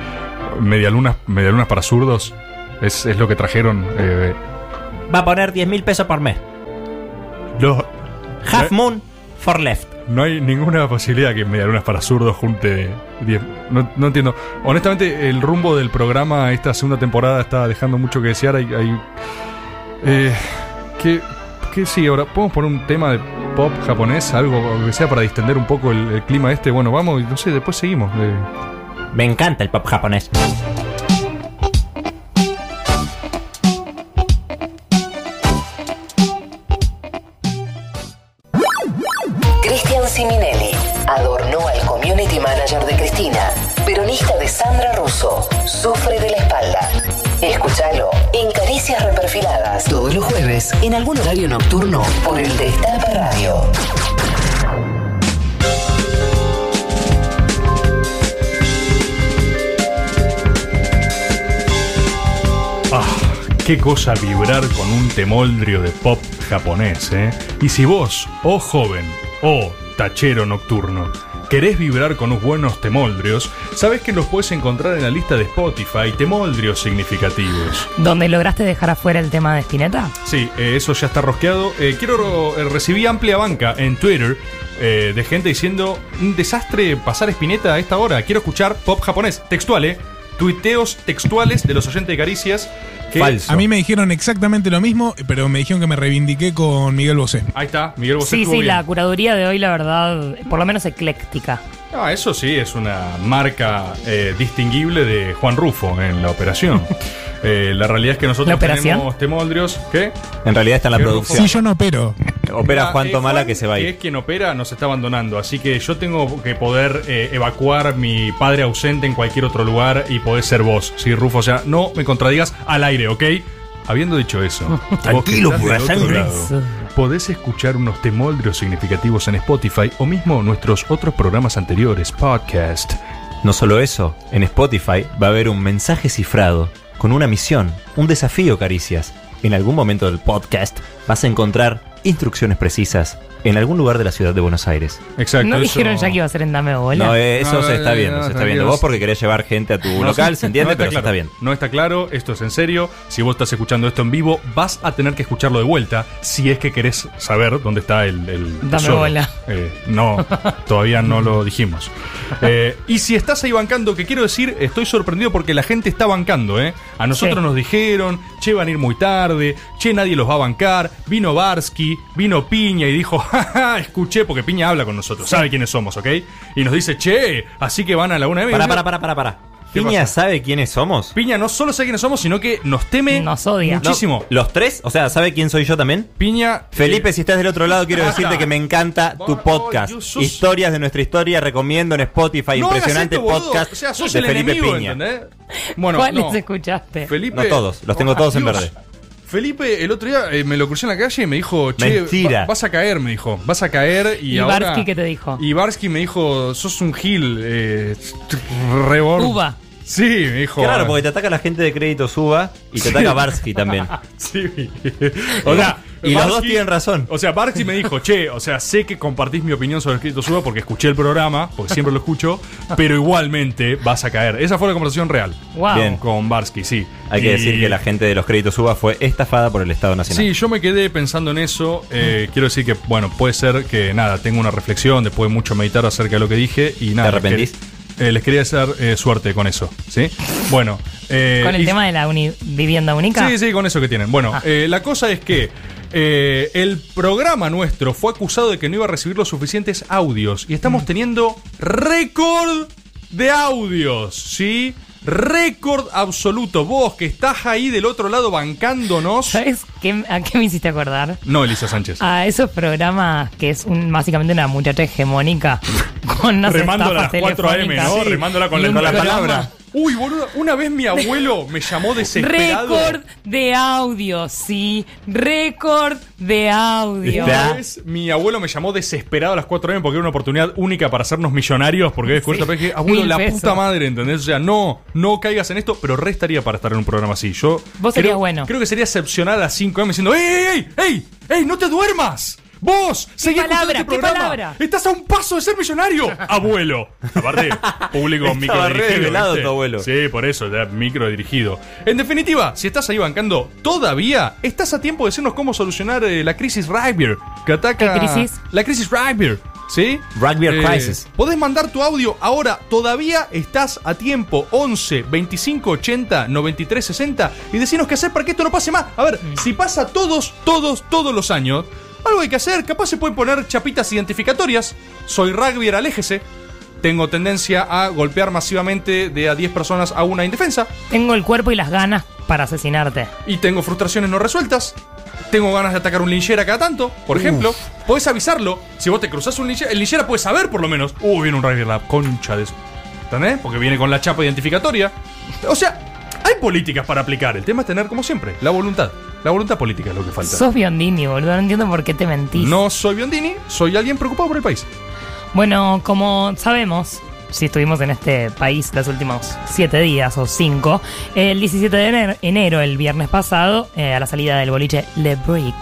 Speaker 6: medialunas, medialunas para zurdos es, es lo que trajeron. eh,
Speaker 9: Va a poner 10 mil pesos por mes.
Speaker 6: los,
Speaker 9: Half Moon
Speaker 13: for left.
Speaker 6: No hay ninguna posibilidad que Medialunas para zurdos junte 10. No, no entiendo. Honestamente, el rumbo del programa esta segunda temporada está dejando mucho que desear. Hay, hay- eh, ¿qué, ¿Qué sigue ahora? ¿Podemos poner un tema de pop japonés? Algo que sea para distender un poco el, el clima este. Bueno, vamos y no sé, después seguimos. eh.
Speaker 13: Me encanta el pop japonés.
Speaker 1: Cristian Siminelli adornó al community manager de Cristina, peronista de Sandra Russo, sufre de la espalda. Escúchalo en Caricias Reperfiladas todos los jueves en algún horario nocturno por el Destape Radio.
Speaker 6: Ah, qué cosa vibrar con un temoldrio de pop japonés, ¿eh? Y si vos, oh joven, oh tachero nocturno, querés vibrar con unos buenos temoldrios, sabés que los puedes encontrar en la lista de Spotify, temoldrios significativos.
Speaker 8: ¿Dónde lograste dejar afuera el tema de Spinetta?
Speaker 6: Sí, eh, eso ya está rosqueado. Eh, quiero eh, recibí amplia banca en Twitter eh, de gente diciendo un desastre pasar Espineta a esta hora. Quiero escuchar pop japonés textual, ¿eh? Tuiteos textuales de los oyentes de Caricias. Que
Speaker 10: A mí me dijeron exactamente lo mismo, pero me dijeron que me reivindiqué con Miguel Bosé.
Speaker 6: Ahí está, Miguel Bosé
Speaker 8: Sí, sí,
Speaker 6: estuvo bien.
Speaker 8: la curaduría de hoy, la verdad, por lo menos ecléctica.
Speaker 6: Ah, eso sí, es una marca eh, distinguible de Juan Rufo en la operación. Eh, la realidad es que nosotros
Speaker 8: ¿La operación?
Speaker 6: tenemos temoldrios que...
Speaker 9: En realidad está en la
Speaker 6: Miguel
Speaker 9: producción.
Speaker 10: Sí, yo no opero.
Speaker 9: Opera Juan
Speaker 6: eh,
Speaker 9: Tomala
Speaker 6: Juan,
Speaker 9: que se va a
Speaker 6: Que
Speaker 9: ir.
Speaker 6: es quien opera, nos está abandonando. Así que yo tengo que poder eh, evacuar mi padre ausente en cualquier otro lugar y poder ser vos. Sí, Rufo, o sea, no me contradigas al aire, ¿ok? Habiendo dicho eso, vos que
Speaker 7: Tranquilo,
Speaker 6: estás del otro
Speaker 7: Purasangre.
Speaker 6: lado, podés escuchar unos temoldrios significativos en Spotify o mismo nuestros otros programas anteriores, podcast.
Speaker 9: No solo eso, en Spotify va a haber un mensaje cifrado con una misión, un desafío, caricias. En algún momento del podcast vas a encontrar instrucciones precisas en algún lugar de la ciudad de Buenos Aires.
Speaker 6: Exacto.
Speaker 8: ¿No dijeron ya que iba a ser en Dame Bola?
Speaker 9: No, eh, eso
Speaker 6: No,
Speaker 9: se
Speaker 6: no,
Speaker 9: está
Speaker 6: no,
Speaker 9: viendo,
Speaker 6: no,
Speaker 9: se está
Speaker 6: tranquilos.
Speaker 9: viendo. Vos porque querés llevar gente a tu
Speaker 6: No,
Speaker 9: local,
Speaker 6: sí.
Speaker 9: se entiende,
Speaker 6: No está
Speaker 9: pero eso
Speaker 6: claro.
Speaker 9: está bien.
Speaker 6: No está claro, esto es en serio. Si vos estás escuchando esto en vivo, vas a tener que escucharlo de vuelta si es que querés saber dónde está el. el
Speaker 8: Dame
Speaker 6: tesoro.
Speaker 8: bola.
Speaker 6: Eh, no, todavía no lo dijimos. Eh, y si estás ahí bancando, que quiero decir, estoy sorprendido porque la gente está bancando, ¿eh? A nosotros
Speaker 8: Sí.
Speaker 6: nos dijeron, che, van a ir muy tarde, che, nadie los va a bancar. Vino Barsky, vino Piña y dijo, jaja, escuché, porque Piña habla con nosotros, sabe quiénes somos, ¿ok? Y nos dice, che, así que van a la una de
Speaker 9: Para, para, para, para, para.
Speaker 6: ¿Qué
Speaker 9: ¿Piña
Speaker 6: pasa?
Speaker 9: sabe quiénes somos?
Speaker 6: Piña no solo sabe quiénes somos, sino que nos teme muchísimo.
Speaker 9: No, ¿Los tres? O sea, ¿sabe quién soy yo también?
Speaker 6: Piña. Ah,
Speaker 9: Felipe, si estás del otro lado, quiero decirte que me encanta tu podcast.
Speaker 6: sos-
Speaker 9: Historias de nuestra historia, recomiendo en Spotify.
Speaker 6: No hagas
Speaker 9: impresionante
Speaker 6: esto, boludo.
Speaker 9: podcast
Speaker 6: O sea, sos
Speaker 9: de
Speaker 6: el
Speaker 9: Felipe
Speaker 6: enemigo,
Speaker 9: Piña.
Speaker 6: ¿entendés? Bueno,
Speaker 8: ¿Cuáles
Speaker 6: no.
Speaker 8: escuchaste?
Speaker 6: Felipe,
Speaker 9: No todos, los tengo todos en
Speaker 6: Dios.
Speaker 9: verde.
Speaker 6: Felipe, el otro día eh, me lo crucé en la calle y me dijo, che,
Speaker 9: Mentira.
Speaker 6: va- vas a caer, me dijo, vas a caer y,
Speaker 8: ¿Y
Speaker 6: ahora...
Speaker 8: Barsky qué te dijo?
Speaker 6: Y Barsky me dijo, sos un gil, eh, rebor.
Speaker 8: Uba.
Speaker 6: Sí, me dijo.
Speaker 9: Claro, porque te ataca la gente de crédito suba y
Speaker 6: Sí.
Speaker 9: te ataca Barsky también.
Speaker 6: Sí. O sea,
Speaker 9: Y los dos
Speaker 6: tienen
Speaker 9: razón.
Speaker 6: O sea, Barsky me dijo, che, o sea, sé que compartís mi opinión sobre el escrito suba porque escuché el programa, porque siempre lo escucho, pero igualmente vas a caer. Esa fue la conversación real.
Speaker 8: Wow.
Speaker 9: Bien.
Speaker 6: Con Barsky, sí.
Speaker 9: Hay
Speaker 6: Y-
Speaker 9: que decir que la gente de los créditos suba fue estafada por el Estado Nacional.
Speaker 6: Sí, yo me quedé pensando en eso.
Speaker 8: Mm.
Speaker 6: Eh, Quiero decir que, bueno, puede ser que, nada, tengo una reflexión después de mucho meditar acerca de lo que dije y nada.
Speaker 9: ¿Te arrepentís?
Speaker 6: que- eh, les quería hacer eh, suerte con eso, ¿sí? Bueno. eh,
Speaker 8: Con el
Speaker 6: y-
Speaker 8: tema de la uni- vivienda única.
Speaker 6: Sí, sí, con eso que tienen. Bueno,
Speaker 8: Ah.
Speaker 6: eh, la cosa es que eh, el programa nuestro fue acusado de que no iba a recibir los suficientes audios y
Speaker 8: Mm.
Speaker 6: estamos teniendo récord de audios, ¿sí? Récord absoluto. Vos que estás ahí del otro lado bancándonos.
Speaker 8: ¿Sabes qué- a qué me hiciste acordar?
Speaker 6: No, Elisa Sánchez.
Speaker 8: A esos programas que es un- básicamente una muchacha hegemónica con unas
Speaker 6: Remándola a las
Speaker 8: estafas
Speaker 6: 4 AM,
Speaker 8: telefónicas.
Speaker 6: ¿no? Remándola con
Speaker 8: Y
Speaker 6: la,
Speaker 8: un
Speaker 6: con la
Speaker 8: programa-
Speaker 6: palabra. Uy, boludo, una vez mi abuelo me llamó desesperado.
Speaker 8: Récord de audio, sí. Récord de audio.
Speaker 6: Una vez mi abuelo me llamó desesperado a las 4 AM porque era una oportunidad única para hacernos millonarios. Porque había descubierto pero dije, abuelo,
Speaker 8: Mil
Speaker 6: la
Speaker 8: pesos.
Speaker 6: puta madre, ¿entendés? O sea, no, no caigas en esto, pero restaría para estar en un programa así. Yo creo,
Speaker 8: Vos serías bueno.
Speaker 6: Creo que sería excepcional a las 5 AM diciendo, ¡Ey, ey, ey! ¡Ey, ey! ¡No te duermas! Vos, seguí escuchando
Speaker 8: palabra?
Speaker 6: este
Speaker 8: ¿Qué
Speaker 6: programa.
Speaker 8: palabra?
Speaker 6: Estás a un paso de ser millonario, abuelo. Aparte, público micro
Speaker 9: Estaba re desvelado tu
Speaker 6: abuelo. Sí, por eso, era micro dirigido. En definitiva, si estás ahí bancando todavía, estás a tiempo de decirnos cómo solucionar eh, la crisis Rybier que ataca.
Speaker 9: ¿Qué crisis?
Speaker 6: La crisis Rybier. ¿Sí? Eh,
Speaker 9: Rugby Crisis.
Speaker 6: Podés mandar tu audio ahora, todavía estás a tiempo. 11 25 80 93 60 y decinos qué hacer para que esto no pase más. A ver, si pasa todos, todos, todos los años, algo hay que hacer. Capaz se pueden poner chapitas identificatorias. Soy rugby, aléjese. Tengo tendencia a golpear masivamente de a 10 personas a una indefensa.
Speaker 8: Tengo el cuerpo y las ganas para asesinarte.
Speaker 6: Y tengo frustraciones no resueltas. Tengo ganas de atacar un linchera cada tanto, por
Speaker 8: Uf.
Speaker 6: ejemplo. Podés avisarlo. Si vos te cruzás un linchera, el linchera puede saber por lo menos. Uh, viene un Ryder la concha de su. ¿Entendés? Porque viene con la chapa identificatoria. O sea, hay políticas para aplicar. El tema es tener, como siempre, la voluntad. La voluntad política es lo que falta.
Speaker 8: Sos Biondini, boludo. No entiendo por qué te mentís.
Speaker 6: No soy Biondini, soy alguien preocupado por el país.
Speaker 8: Bueno, como sabemos, si estuvimos en este país los últimos siete días o cinco, el 17 de ener- enero, el viernes pasado, eh, a la salida del boliche Le Brick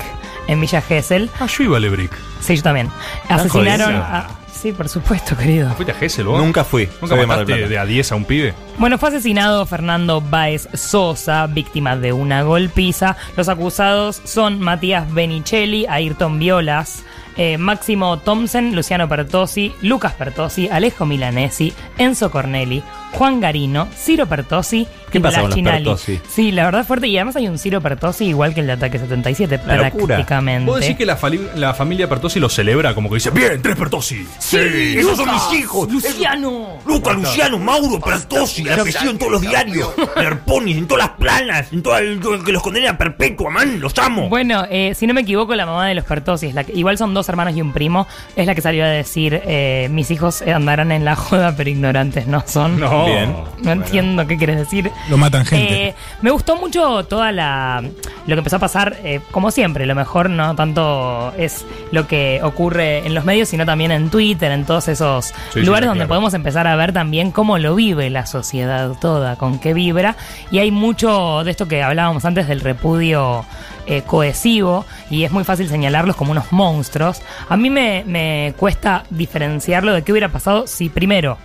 Speaker 8: en Villa Gesell.
Speaker 6: Ah, yo iba a Lebrick.
Speaker 8: Sí, yo también.
Speaker 6: Ah,
Speaker 8: Asesinaron
Speaker 6: jodido.
Speaker 8: a. Sí, por supuesto, querido.
Speaker 6: ¿Fuiste a Gessel, vos?
Speaker 9: Nunca fui.
Speaker 6: ¿Nunca
Speaker 9: Soy de Mar del
Speaker 6: mataste
Speaker 9: Plata.
Speaker 6: de a 10 a un pibe?
Speaker 8: Bueno, fue asesinado Fernando Báez Sosa, víctima de una golpiza. Los acusados son Matías Benicelli, Ayrton Violas, eh, Máximo Thompson, Luciano Pertosi, Lucas Pertosi, Alejo Milanesi, Enzo Corneli, Juan Garino, Ciro Pertosi
Speaker 9: ¿Qué
Speaker 8: y
Speaker 9: pasa con
Speaker 8: Nicolás
Speaker 9: los
Speaker 8: Chinali.
Speaker 9: Pertosi?
Speaker 8: Sí, la verdad es fuerte. Y además hay un Ciro Pertosi igual que el de Ataque 77,
Speaker 6: La locura.
Speaker 8: prácticamente.
Speaker 6: ¿Vos decís que la, fali- la familia Pertosi lo celebra? Como que dice, ¡Bien, tres Pertosi!
Speaker 7: Sí, esos son mis hijos.
Speaker 8: Luciano.
Speaker 7: Luca, Luciano, Mauro, Pertosi, apellido en todos los diarios. Perponis, en todas las planas, en todo el, que los condena a perpetua, man, los amo.
Speaker 8: Bueno, eh, si no me equivoco, la mamá de los Pertosi, es la que- igual son dos hermanos y un primo, es la que salió a decir, eh, mis hijos andarán en la joda, pero ignorantes no son.
Speaker 10: No. Bien.
Speaker 8: No entiendo qué quieres decir.
Speaker 10: Lo matan gente.
Speaker 8: Eh, me gustó mucho toda la lo que empezó a pasar, eh, como siempre, lo mejor no tanto es lo que ocurre en los medios, sino también en Twitter, en todos esos
Speaker 11: sí,
Speaker 8: lugares
Speaker 11: claro.
Speaker 8: donde podemos empezar a ver también cómo lo vive la sociedad toda, con qué vibra. Y hay mucho de esto que hablábamos antes del repudio eh, cohesivo y es muy fácil señalarlos como unos monstruos. A mí me, me cuesta diferenciarlo de qué hubiera pasado si primero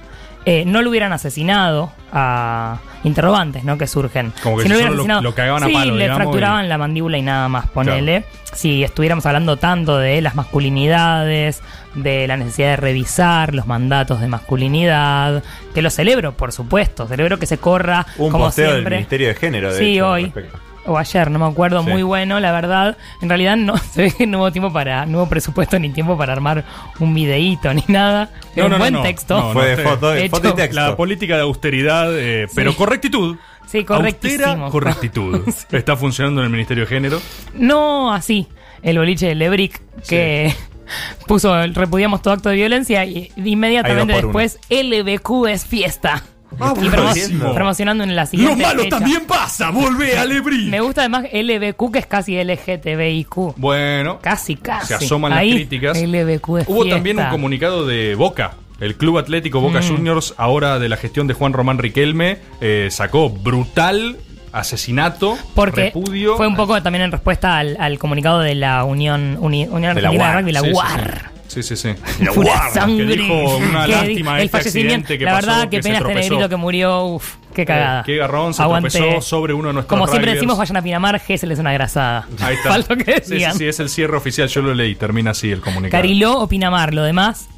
Speaker 8: eh, no lo hubieran asesinado a interrogantes ¿no? que surgen.
Speaker 6: Como que
Speaker 8: si no
Speaker 6: si
Speaker 8: hubieran
Speaker 6: solo lo-
Speaker 8: asesinado,
Speaker 6: lo cagaban a
Speaker 8: sí,
Speaker 6: palo,
Speaker 8: le
Speaker 6: digamos,
Speaker 8: fracturaban la mandíbula y nada más, ponele. Si estuviéramos hablando tanto de las masculinidades, de la necesidad de revisar los mandatos de masculinidad, que lo celebro, por supuesto, celebro que se corra
Speaker 9: Un
Speaker 8: como
Speaker 9: posteo del
Speaker 8: siempre.
Speaker 9: Ministerio de Género, de
Speaker 8: sí,
Speaker 9: hecho, al
Speaker 8: hoy.
Speaker 9: respecto.
Speaker 8: O ayer, no me acuerdo,
Speaker 9: Sí.
Speaker 8: muy bueno, la verdad. En realidad no se ve que no hubo tiempo para, no hubo presupuesto ni tiempo para armar un videíto ni nada. Era un buen texto. Hecho.
Speaker 6: La política de austeridad, eh, pero
Speaker 8: Sí.
Speaker 6: correctitud.
Speaker 8: Sí,
Speaker 6: Austera
Speaker 8: correctísimo.
Speaker 6: correctitud. Está funcionando en el Ministerio de Género.
Speaker 8: No así, el boliche de Lebrick que puso el repudiamos todo acto de violencia y inmediatamente
Speaker 6: Ahí va por uno.
Speaker 8: después LBQ es fiesta.
Speaker 6: Ah,
Speaker 8: y promo-
Speaker 6: buenísimo.
Speaker 8: promocionando en la siguiente.
Speaker 6: Lo malo
Speaker 8: fecha.
Speaker 6: también pasa, volvé a Lebrick.
Speaker 8: Me gusta además LBQ que es casi LGTBIQ.
Speaker 6: Bueno.
Speaker 8: Casi, casi.
Speaker 6: Se asoman las
Speaker 8: Ahí,
Speaker 6: críticas.
Speaker 8: LBQ es
Speaker 6: Hubo
Speaker 8: fiesta.
Speaker 6: también un comunicado de Boca. El Club Atlético Boca
Speaker 8: Mm.
Speaker 6: Juniors, ahora de la gestión de Juan Román Riquelme, eh, sacó brutal asesinato,
Speaker 8: Porque
Speaker 6: repudio.
Speaker 8: fue un poco también en respuesta al, al comunicado de la Unión, Uni- Unión
Speaker 6: de la
Speaker 8: Argentina de
Speaker 6: UAR.
Speaker 8: Rugby, la
Speaker 6: Sí, sí,
Speaker 8: UAR.
Speaker 6: Sí, sí, sí.
Speaker 8: Pura sangre.
Speaker 6: Que dijo una
Speaker 8: Que
Speaker 6: lástima
Speaker 8: di-
Speaker 6: este accidente que
Speaker 8: la
Speaker 6: pasó,
Speaker 8: verdad,
Speaker 6: que
Speaker 8: qué
Speaker 6: se
Speaker 8: pena este
Speaker 6: tropezó.
Speaker 8: negrito que murió. Uf, qué cagada.
Speaker 6: Eh, qué garrón, se
Speaker 8: Aguante.
Speaker 6: tropezó sobre uno de nuestros
Speaker 8: Como siempre
Speaker 6: riders.
Speaker 8: decimos, vayan a Pinamar, Gessel es una grasada.
Speaker 6: Ahí está.
Speaker 8: Faltó que
Speaker 6: Sí, sí,
Speaker 8: digan.
Speaker 6: sí, es el cierre oficial, yo lo leí, termina así el comunicado.
Speaker 8: Cariló o Pinamar, lo demás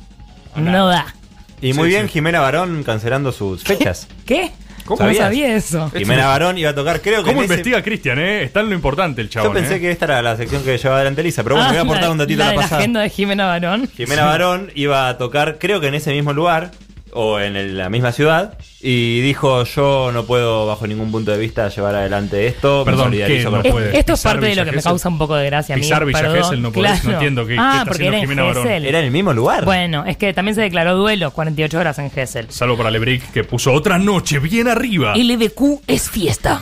Speaker 8: no da.
Speaker 9: Y muy
Speaker 6: Sí,
Speaker 9: bien, Jimena Barón cancelando sus fechas.
Speaker 8: ¿Qué?
Speaker 9: ¿Cómo?
Speaker 8: No
Speaker 9: ¿Sabías? Este
Speaker 8: sabía eso?
Speaker 9: Jimena Barón iba a tocar, creo que.
Speaker 6: ¿Cómo
Speaker 9: en ese-
Speaker 6: investiga Cristian, eh? Está en lo importante el eh. chavo.
Speaker 9: Yo pensé que esta era la sección que llevaba adelante Elisa, pero bueno,
Speaker 8: Ah,
Speaker 9: voy a aportar un datito
Speaker 8: la,
Speaker 9: a la,
Speaker 8: de
Speaker 9: pasada.
Speaker 8: agenda de Jimena Barón.
Speaker 9: Jimena Barón iba a tocar, creo que en ese mismo lugar o en el- la misma ciudad, y dijo: Yo no puedo, bajo ningún punto de vista, llevar adelante esto. me
Speaker 6: Perdón,
Speaker 9: solidarizo
Speaker 6: ¿qué?
Speaker 9: con
Speaker 6: No
Speaker 9: ustedes".
Speaker 6: puede.
Speaker 8: Esto es
Speaker 6: Pisar
Speaker 8: parte de
Speaker 6: Villa
Speaker 8: lo que me
Speaker 6: Gesell.
Speaker 8: causa un poco de gracia a mí.
Speaker 6: Pisar Villa
Speaker 8: perdón.
Speaker 6: Gesell, no podés, no
Speaker 8: Claro.
Speaker 6: entiendo qué- qué
Speaker 8: Ah,
Speaker 6: está
Speaker 8: porque
Speaker 6: haciendo
Speaker 8: era en
Speaker 6: Jimena Barón.
Speaker 8: Gesell.
Speaker 9: Era en el mismo lugar.
Speaker 8: Bueno, es que también se declaró duelo 48 horas en Gesell.
Speaker 6: Ah. Salvo para Lebrick, que puso otra noche bien arriba.
Speaker 8: LBQ es fiesta.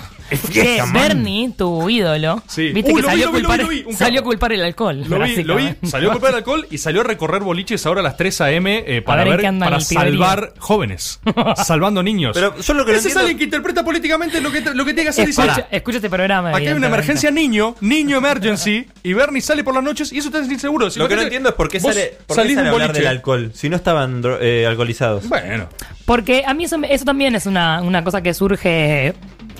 Speaker 8: Che, Bernie, tu ídolo, viste
Speaker 6: Uh,
Speaker 8: que
Speaker 6: lo
Speaker 8: salió,
Speaker 6: vi, lo
Speaker 8: a
Speaker 6: vi,
Speaker 8: culpar,
Speaker 6: lo vi, lo vi, un
Speaker 8: salió a
Speaker 6: capo.
Speaker 8: culpar el alcohol.
Speaker 6: Lo vi, lo vi,
Speaker 8: básicamente.
Speaker 6: salió a comprar alcohol y salió a recorrer boliches ahora a las 3 a.m. eh, para
Speaker 8: ver en
Speaker 6: ver,
Speaker 8: qué anda
Speaker 6: para
Speaker 8: el piberío.
Speaker 6: salvar jóvenes, salvando niños.
Speaker 9: Pero yo lo que no
Speaker 6: Ese es
Speaker 9: entiendo-
Speaker 6: alguien que interpreta políticamente lo que, te- lo que tiene que hacer. Dice,
Speaker 8: Escucha, escucha este programa.
Speaker 6: Aquí hay una
Speaker 8: evidentemente.
Speaker 6: emergencia niño, niño emergency, y Bernie sale por las noches y eso está inseguro. Si
Speaker 9: Lo que no
Speaker 6: te-
Speaker 9: entiendo es por qué
Speaker 6: vos
Speaker 9: sale, por qué
Speaker 6: salís de un
Speaker 9: sale a hablar
Speaker 6: boliche.
Speaker 9: del alcohol si no estaban dro- eh, alcoholizados.
Speaker 6: Bueno.
Speaker 8: Porque a mí eso, me- eso también es una, una cosa que surge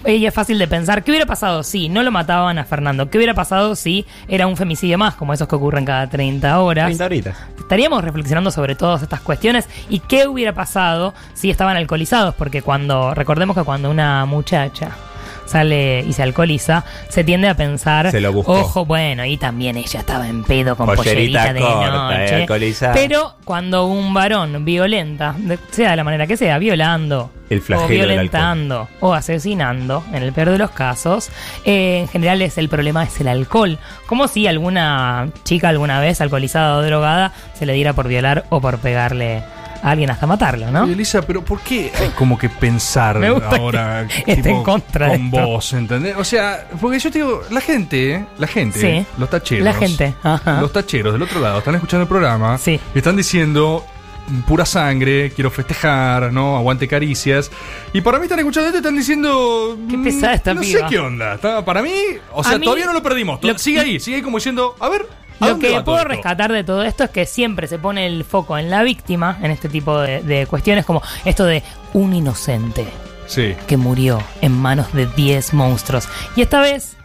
Speaker 8: eh, y es fácil de pensar. ¿Qué hubiera pasado si no lo mataban a Fernando? ¿Qué hubiera pasado si era un femicidio más, como esos que ocurren cada 30 horas?
Speaker 9: 30 horitas.
Speaker 8: Estaríamos reflexionando sobre todas estas cuestiones y qué hubiera pasado si estaban alcoholizados, porque cuando recordemos que cuando una muchacha sale y se alcoholiza, se tiende a pensar,
Speaker 9: Se lo buscó.
Speaker 8: ojo, bueno, y también ella estaba en pedo con
Speaker 9: Pollerita
Speaker 8: pollerita, de
Speaker 9: corta, eh,
Speaker 8: noche.
Speaker 9: alcoholizada.
Speaker 8: Pero cuando un varón violenta, de- sea de la manera que sea, violando,
Speaker 9: El flagelo
Speaker 8: o
Speaker 9: del alcohol.
Speaker 8: violentando, o asesinando, en el peor de los casos, eh, en general es el problema es el alcohol. Como si alguna chica alguna vez alcoholizada o drogada se le diera por violar o por pegarle a alguien hasta matarlo, ¿no?
Speaker 6: Y Elisa, pero ¿por qué hay como que pensar
Speaker 8: Me gusta
Speaker 6: ahora
Speaker 8: que esté en contra de
Speaker 6: con
Speaker 8: esto.
Speaker 6: vos, ¿entendés? O sea, porque yo te digo, la gente, ¿eh? la gente,
Speaker 8: Sí.
Speaker 6: los tacheros.
Speaker 8: La gente, ajá.
Speaker 6: Los tacheros del otro lado están escuchando el programa y están diciendo pura sangre, quiero festejar, ¿no? Aguante caricias. Y para mí están escuchando esto y están diciendo. Qué
Speaker 8: pesada esta
Speaker 6: No sé
Speaker 8: piba".
Speaker 6: qué onda. Está- Para mí, o sea,
Speaker 8: A mí-
Speaker 6: todavía no lo perdimos. To- sigue ahí, sigue ahí como diciendo, a ver. ¿a
Speaker 8: Lo
Speaker 6: dónde
Speaker 8: que
Speaker 6: va todo
Speaker 8: puedo
Speaker 6: esto?
Speaker 8: rescatar de todo esto es que siempre se pone el foco en la víctima, en este tipo de, de cuestiones, como esto de un inocente
Speaker 6: Sí.
Speaker 8: que murió en manos de 10 monstruos. Y esta vez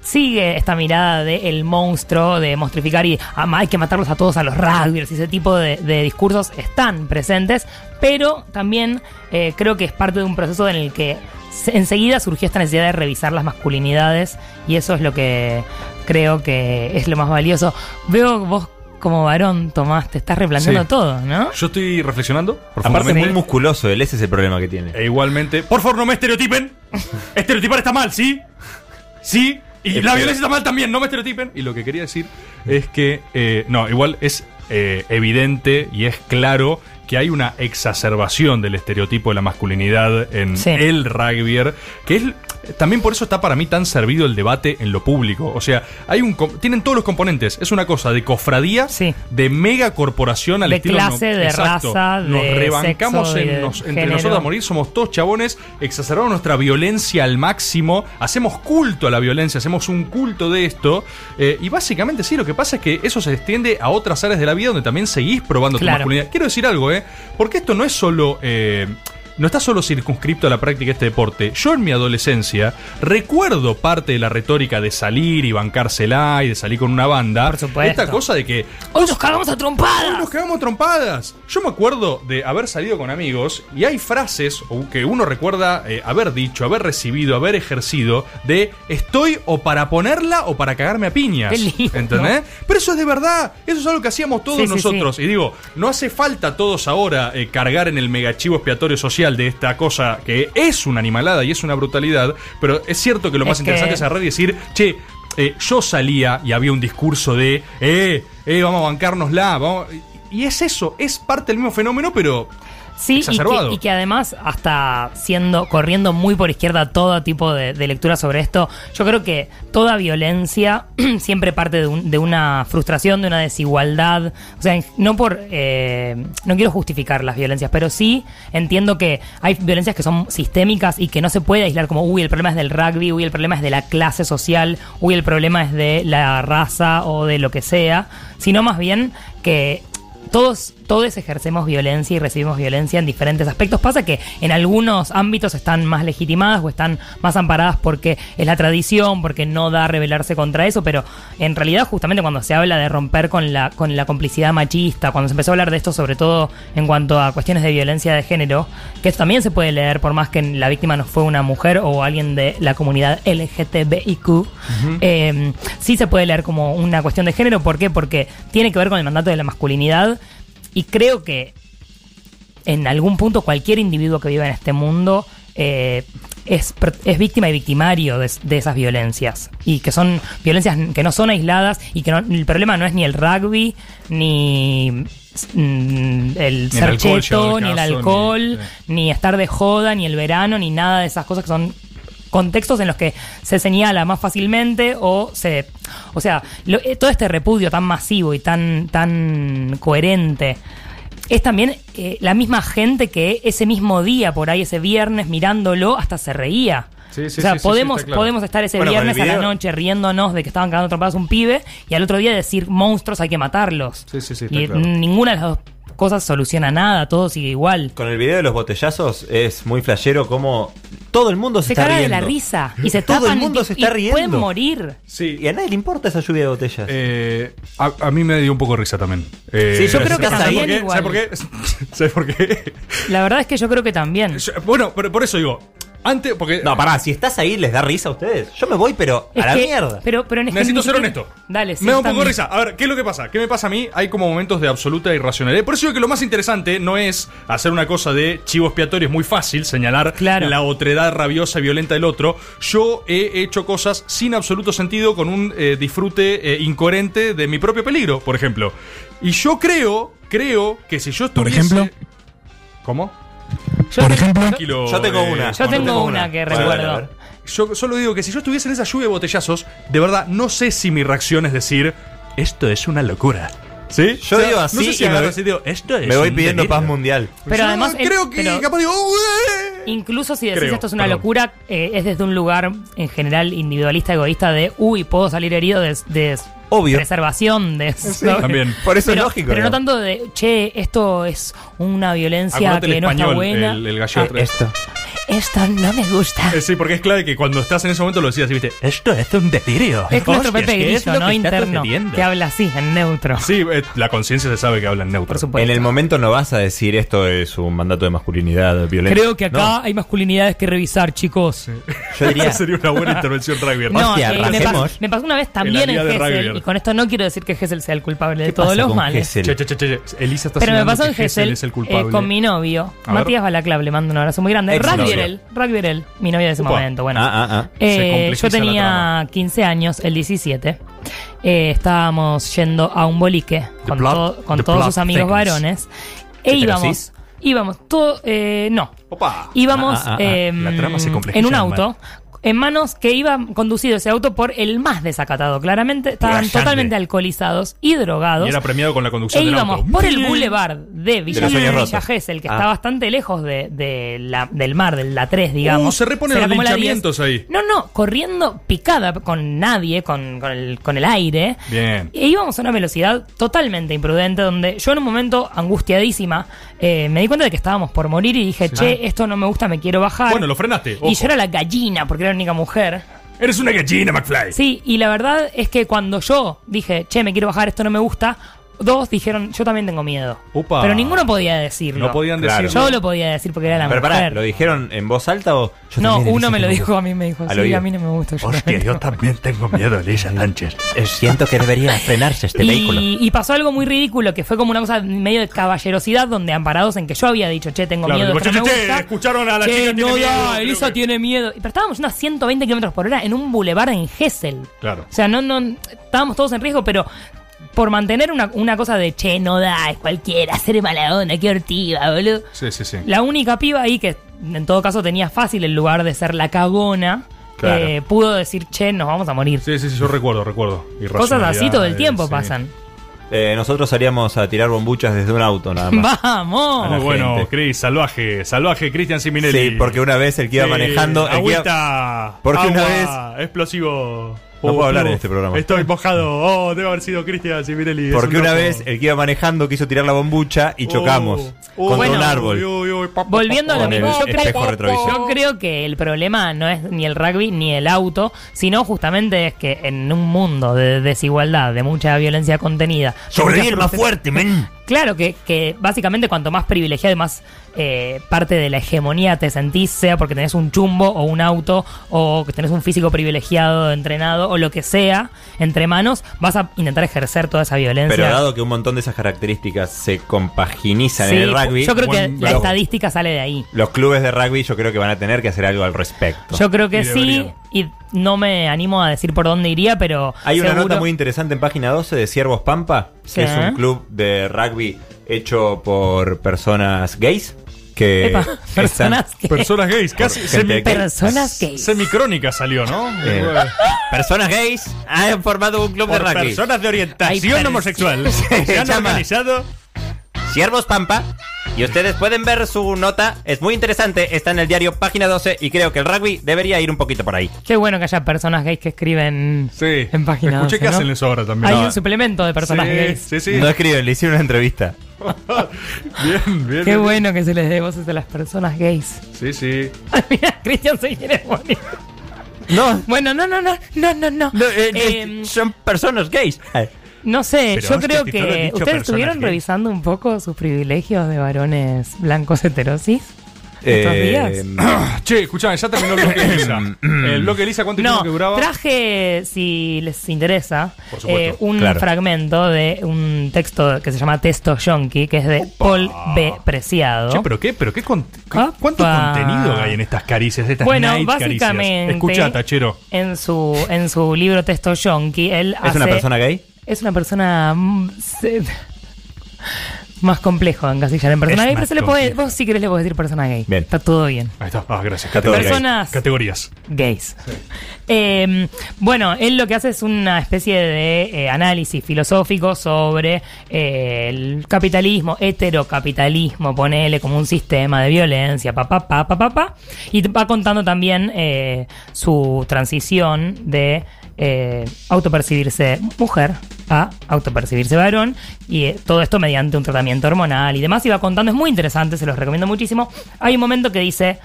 Speaker 8: sigue esta mirada de el monstruo, de monstrificar y "Ah, hay que matarlos a todos a los rugbyers. Y ese tipo de, de discursos están presentes, pero también eh, creo que es parte de un proceso en el que se- enseguida surgió esta necesidad de revisar las masculinidades y eso es lo que creo que es lo más valioso. Veo vos como varón, Tomás, te estás replanteando
Speaker 6: Sí.
Speaker 8: todo, ¿no?
Speaker 6: Yo estoy reflexionando.
Speaker 9: Aparte,
Speaker 6: profundamente.
Speaker 9: muy musculoso él, ese es el problema que tiene.
Speaker 6: E igualmente. Por favor, no me estereotipen. Estereotipar está mal, ¿sí? ¿Sí? Y la
Speaker 9: Espera.
Speaker 6: violencia está mal también, no me estereotipen. Y lo que quería decir es que, eh, no, igual es eh, evidente y es claro que hay una exacerbación del estereotipo de la masculinidad en
Speaker 8: Sí.
Speaker 6: el rugbyer, que es también por eso está para mí tan servido el debate en lo público. O sea, hay un com- tienen todos los componentes. Es una cosa de cofradía, de mega corporación al
Speaker 8: De
Speaker 6: estilo no-
Speaker 8: clase, de
Speaker 6: exacto.
Speaker 8: raza,
Speaker 6: Nos
Speaker 8: de
Speaker 6: rebancamos
Speaker 8: sexo y
Speaker 6: en
Speaker 8: de
Speaker 6: nos- entre
Speaker 8: género.
Speaker 6: nosotros a morir, somos todos chabones, exacerbamos nuestra violencia al máximo, hacemos culto a la violencia, hacemos un culto de esto. eh, y básicamente sí, lo que pasa es que eso se extiende a otras áreas de la vida donde también seguís probando tu
Speaker 8: Claro.
Speaker 6: masculinidad. Quiero decir algo, ¿eh? Porque esto no es solo. eh, no está solo circunscripto a la práctica de este deporte. Yo en mi adolescencia recuerdo parte de la retórica de salir y bancársela y de salir con una banda. Por
Speaker 8: supuesto.
Speaker 6: Esta cosa de que
Speaker 8: Hoy nos cagamos a trompadas.
Speaker 6: Hoy nos cagamos a trompadas. Yo me acuerdo de haber salido con amigos y hay frases o que uno recuerda eh, haber dicho, haber recibido, haber ejercido de estoy o para ponerla o para cagarme a piñas.
Speaker 8: Qué lindo.
Speaker 6: ¿Entendés? Pero eso es de verdad. Eso es algo que hacíamos todos
Speaker 8: Sí, sí,
Speaker 6: nosotros. Y digo, no hace falta a todos ahora eh, cargar en el megachivo expiatorio social de esta cosa que es una animalada y es una brutalidad. Pero es cierto que lo
Speaker 8: Es
Speaker 6: más
Speaker 8: que-
Speaker 6: interesante es agarrar y decir, che, eh, yo salía y había un discurso de, eh, eh, vamos a bancárnosla. Vamos... Y es eso, es parte del mismo fenómeno, pero
Speaker 8: Sí, y que,
Speaker 6: exacerbado.
Speaker 8: y que además hasta siendo, corriendo muy por izquierda todo tipo de, de lectura sobre esto, yo creo que toda violencia siempre parte de, un- de una frustración, de una desigualdad. O sea, en- no por eh, no quiero justificar las violencias, pero sí entiendo que hay violencias que son sistémicas y que no se puede aislar como uy, el problema es del rugby, uy, el problema es de la clase social, uy, el problema es de la raza o de lo que sea, sino más bien que todos, todos ejercemos violencia y recibimos violencia en diferentes aspectos. Pasa que en algunos ámbitos están más legitimadas o están más amparadas porque es la tradición, porque no da a rebelarse contra eso, pero en realidad justamente cuando se habla de romper con la, con la complicidad machista, cuando se empezó a hablar de esto sobre todo en cuanto a cuestiones de violencia de género, que esto también se puede leer por más que la víctima no fue una mujer o alguien de la comunidad LGTBIQ, eh, sí se puede leer como una cuestión de género. ¿Por qué? Porque tiene que ver con el mandato de la masculinidad. Y creo que en algún punto cualquier individuo que vive en este mundo eh, es, per- es víctima y victimario de, de esas violencias. Y que son violencias que no son aisladas y que no- el problema no es ni el rugby, ni mm,
Speaker 6: Ni
Speaker 8: el
Speaker 6: el alcohol,
Speaker 8: ser
Speaker 6: llegado
Speaker 8: cheto,
Speaker 6: el
Speaker 8: ni el
Speaker 6: caso, ni-
Speaker 8: alcohol, ni estar de joda, ni el verano, ni nada de esas cosas que son contextos en los que se señala más fácilmente o se. O sea, lo- eh, todo este repudio tan masivo y tan, tan coherente es también eh, la misma gente que ese mismo día, por ahí ese viernes, mirándolo, hasta se reía.
Speaker 6: Sí, sí,
Speaker 8: o sea,
Speaker 6: sí, sí,
Speaker 8: podemos,
Speaker 6: sí, está claro.
Speaker 8: podemos estar ese
Speaker 6: Bueno, con el
Speaker 8: viernes a la
Speaker 6: video-
Speaker 8: noche riéndonos de que estaban cagando trompadas un pibe y al otro día decir monstruos hay que matarlos.
Speaker 6: Sí, sí, sí, está
Speaker 8: y
Speaker 6: claro.
Speaker 8: ninguna de las dos cosas soluciona nada, todo sigue igual.
Speaker 9: Con el video de los botellazos es muy flashero como todo el mundo se,
Speaker 8: Se
Speaker 9: está
Speaker 8: caga de
Speaker 9: riendo.
Speaker 8: la risa y se
Speaker 9: Todo el
Speaker 8: tapan
Speaker 9: mundo
Speaker 8: y-
Speaker 9: se está
Speaker 8: y
Speaker 9: riendo.
Speaker 8: pueden morir.
Speaker 6: Sí.
Speaker 9: Y a nadie le importa esa lluvia de botellas.
Speaker 6: Eh, a, a mí me dio un poco de risa también. Eh,
Speaker 9: Sí, yo creo que
Speaker 6: ¿sabes
Speaker 9: también
Speaker 6: por qué?
Speaker 8: igual.
Speaker 6: ¿Sabes por qué? ¿Sabes por qué?
Speaker 8: La verdad es que yo creo que también.
Speaker 6: Yo- Bueno, pero por eso digo, antes, porque...
Speaker 9: No, pará, si estás ahí les da risa a ustedes. Yo me voy, pero
Speaker 8: Es
Speaker 9: a la
Speaker 8: que-
Speaker 9: mierda.
Speaker 8: Pero, pero en es que
Speaker 6: Necesito
Speaker 8: ni
Speaker 6: ser
Speaker 8: siquiera-
Speaker 6: honesto.
Speaker 8: Dale, sí,
Speaker 6: me da un
Speaker 8: está
Speaker 6: poco de
Speaker 8: bien.
Speaker 6: risa. A ver, ¿qué es lo que pasa? ¿Qué me pasa a mí? Hay como momentos de absoluta irracionalidad. Por eso digo que lo más interesante no es hacer una cosa de chivo expiatorio. Es muy fácil señalar la otredad rabiosa y violenta del otro. Yo he hecho cosas sin absoluto sentido con un eh, disfrute eh, incoherente de mi propio peligro, por ejemplo. Y yo creo, creo que si yo estuviese...
Speaker 10: ejemplo?
Speaker 6: ¿Cómo?
Speaker 10: Por ejemplo,
Speaker 6: Tranquilo, eh,
Speaker 9: Yo tengo una.
Speaker 8: Yo tengo una que
Speaker 6: Bueno,
Speaker 8: recuerdo.
Speaker 6: a ver. Yo solo digo que si yo estuviese en esa lluvia de botellazos, de verdad no sé si mi reacción es decir, esto es una locura. ¿Sí?
Speaker 9: Yo
Speaker 6: O sea,
Speaker 9: digo así
Speaker 6: No sé si
Speaker 9: y me
Speaker 6: agarro
Speaker 9: voy-
Speaker 6: así, digo, esto es
Speaker 9: me voy
Speaker 6: un
Speaker 9: pidiendo
Speaker 6: delirio".
Speaker 9: paz mundial.
Speaker 8: Pero
Speaker 6: Yo
Speaker 8: además.
Speaker 6: creo que capaz digo, "Uh, eh".
Speaker 8: Incluso si decís
Speaker 6: Creo,
Speaker 8: esto es una
Speaker 6: perdón.
Speaker 8: locura, eh, es desde un lugar en general individualista, egoísta, de uy, puedo salir herido de, de
Speaker 9: Obvio.
Speaker 8: preservación. De,
Speaker 9: Sí, también. Por eso es
Speaker 8: Pero-
Speaker 9: lógico,
Speaker 8: Pero no
Speaker 9: digamos.
Speaker 8: tanto de che, esto es una violencia
Speaker 6: Acordate el
Speaker 8: que no
Speaker 6: español,
Speaker 8: está buena.
Speaker 6: el, el gallego.
Speaker 8: Eh, esto no me gusta.
Speaker 6: Eh, sí, porque es clave que cuando estás en ese momento lo decías, y viste, esto es un delirio.
Speaker 8: Es nuestro
Speaker 6: Hostias,
Speaker 8: Pepe
Speaker 6: ¿qué es
Speaker 8: Grillo,
Speaker 6: lo
Speaker 8: ¿no?
Speaker 6: que está
Speaker 8: Interno.
Speaker 6: sucediendo?
Speaker 8: Que habla así, en neutro.
Speaker 6: Sí, eh, la conciencia se sabe que hablan neutro. Por
Speaker 9: En el momento no vas a decir esto es un mandato de masculinidad violenta.
Speaker 8: Creo que acá hay masculinidades que revisar, chicos.
Speaker 9: Yo diría-
Speaker 6: Sería una buena intervención rugby.
Speaker 8: No,
Speaker 9: Hostia,
Speaker 8: eh, me,
Speaker 9: rajemos.
Speaker 8: pasó, me pasó una vez
Speaker 6: En
Speaker 8: también
Speaker 6: la
Speaker 8: en
Speaker 6: liga de
Speaker 8: Gessel,
Speaker 6: rugby.
Speaker 8: y con esto no quiero decir que Gessel sea el culpable de
Speaker 6: ¿Qué
Speaker 8: todos
Speaker 6: pasa
Speaker 8: los
Speaker 6: con
Speaker 8: males.
Speaker 6: Gesell? Che, che, che, che, che, Elisa está
Speaker 8: Pero me
Speaker 6: señalando
Speaker 8: pasó en
Speaker 6: que Gesell
Speaker 8: Gesell
Speaker 6: es el culpable.
Speaker 8: eh, con mi novio,
Speaker 6: A ver.
Speaker 8: Matías Balaclav, le mando un abrazo muy grande.
Speaker 6: Ex novio.
Speaker 8: Rabiel, Rabiel, mi novia de ese
Speaker 6: Upa.
Speaker 8: momento, bueno.
Speaker 6: Ah, ah, ah. Se
Speaker 8: Eh,
Speaker 6: complejiza la
Speaker 8: yo tenía 15 años, el 17. Eh, estábamos yendo a un bolique con,
Speaker 6: plot-
Speaker 8: to- con
Speaker 6: the
Speaker 8: todos
Speaker 6: plot
Speaker 8: sus amigos
Speaker 6: thickens.
Speaker 8: varones. E
Speaker 6: ¿Heterosis?
Speaker 8: íbamos, íbamos, todo, eh, no. Íbamos
Speaker 6: Ah, ah, ah, ah.
Speaker 8: eh,
Speaker 6: La trama se complejiza
Speaker 8: en un
Speaker 6: mal.
Speaker 8: auto, en manos que iba conducido ese auto por el más desacatado, claramente. Estaban
Speaker 6: Gallante.
Speaker 8: totalmente alcoholizados y drogados.
Speaker 6: Y era premiado con la conducción
Speaker 8: E
Speaker 6: del
Speaker 8: íbamos
Speaker 6: auto.
Speaker 8: por el boulevard de Villa,
Speaker 6: los sueños
Speaker 8: Villa
Speaker 6: rotos.
Speaker 8: Gesell, que
Speaker 6: Ah.
Speaker 8: está bastante lejos de, de la- del mar, de la 3, digamos.
Speaker 6: Uh, se reponen
Speaker 8: Será
Speaker 6: los
Speaker 8: como la 10.
Speaker 6: linchamientos ahí.
Speaker 8: No, no, corriendo picada con nadie, con, con el, con el aire.
Speaker 6: Bien.
Speaker 8: E íbamos a una velocidad totalmente imprudente, donde yo en un momento angustiadísima eh, me di cuenta de que estábamos por morir y dije,
Speaker 6: Sí.
Speaker 8: che, esto no me gusta, me quiero bajar.
Speaker 6: Bueno, lo frenaste. ojo.
Speaker 8: y yo era la gallina, porque era la única mujer.
Speaker 6: Eres una gallina, McFly.
Speaker 8: Sí, y la verdad es que cuando yo dije, che, me quiero bajar, esto no me gusta, dos dijeron, yo también tengo miedo.
Speaker 9: Upa.
Speaker 8: Pero ninguno podía decirlo.
Speaker 9: No podían Claro. decirlo.
Speaker 8: Yo lo podía decir porque era la
Speaker 9: Pero pará,
Speaker 8: mujer.
Speaker 9: ¿lo dijeron en voz alta o yo
Speaker 8: no,
Speaker 9: también,
Speaker 8: uno
Speaker 9: Elisa,
Speaker 8: me lo
Speaker 9: tengo
Speaker 8: dijo,
Speaker 9: que-
Speaker 8: a mí me dijo,
Speaker 9: Al
Speaker 8: sí,
Speaker 9: oído.
Speaker 8: a mí no me gusta. yo
Speaker 9: Hostia, yo también tengo miedo, Elisa Sánchez. Eh, Siento que debería frenarse este vehículo.
Speaker 8: Y, y pasó algo muy ridículo, que fue como una cosa medio de caballerosidad, donde amparados en que yo había dicho, che, tengo
Speaker 6: Claro,
Speaker 8: miedo.
Speaker 6: tipo,
Speaker 8: esto no
Speaker 6: "Che,
Speaker 8: me
Speaker 6: che,
Speaker 8: gusta".
Speaker 6: escucharon a la
Speaker 8: Che,
Speaker 6: chica, tiene
Speaker 8: no
Speaker 6: miedo,
Speaker 8: da,
Speaker 6: creo
Speaker 8: Elisa
Speaker 6: que-
Speaker 8: tiene miedo. Y- Pero estábamos unos 120 kilómetros por hora en un bulevar en Hessel.
Speaker 6: Claro.
Speaker 8: O sea, no, no, estábamos todos en riesgo, pero por mantener una, una cosa de, che, no da, es cualquiera, ser mala onda, qué hortiva, boludo.
Speaker 6: Sí, sí, sí.
Speaker 8: La única piba ahí que en todo caso tenía fácil el lugar de ser la cagona,
Speaker 6: Claro.
Speaker 8: eh, pudo decir, che, nos vamos a morir.
Speaker 6: Sí, sí, sí, yo recuerdo, recuerdo.
Speaker 8: Cosas así todo el tiempo
Speaker 6: sí.
Speaker 8: pasan.
Speaker 9: Eh, nosotros salíamos a tirar bombuchas desde un auto nada más.
Speaker 8: ¡Vamos!
Speaker 6: Muy Ah, bueno,
Speaker 9: gente.
Speaker 6: Chris, salvaje, salvaje, Cristian Siminelli. Eh,
Speaker 9: Sí, porque una vez el que iba manejando, el que iba-
Speaker 6: Agüita,
Speaker 9: Porque una
Speaker 6: agua, explosivo.
Speaker 9: No puedo hablar
Speaker 6: en
Speaker 9: en este programa.
Speaker 6: Estoy mojado. Oh, debe haber sido Cristian Siminelli. es
Speaker 9: Porque
Speaker 6: un
Speaker 9: una
Speaker 6: loco.
Speaker 9: vez el que iba manejando quiso tirar la bombucha y chocamos
Speaker 6: Oh,
Speaker 9: contra
Speaker 6: bueno.
Speaker 9: un árbol.
Speaker 6: Uy, uy, uy, pa, pa,
Speaker 8: Volviendo a lo
Speaker 9: Con el
Speaker 8: mismo, yo
Speaker 9: espejo
Speaker 8: creo,
Speaker 9: retrovisor.
Speaker 8: yo creo que el problema no es ni el rugby ni el auto, sino justamente es que en un mundo de desigualdad, de mucha violencia contenida. de
Speaker 7: Sobrevive
Speaker 8: muchas
Speaker 7: el más
Speaker 8: prote-
Speaker 7: fuerte, men.
Speaker 8: Claro que, que básicamente cuanto más privilegiado y más eh, parte de la hegemonía te sentís, sea porque tenés un chumbo o un auto o que tenés un físico privilegiado, entrenado o lo que sea entre manos, vas a intentar ejercer toda esa violencia.
Speaker 9: Pero dado que un montón de esas características se compaginizan
Speaker 8: Sí,
Speaker 9: en el rugby,
Speaker 8: yo creo que la
Speaker 9: los,
Speaker 8: estadística sale de ahí.
Speaker 9: los clubes de rugby yo creo que van a tener que hacer algo al respecto.
Speaker 8: Yo creo que sí, y no me animo a decir por dónde iría, pero.
Speaker 9: Hay una
Speaker 8: seguro-
Speaker 9: nota muy interesante en página 12 de Ciervos Pampa,
Speaker 8: Sí.
Speaker 9: que es un club de rugby hecho por personas gays. que
Speaker 8: Epa,
Speaker 9: están-
Speaker 8: personas gays.
Speaker 6: Personas gays, casi
Speaker 9: eh, Por
Speaker 6: semi-
Speaker 9: gente que-
Speaker 8: Personas gays.
Speaker 6: Semicrónica salió, ¿no?
Speaker 9: Eh, personas gays han formado un club
Speaker 6: Por
Speaker 9: de rugby.
Speaker 6: personas de orientación homosexual. Se han organizado.
Speaker 9: Siervos Pampa. Y ustedes pueden ver su nota, es muy interesante, está en el diario página 12 y creo que el rugby debería ir un poquito por ahí.
Speaker 8: Qué bueno que haya personas gays que escriben en páginas.
Speaker 9: Escuché que hacen eso ahora también.
Speaker 8: Hay
Speaker 9: No.
Speaker 8: un suplemento de personas
Speaker 9: Sí,
Speaker 8: gays.
Speaker 9: sí, sí. No escriben, le hicieron una entrevista.
Speaker 6: Bien, bien.
Speaker 8: Qué bueno que se les dé voces a las personas gays.
Speaker 6: Sí, sí.
Speaker 8: Cristian se quiere morir.
Speaker 9: No. eh,
Speaker 8: Bueno, no, no, no, no, no, no. Em,
Speaker 9: Son personas gays.
Speaker 8: no sé,
Speaker 9: Pero
Speaker 8: yo
Speaker 9: este
Speaker 8: creo
Speaker 9: título ha
Speaker 8: que
Speaker 9: dicho
Speaker 8: ustedes
Speaker 9: personas
Speaker 8: estuvieron
Speaker 9: gays.
Speaker 8: revisando un poco sus privilegios de varones blancos heterosis estos
Speaker 9: Eh,
Speaker 8: días.
Speaker 6: che, escuchame, ya terminó el bloque de Lisa. El bloque de Lisa, ¿cuánto tiempo
Speaker 8: No,
Speaker 6: que duraba?
Speaker 8: traje, si les interesa, eh,
Speaker 6: Por supuesto,
Speaker 8: un
Speaker 6: claro.
Speaker 8: fragmento de un texto que se llama Texto Yonki, que es de Paul B. Preciado.
Speaker 6: Che, pero qué, pero qué, con- qué- cuánto
Speaker 8: Opa.
Speaker 6: contenido hay en estas caricias, estas
Speaker 8: Bueno,
Speaker 6: night
Speaker 8: básicamente-
Speaker 6: caricias. Escucha, tachero.
Speaker 8: En su, en su libro Texto Yonki, él
Speaker 9: ¿Es una
Speaker 8: hace-
Speaker 9: persona gay?
Speaker 8: Es una persona mm, se- más complejo en castellano. En persona
Speaker 6: Es
Speaker 8: gay,
Speaker 6: más
Speaker 8: pero se le puede, vos si querés le podés decir persona gay.
Speaker 6: Bien.
Speaker 8: Está todo bien.
Speaker 6: Ahí está. Ah, gracias.
Speaker 8: Categorías.
Speaker 6: Categorías.
Speaker 8: Personas-
Speaker 6: Categorías.
Speaker 8: Gays. Eh, bueno, él lo que hace es una especie de eh, análisis filosófico sobre eh, el capitalismo, heterocapitalismo, ponele como un sistema de violencia, pa, pa, pa, pa, pa, pa. Y te va contando también eh, su transición de eh, autopercibirse mujer a autopercibirse varón y eh, todo esto mediante un tratamiento hormonal y demás. Y va contando, es muy interesante, se los recomiendo muchísimo. Hay un momento que dice...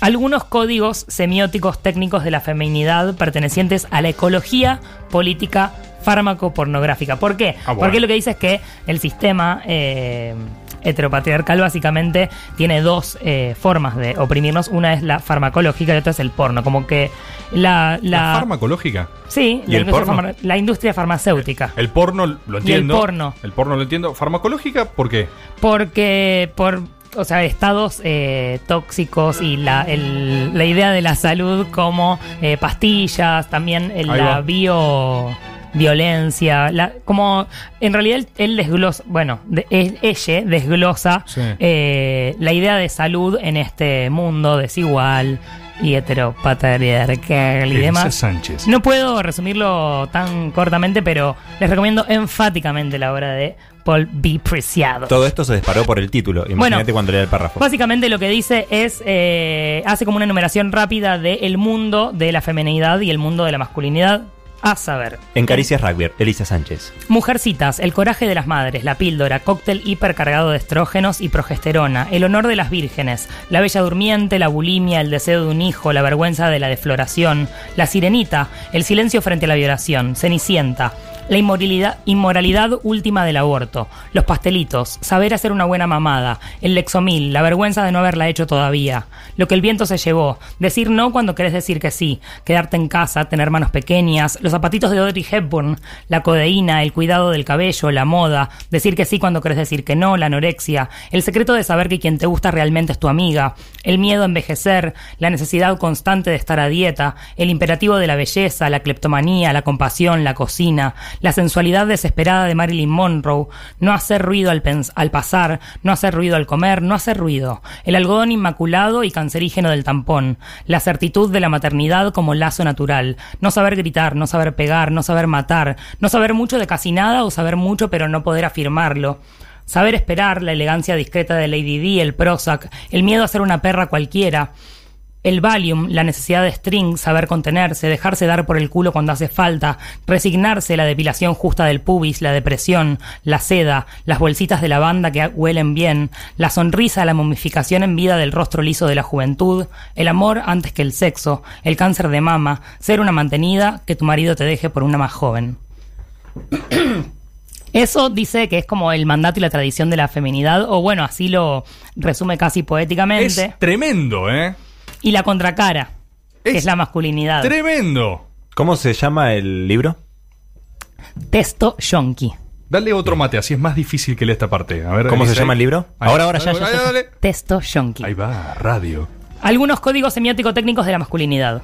Speaker 8: Algunos códigos semióticos técnicos de la feminidad pertenecientes a la ecología política fármaco-pornográfica. ¿Por qué?
Speaker 5: Ah, bueno.
Speaker 8: Porque lo que dice es que el sistema eh, heteropatriarcal básicamente tiene dos eh, formas de oprimirnos. Una es la farmacológica y otra es el porno. Como que la...
Speaker 6: La,
Speaker 8: la-
Speaker 6: farmacológica.
Speaker 8: sí,
Speaker 6: ¿Y
Speaker 8: la,
Speaker 6: el
Speaker 8: industria
Speaker 6: porno?
Speaker 8: farma- la industria farmacéutica.
Speaker 6: El porno lo entiendo.
Speaker 8: porno.
Speaker 6: El porno lo entiendo. Farmacológica, ¿por qué?
Speaker 8: Porque por o sea, estados eh, tóxicos y la, el- la idea de la salud como eh, pastillas, también el-
Speaker 5: Ahí
Speaker 8: la
Speaker 5: va.
Speaker 8: bio violencia, la- como en realidad él, él desglosa, bueno, de- él- ella desglosa
Speaker 5: Sí.
Speaker 8: eh, la idea de salud en este mundo desigual y heteropatriarcal y
Speaker 6: Elisa
Speaker 8: demás.
Speaker 6: Sánchez.
Speaker 8: No puedo resumirlo tan cortamente, pero les recomiendo enfáticamente la obra de Paul B. Preciado.
Speaker 9: Todo esto se disparó por el título. Imagínate
Speaker 8: Bueno.
Speaker 9: cuando lea el párrafo.
Speaker 8: Básicamente lo que dice es, eh, hace como una enumeración rápida del mundo de la feminidad y el mundo de la masculinidad, a saber,
Speaker 9: En Caricias Rugby, Elisa Sánchez.
Speaker 8: Mujercitas, el coraje de las madres, la píldora, cóctel hipercargado de estrógenos y progesterona, el honor de las vírgenes, la bella durmiente, la bulimia, el deseo de un hijo, la vergüenza de la defloración, la sirenita, el silencio frente a la violación, cenicienta, la inmoralidad, inmoralidad última del aborto, los pastelitos, saber hacer una buena mamada, el lexomil, la vergüenza de no haberla hecho todavía, lo que el viento se llevó, decir no cuando querés decir que sí, quedarte en casa, tener manos pequeñas, los zapatitos de Audrey Hepburn, la codeína, el cuidado del cabello, la moda, decir que sí cuando querés decir que no, la anorexia, el secreto de saber que quien te gusta realmente es tu amiga, el miedo a envejecer, la necesidad constante de estar a dieta, el imperativo de la belleza, la cleptomanía, la compasión, la cocina, la sensualidad desesperada de Marilyn Monroe, no hacer ruido al, pens- al pasar, no hacer ruido al comer, no hacer ruido, el algodón inmaculado y cancerígeno del tampón, la certitud de la maternidad como lazo natural, no saber gritar, no saber pegar, no saber matar, no saber mucho de casi nada o saber mucho pero no poder afirmarlo. Saber esperar, la elegancia discreta de Lady D, el Prozac, el miedo a ser una perra cualquiera, el Valium, la necesidad de string, saber contenerse, dejarse dar por el culo cuando hace falta, resignarse, la depilación justa del pubis, la depresión, la seda, las bolsitas de lavanda que huelen bien, la sonrisa, la momificación en vida del rostro liso de la juventud, el amor antes que el sexo, el cáncer de mama, ser una mantenida, que tu marido te deje por una más joven. Eso dice que es como el mandato y la tradición de la feminidad, o bueno, así lo resume casi poéticamente.
Speaker 6: Es tremendo, ¿eh?
Speaker 8: Y la contracara, que es la masculinidad.
Speaker 6: Tremendo.
Speaker 9: ¿Cómo se llama el libro?
Speaker 8: Texto yonki.
Speaker 6: Dale otro mate, así es más difícil que lea esta parte. A ver,
Speaker 9: ¿Cómo se
Speaker 6: Elisa,
Speaker 9: llama
Speaker 6: ahí.
Speaker 9: el libro?
Speaker 6: Ahí.
Speaker 9: Ahora, ahora, ya,
Speaker 6: Ahí,
Speaker 9: ya,
Speaker 6: ahí,
Speaker 9: ya.
Speaker 6: dale.
Speaker 8: Texto yonki.
Speaker 6: Ahí va, radio.
Speaker 8: Algunos códigos semiótico-técnicos de la masculinidad.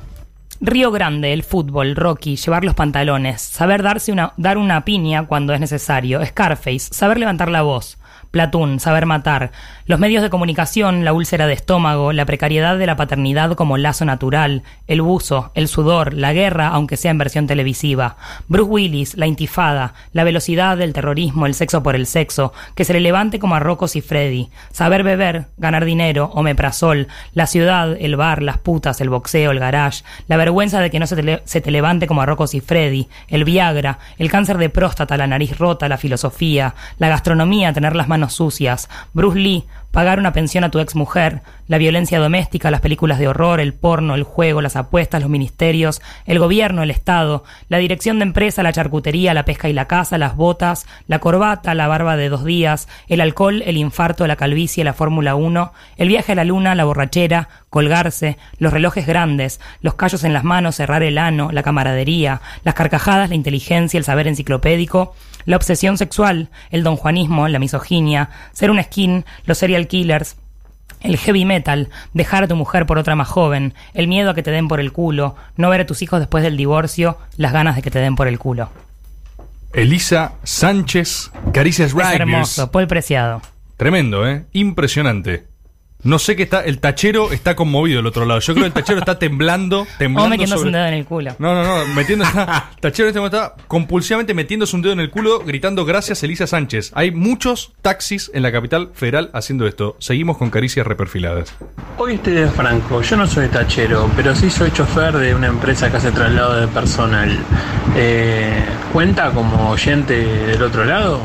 Speaker 8: Río Grande, el fútbol, Rocky, llevar los pantalones, saber darse una, dar una piña cuando es necesario, Scarface, saber levantar la voz, Platón, Saber Matar, los medios de comunicación, la úlcera de estómago, la precariedad de la paternidad como lazo natural, el buzo, el sudor, la guerra, aunque sea en versión televisiva, Bruce Willis, la intifada, la velocidad del terrorismo, el sexo por el sexo, que se le levante como a Rocos y Freddy, saber beber, ganar dinero, omeprazol, la ciudad, el bar, las putas, el boxeo, el garage, la vergüenza de que no se te, le- se te levante como a Rocos y Freddy, el Viagra, el cáncer de próstata, la nariz rota, la filosofía, la gastronomía, tener las manos sucias, Bruce Lee, pagar una pensión a tu exmujer, la violencia doméstica, las películas de horror, el porno, el juego, las apuestas, los ministerios, el gobierno, el Estado, la dirección de empresa, la charcutería, la pesca y la caza, las botas, la corbata, la barba de dos días, el alcohol, el infarto, la calvicie, la Fórmula 1, el viaje a la luna, la borrachera, colgarse, los relojes grandes, los callos en las manos, cerrar el ano, la camaradería, las carcajadas, la inteligencia, el saber enciclopédico, la obsesión sexual, el donjuanismo, la misoginia, ser un skin, los serial killers, el heavy metal, dejar a tu mujer por otra más joven, el miedo a que te den por el culo, no ver a tus hijos después del divorcio, las ganas de que te den por el culo.
Speaker 6: Elisa Sánchez Caricias
Speaker 8: Es
Speaker 6: Riders.
Speaker 8: hermoso, Paul Preciado.
Speaker 6: Tremendo, ¿eh? Impresionante. No sé qué está. El tachero está conmovido del otro lado. Yo creo que el tachero está temblando,
Speaker 8: O
Speaker 6: temblando.
Speaker 8: metiéndose
Speaker 6: sobre-
Speaker 8: un dedo en el culo.
Speaker 6: No, no, no. Metiendo, está- el tachero en este momento está compulsivamente metiéndose un dedo en el culo, gritando gracias, Elisa Sánchez. Hay muchos taxis en la capital federal haciendo esto. Seguimos con caricias reperfiladas.
Speaker 15: Hoy este es franco, yo no soy tachero, pero sí soy chofer de una empresa que hace traslado de personal. Eh, ¿Cuenta como oyente del otro lado?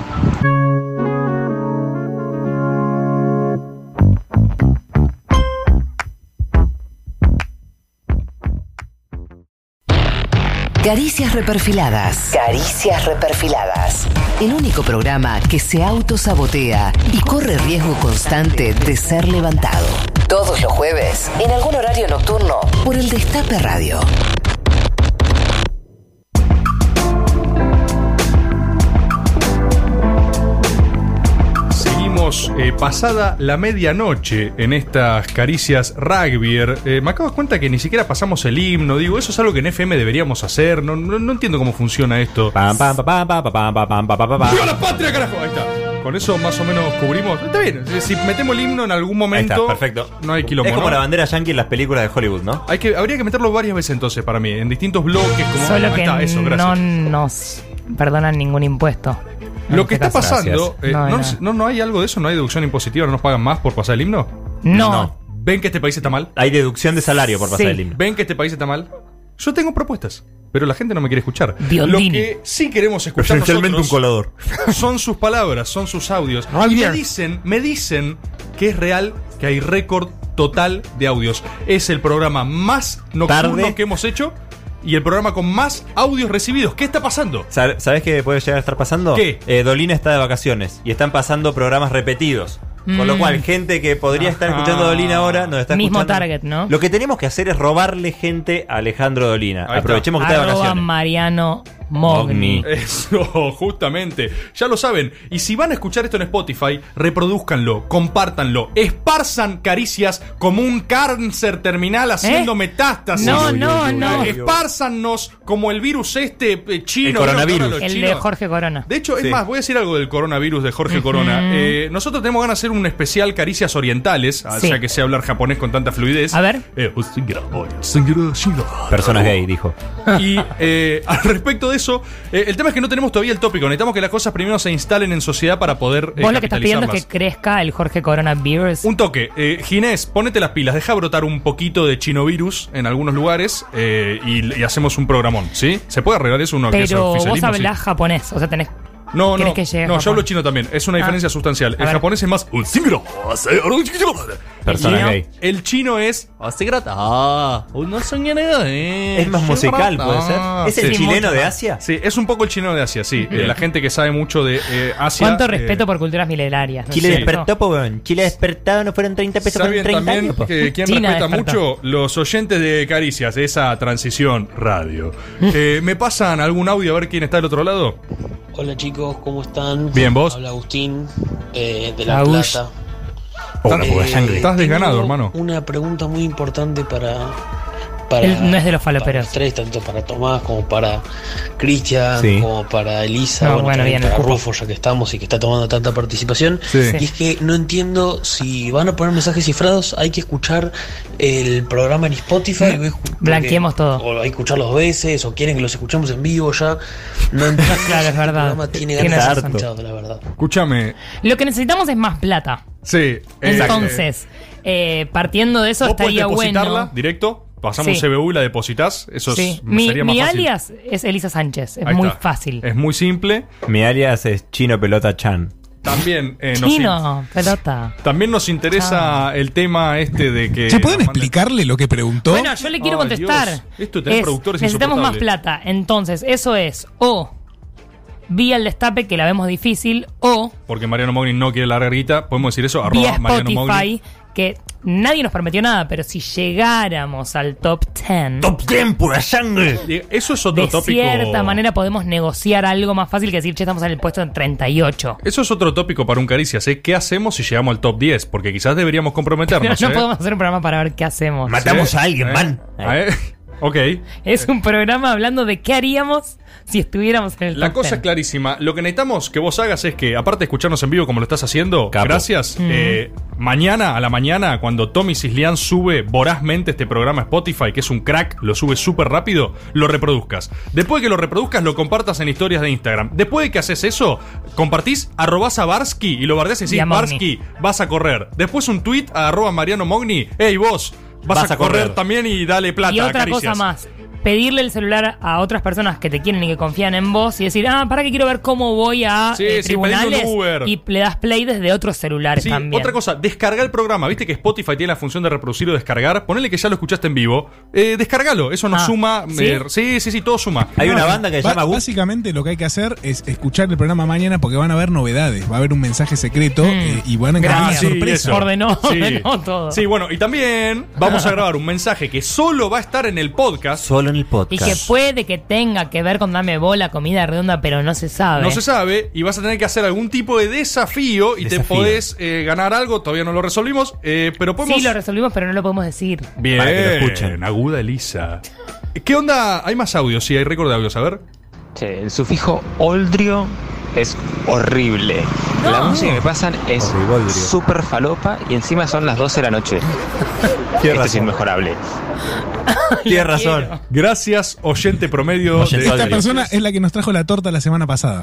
Speaker 1: Caricias reperfiladas. Caricias reperfiladas. El único programa que se autosabotea y corre riesgo constante de ser levantado. Todos los jueves, en algún horario nocturno, por el Destape Radio.
Speaker 6: Seguimos eh, pasada la medianoche en estas caricias rugby. Eh, me acabo de cuenta que ni siquiera pasamos el himno. Digo, eso es algo que en FM deberíamos hacer. No, no, no entiendo cómo funciona esto. ¡Viva la patria, carajo! Ahí está. Con eso más o menos cubrimos. Está bien. Si- Si metemos el himno en algún momento.
Speaker 9: Ahí está, perfecto.
Speaker 6: No hay quilombo.
Speaker 9: Es como
Speaker 6: ¿no?
Speaker 9: la bandera yankee en las películas de Hollywood, ¿no?
Speaker 6: Hay que, habría que meterlo varias veces entonces para mí, en distintos bloques. Como,
Speaker 8: Solo
Speaker 6: Ahí
Speaker 8: que
Speaker 6: está, eso, gracias.
Speaker 8: no nos perdonan ningún impuesto. en
Speaker 6: Lo que
Speaker 8: este
Speaker 6: está
Speaker 8: caso.
Speaker 6: pasando, eh,
Speaker 8: no,
Speaker 6: no,
Speaker 8: no.
Speaker 6: no- no hay algo de eso? ¿No hay deducción impositiva? ¿No nos pagan más por pasar el himno?
Speaker 8: No.
Speaker 6: ¿Ven que este país está mal?
Speaker 9: Hay deducción de salario por pasar Sí. el himno.
Speaker 6: ¿Ven que este país está mal? Yo tengo propuestas, pero la gente no me quiere escuchar.
Speaker 9: Biondini.
Speaker 6: Lo que sí queremos escuchar
Speaker 9: Esencialmente
Speaker 6: nosotros
Speaker 9: un colador.
Speaker 6: son sus palabras, son sus audios. Y me dicen, me dicen que es real que hay récord total de audios. Es el programa más nocturno
Speaker 9: Tarde.
Speaker 6: que hemos hecho y el programa con más audios recibidos. ¿Qué está pasando?
Speaker 9: Sa- ¿Sabes qué puede llegar a estar pasando?
Speaker 6: ¿Qué?
Speaker 9: Eh, Dolina está de vacaciones y están pasando programas repetidos. Con lo
Speaker 8: Mm.
Speaker 9: cual, gente que podría estar
Speaker 8: Ajá.
Speaker 9: escuchando a Dolina ahora nos está
Speaker 8: Mismo
Speaker 9: escuchando.
Speaker 8: target, ¿no?
Speaker 9: Lo que tenemos que hacer es robarle gente a Alejandro Dolina. Aprovechemos que está de
Speaker 8: Arroba
Speaker 9: vacaciones.
Speaker 8: Mariano Mogni.
Speaker 6: Eso, justamente. Ya lo saben. Y si van a escuchar esto en Spotify, reproduzcanlo, compártanlo, esparzan caricias como un cáncer terminal haciendo
Speaker 8: ¿Eh?
Speaker 6: metástasis.
Speaker 8: No, no, no.
Speaker 6: Espárzannos como el virus este eh, chino.
Speaker 9: El
Speaker 6: ¿no?
Speaker 9: coronavirus.
Speaker 6: Ahora los
Speaker 8: El de
Speaker 6: chinos.
Speaker 8: Jorge Corona.
Speaker 6: De hecho,
Speaker 8: Sí.
Speaker 6: es más, voy a decir algo del coronavirus de Jorge Corona. Eh, nosotros tenemos ganas de hacer un especial Caricias Orientales, o
Speaker 8: Sí.
Speaker 6: sea que sé hablar japonés con tanta fluidez. Eh, A ver.
Speaker 9: Personas gay, dijo.
Speaker 6: Y eh, al respecto de eso, eh, el tema es que no tenemos todavía el tópico. Necesitamos que las cosas primero se instalen en sociedad para poder. eh,
Speaker 8: Vos lo que estás pidiendo es que
Speaker 6: capitalizarlas.
Speaker 8: crezca el Jorge Corona Beers.
Speaker 6: Un toque. Eh, Ginés, ponete las pilas. Deja brotar un poquito de chinovirus en algunos lugares eh, y, y hacemos un programón, ¿sí? ¿Se puede arreglar eso uno que es
Speaker 8: Pero vos
Speaker 6: oficialismo? Sí.
Speaker 8: hablás japonés, o sea, tenés.
Speaker 6: No,
Speaker 8: querés
Speaker 6: no.
Speaker 8: que llegue
Speaker 6: no, yo
Speaker 8: Japón.
Speaker 6: hablo chino también. Es una
Speaker 8: Ah.
Speaker 6: diferencia sustancial. El
Speaker 8: ver.
Speaker 6: japonés es más.
Speaker 9: Persona
Speaker 6: Y
Speaker 9: gay.
Speaker 6: El chino es.
Speaker 9: Es
Speaker 6: Es
Speaker 9: más musical, puede ser. ¿Es el chileno de Asia?
Speaker 6: Sí, es un poco el chino de Asia, sí. Eh,
Speaker 9: Bien.
Speaker 6: la gente que sabe mucho de eh, Asia.
Speaker 8: ¿Cuánto
Speaker 6: eh,
Speaker 8: respeto por culturas milenarias? ¿no
Speaker 6: Chile
Speaker 8: es cierto?
Speaker 9: despertó, Pobón. Chile despertado no fueron 30 pesos, fueron
Speaker 6: Saben
Speaker 9: 30
Speaker 6: también
Speaker 9: años, po.
Speaker 6: que quien
Speaker 9: China
Speaker 6: respeta
Speaker 9: despertó.
Speaker 6: mucho los oyentes de Caricias, esa transición radio.
Speaker 8: Mm.
Speaker 6: Eh, ¿Me pasan algún audio a ver quién está del otro lado?
Speaker 16: Hola chicos, ¿cómo están?
Speaker 6: Bien, ¿vos?
Speaker 16: Habla Agustín eh, de La
Speaker 6: Agus.
Speaker 16: Plata. Eh,
Speaker 6: Hola, Pugallangre. Estás desganado,
Speaker 16: tengo
Speaker 6: hermano.
Speaker 16: Una pregunta muy importante para para.
Speaker 8: Él no es de los
Speaker 16: para
Speaker 8: faloperos.
Speaker 16: los tres, tanto para Tomás como para Cristian,
Speaker 8: Sí.
Speaker 16: como para Elisa,
Speaker 8: No,
Speaker 16: bueno,
Speaker 8: bueno,
Speaker 16: también
Speaker 8: bien,
Speaker 16: para
Speaker 8: el cupo.
Speaker 16: Rufo, ya que estamos y que está tomando tanta participación.
Speaker 8: Sí.
Speaker 16: Y es que no entiendo si van a poner mensajes cifrados, hay que escuchar el programa en Spotify. o es-
Speaker 8: Blanqueemos todo.
Speaker 16: O hay que escucharlos dos veces, o quieren que los escuchemos en vivo ya. No entiendo. claro, es verdad. El programa tiene ganas
Speaker 8: Tienes
Speaker 16: de ser
Speaker 8: razón.
Speaker 16: escuchado, la verdad.
Speaker 6: Escúchame.
Speaker 8: Lo que necesitamos es más plata.
Speaker 6: Eh, Sí. eh,
Speaker 8: Entonces, eh, partiendo de eso,
Speaker 6: ¿vos podés
Speaker 8: estaría
Speaker 6: depositarla
Speaker 8: bueno.
Speaker 6: directo? Pasamos
Speaker 8: Sí.
Speaker 6: un CBU y la depositas. Eso es-
Speaker 8: Sí. Mi,
Speaker 6: sería más
Speaker 8: mi
Speaker 6: fácil.
Speaker 8: alias es Elisa Sánchez. Es
Speaker 6: Ahí
Speaker 8: muy
Speaker 6: está.
Speaker 8: fácil.
Speaker 6: Es muy simple.
Speaker 9: Mi alias es Chino Pelota Chan.
Speaker 6: También eh, nos,
Speaker 8: Chino, pelota.
Speaker 6: in- también nos interesa el tema este de que.
Speaker 10: Che, ¿pueden explicarle lo que preguntó?
Speaker 8: Bueno, yo le quiero
Speaker 6: Ay,
Speaker 8: contestar.
Speaker 6: Dios. Esto de tener
Speaker 8: Es,
Speaker 6: productores
Speaker 8: necesitamos más
Speaker 6: insoportable.
Speaker 8: plata. Entonces, eso es o vía el destape, que la vemos difícil, o
Speaker 6: Porque Mariano Mogni no quiere largar guita. Podemos decir eso. Arroba
Speaker 8: vía
Speaker 6: Mariano
Speaker 8: Spotify,
Speaker 6: Mogni.
Speaker 8: que nadie nos prometió nada, pero si llegáramos al top 10,
Speaker 6: pura sangre. Eso es otro
Speaker 8: de
Speaker 6: tópico.
Speaker 8: cierta manera podemos negociar algo más fácil que decir, che, estamos en el puesto en 38.
Speaker 6: Eso es otro tópico para un Caricias, ¿eh? ¿Qué hacemos si llegamos al top 10? Porque quizás deberíamos
Speaker 8: Pero
Speaker 6: comprometernos.
Speaker 8: no
Speaker 6: ¿eh?
Speaker 8: podemos hacer un programa para ver qué hacemos.
Speaker 6: Sí, ¿eh? ¿Eh? Ok.
Speaker 8: Es un programa hablando de qué haríamos si estuviéramos en el
Speaker 6: La
Speaker 8: top
Speaker 6: cosa
Speaker 8: 10.
Speaker 6: es clarísima. Lo que necesitamos que vos hagas es que, aparte de escucharnos en vivo como lo estás haciendo, gracias.
Speaker 8: Mm.
Speaker 6: eh, mañana a la mañana, cuando Tommy Cislian sube vorazmente este programa a Spotify, que es un crack, lo sube súper rápido, lo reproduzcas. Después de que lo reproduzcas, lo compartas en historias de Instagram. Después de que haces eso, compartís, arrobás a Barsky y lo bardeás y
Speaker 8: Y
Speaker 6: decís,
Speaker 8: a Mogni.
Speaker 6: Barsky, vas a correr. Después un tweet a arroba Mariano Mogni, hey vos, vas, a, correr. también y dale plata.
Speaker 8: y otra
Speaker 6: caricias".
Speaker 8: cosa más, pedirle el celular a otras personas que te quieren y que confían en vos y decir, ah, para que quiero ver cómo voy a
Speaker 6: Sí,
Speaker 8: eh,
Speaker 6: sí, pedile
Speaker 8: tribunales
Speaker 6: un Uber.
Speaker 8: y le das play desde otros celulares
Speaker 6: Sí,
Speaker 8: también.
Speaker 6: otra cosa, descarga el programa. Viste que Spotify tiene la función de reproducir o descargar. Ponele que ya lo escuchaste en vivo. Eh, descargalo, eso nos
Speaker 10: Ah,
Speaker 6: suma.
Speaker 10: ¿sí?
Speaker 6: eh, sí, sí, sí, todo suma.
Speaker 10: Ba- Básicamente lo que hay que hacer es escuchar el programa mañana porque van a haber novedades. Va a haber un mensaje secreto
Speaker 8: Mm.
Speaker 10: eh, y van a encontrar una
Speaker 6: Gracias,
Speaker 10: sorpresa.
Speaker 8: todo.
Speaker 6: Sí, bueno, y también vamos a grabar un mensaje que solo va a estar en el podcast.
Speaker 9: Solo en el
Speaker 8: Y
Speaker 9: podcast.
Speaker 8: que puede que tenga que ver con dame bola, comida redonda, pero no se sabe.
Speaker 6: No se sabe y vas a tener que hacer algún tipo de desafío y te
Speaker 8: Desafío.
Speaker 6: podés eh, ganar algo. Todavía no lo resolvimos, eh, pero podemos.
Speaker 8: Sí, lo resolvimos, pero no lo podemos decir.
Speaker 6: Bien,
Speaker 8: Para que lo
Speaker 6: escuchen. Aguda Elisa. ¿Qué onda? Hay más audio, sí, hay récord de audios, a ver.
Speaker 17: el sufijo oldrio es horrible. La música que pasan es súper falopa y encima son las 12 de la noche. Esto es inmejorable.
Speaker 6: Tienes razón. Gracias, oyente promedio. de-
Speaker 10: Esta persona es la que nos trajo la torta la semana pasada.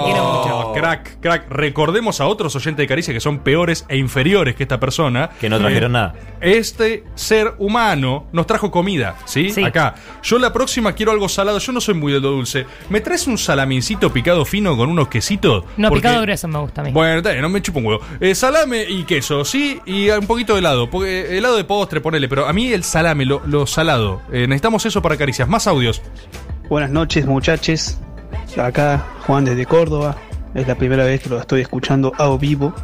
Speaker 6: Oh, Crack, crack. Recordemos a otros oyentes de Caricia que son peores e inferiores que esta persona. Que
Speaker 9: no trajeron nada.
Speaker 6: Este ser humano nos trajo comida, ¿sí?
Speaker 9: Sí.
Speaker 6: Acá. Yo la próxima quiero algo salado. Yo no soy muy de lo dulce. ¿Me traes un salamincito picado fino con unos quesitos?
Speaker 8: No,
Speaker 6: Porque-
Speaker 8: picado grueso me gusta a mí.
Speaker 6: Bueno, está bien, no me chupo un huevo. Eh, salame y queso, sí, y un poquito de helado. Porque eh, helado de postre, ponele. Pero a mí el salame, lo, lo salado. Eh, necesitamos eso para Caricias. Más audios.
Speaker 18: Buenas noches muchachos, acá Juan desde Córdoba, es la primera vez que lo estoy escuchando a vivo.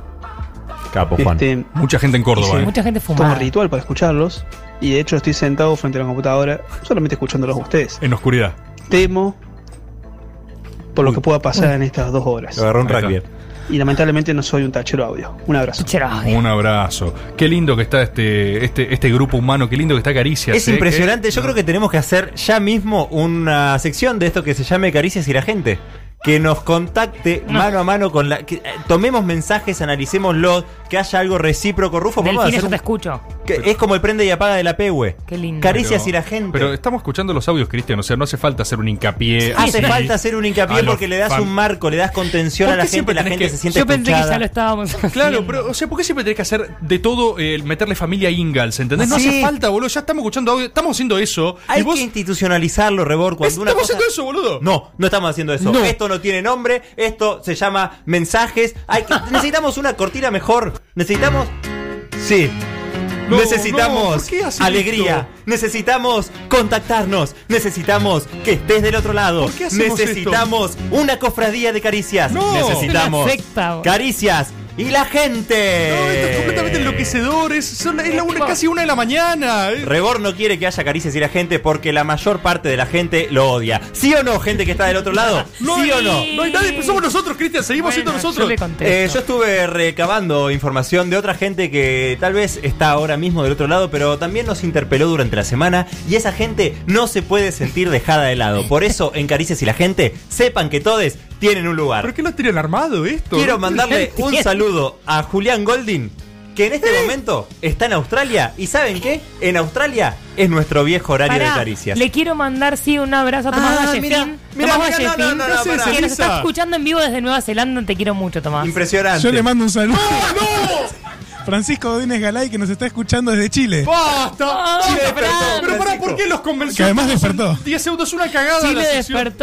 Speaker 18: Este,
Speaker 9: Capo,
Speaker 6: Oh, Juan. Eh, Mucha gente en Córdoba,
Speaker 18: hice
Speaker 6: eh. Mucha
Speaker 8: gente
Speaker 18: todo un ritual para escucharlos y de hecho estoy sentado frente a la computadora solamente escuchándolos a ustedes.
Speaker 6: En oscuridad.
Speaker 18: Temo por lo que pueda pasar en estas dos horas.
Speaker 6: Lo agarró un Ahí está. rugby.
Speaker 18: Y lamentablemente no soy un tachero audio. Un abrazo.
Speaker 6: Un abrazo. Qué lindo que está este, este, este grupo humano, qué lindo que está ¿eh? Caricias.
Speaker 9: Es impresionante. Yo creo que tenemos que hacer ya mismo una sección de esto que se llame Caricias y la gente. Que nos contacte mano a mano con la. que, eh, tomemos mensajes, analicémoslos, que haya algo recíproco. Rufo, vamos a hacer
Speaker 8: Delfines, yo te
Speaker 9: un-
Speaker 8: escucho.
Speaker 9: que es como el prende y apaga de la pegue.
Speaker 8: Qué lindo.
Speaker 9: Caricias y la gente.
Speaker 6: Pero estamos escuchando los audios, Cristian. O sea, no hace falta hacer un hincapié.
Speaker 9: Hace
Speaker 6: así.
Speaker 9: falta hacer un
Speaker 6: A
Speaker 9: hincapié
Speaker 6: los
Speaker 9: porque le das
Speaker 6: fan-
Speaker 9: un marco, le das contención
Speaker 6: ¿Por
Speaker 9: a la
Speaker 6: qué
Speaker 9: gente,
Speaker 6: siempre
Speaker 9: la
Speaker 6: tenés
Speaker 9: gente
Speaker 6: que-
Speaker 9: se siente
Speaker 8: Yo pensé que
Speaker 9: escuchada.
Speaker 8: ya lo estábamos
Speaker 6: Claro, pero, o sea, ¿por qué siempre tenés que hacer de todo, eh, meterle familia a Ingalls, ¿entendés? No
Speaker 9: Sí.
Speaker 6: hace falta, boludo. Ya estamos escuchando audio, estamos haciendo eso.
Speaker 9: Hay que institucionalizarlo, Rebor, cuando una
Speaker 6: ¿Estamos
Speaker 9: cosa-
Speaker 6: haciendo eso, boludo?
Speaker 9: No, no estamos haciendo eso.
Speaker 6: No.
Speaker 9: Esto no tiene nombre, esto se llama mensajes. Hay que- necesitamos una cortina mejor. Necesitamos. Sí.
Speaker 13: No, no,
Speaker 9: necesitamos
Speaker 13: ¿por qué hacen
Speaker 9: alegría.
Speaker 13: esto?
Speaker 9: Necesitamos contactarnos. Necesitamos que estés del otro lado.
Speaker 13: ¿Por qué hacemos
Speaker 9: necesitamos una cofradía de caricias.
Speaker 13: No.
Speaker 9: necesitamos
Speaker 13: Es una secta, boludo.
Speaker 9: caricias y la gente. No, esto es completamente
Speaker 6: enloquecedor. Es, son- es la una, casi una de la mañana. eh.
Speaker 9: Rebor no quiere que haya caricias y la gente porque la mayor parte de la gente lo odia. ¿Sí o no, gente que está del otro lado?
Speaker 6: No
Speaker 9: ¿Sí
Speaker 6: hay-
Speaker 9: o no?
Speaker 6: No hay nadie, somos nosotros, Cristian. Seguimos siendo nosotros.
Speaker 9: Eh, yo estuve recabando información de otra gente que tal vez está ahora mismo del otro lado, pero también nos interpeló durante durante la semana y esa gente no se puede sentir dejada de lado. Por eso, en Caricias y la gente, sepan que todos tienen un lugar.
Speaker 6: ¿Por qué lo tienen armado esto?
Speaker 9: Quiero mandarle un saludo a Julián Goldin, que en este
Speaker 8: Eh.
Speaker 9: momento está en Australia. ¿Y saben qué? En Australia es nuestro viejo horario
Speaker 8: Pará,
Speaker 9: de caricias.
Speaker 8: Le quiero mandar, sí, un abrazo a Tomás
Speaker 9: Ah,
Speaker 8: Vallefín.
Speaker 9: mira, mira,
Speaker 8: Tomás
Speaker 9: mira, no,
Speaker 8: Vallefín,
Speaker 9: no, no, no,
Speaker 8: que
Speaker 9: pará.
Speaker 8: nos está escuchando en vivo desde Nueva Zelanda. Te quiero mucho, Tomás.
Speaker 9: Impresionante.
Speaker 10: Yo le mando un saludo. Francisco Godínez Galay, que nos está escuchando desde Chile.
Speaker 8: Ah,
Speaker 6: ¡Basta! Chile despertó. Pero pará, ¿por qué los convenció?
Speaker 10: Que además despertó.
Speaker 6: 10 segundos, una cagada.
Speaker 9: Chile
Speaker 6: la sesión.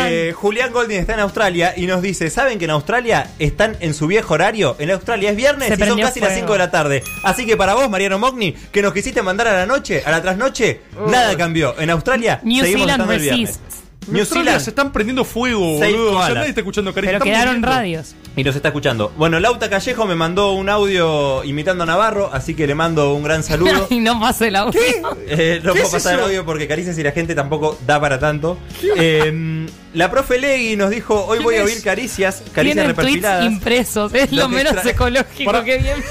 Speaker 9: Eh, Julián Goldin está en Australia y nos dice, ¿saben que en Australia están en su viejo horario? En Australia es viernes
Speaker 8: Se
Speaker 9: y son
Speaker 8: prendió
Speaker 9: casi las
Speaker 8: fuego.
Speaker 9: 5 de la tarde. Así que para vos, Mariano Mogni, que nos quisiste mandar a la noche, a la trasnoche, nada cambió. En Australia
Speaker 8: New
Speaker 9: seguimos
Speaker 8: Zealand
Speaker 9: estando el viernes.
Speaker 8: resists.
Speaker 6: En
Speaker 9: New
Speaker 6: Australia
Speaker 9: Zealand
Speaker 6: se están prendiendo fuego,
Speaker 9: Seis
Speaker 6: boludo. O sea,
Speaker 9: koalas.
Speaker 6: nadie está escuchando caricias.
Speaker 8: Pero
Speaker 6: están
Speaker 8: quedaron
Speaker 6: muriendo.
Speaker 8: radios.
Speaker 9: y nos está escuchando. Bueno, Lauta Callejo me mandó un audio imitando a Navarro, así que le mando un gran saludo.
Speaker 8: y no pasa el audio.
Speaker 9: Eh, no
Speaker 8: ¿Qué
Speaker 9: puedo
Speaker 8: es
Speaker 9: pasar el
Speaker 8: eso?
Speaker 9: audio porque caricias y la gente tampoco da para tanto. Eh, la profe Legui nos dijo, hoy
Speaker 8: ¿Quién
Speaker 9: voy a
Speaker 8: es?
Speaker 9: oír caricias, caricias
Speaker 8: Tienen tweets
Speaker 9: reperfiladas.
Speaker 8: impresos. Es lo,
Speaker 9: Lo que
Speaker 8: menos
Speaker 9: tra-
Speaker 8: ecológico
Speaker 9: Pará.
Speaker 8: que bien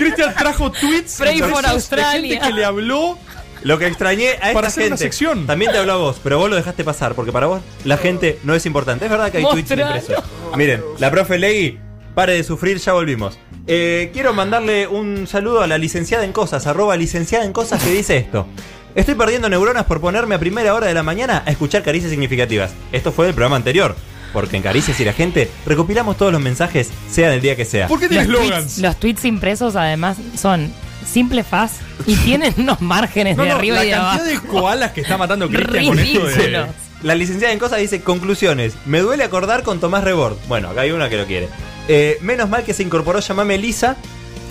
Speaker 6: Cristian trajo tweets
Speaker 8: Pray
Speaker 9: impresos
Speaker 8: for
Speaker 9: de
Speaker 8: Australia.
Speaker 6: gente que le habló.
Speaker 9: Lo que extrañé a
Speaker 6: Para
Speaker 9: esta
Speaker 6: hacer una
Speaker 9: gente.
Speaker 6: sección.
Speaker 9: También te habló a vos, pero vos lo dejaste pasar porque para vos la gente no es importante. Es verdad que hay tweets
Speaker 8: Mostralo.
Speaker 9: impresos. Miren, la profe Legui, pare de sufrir, ya volvimos. Eh, quiero mandarle un saludo a la licenciada en cosas, arroba licenciada en cosas que dice esto. Estoy perdiendo neuronas por ponerme a primera hora de la mañana a escuchar caricias significativas. Esto fue del programa anterior. Porque en Caricias y la gente recopilamos todos los mensajes, sea del día que sea.
Speaker 8: los tweets, los tweets impresos además son simple faz y tienen unos márgenes
Speaker 9: No,
Speaker 8: de
Speaker 9: no,
Speaker 8: arriba
Speaker 9: la
Speaker 8: y de abajo.
Speaker 9: cantidad de koalas que está matando Cristian con esto
Speaker 8: Ridículos.
Speaker 9: de... La licenciada en cosas dice conclusiones. Me duele acordar con Tomás Rebord. Bueno, acá hay una que lo quiere. Eh, menos mal que se incorporó llamame Lisa.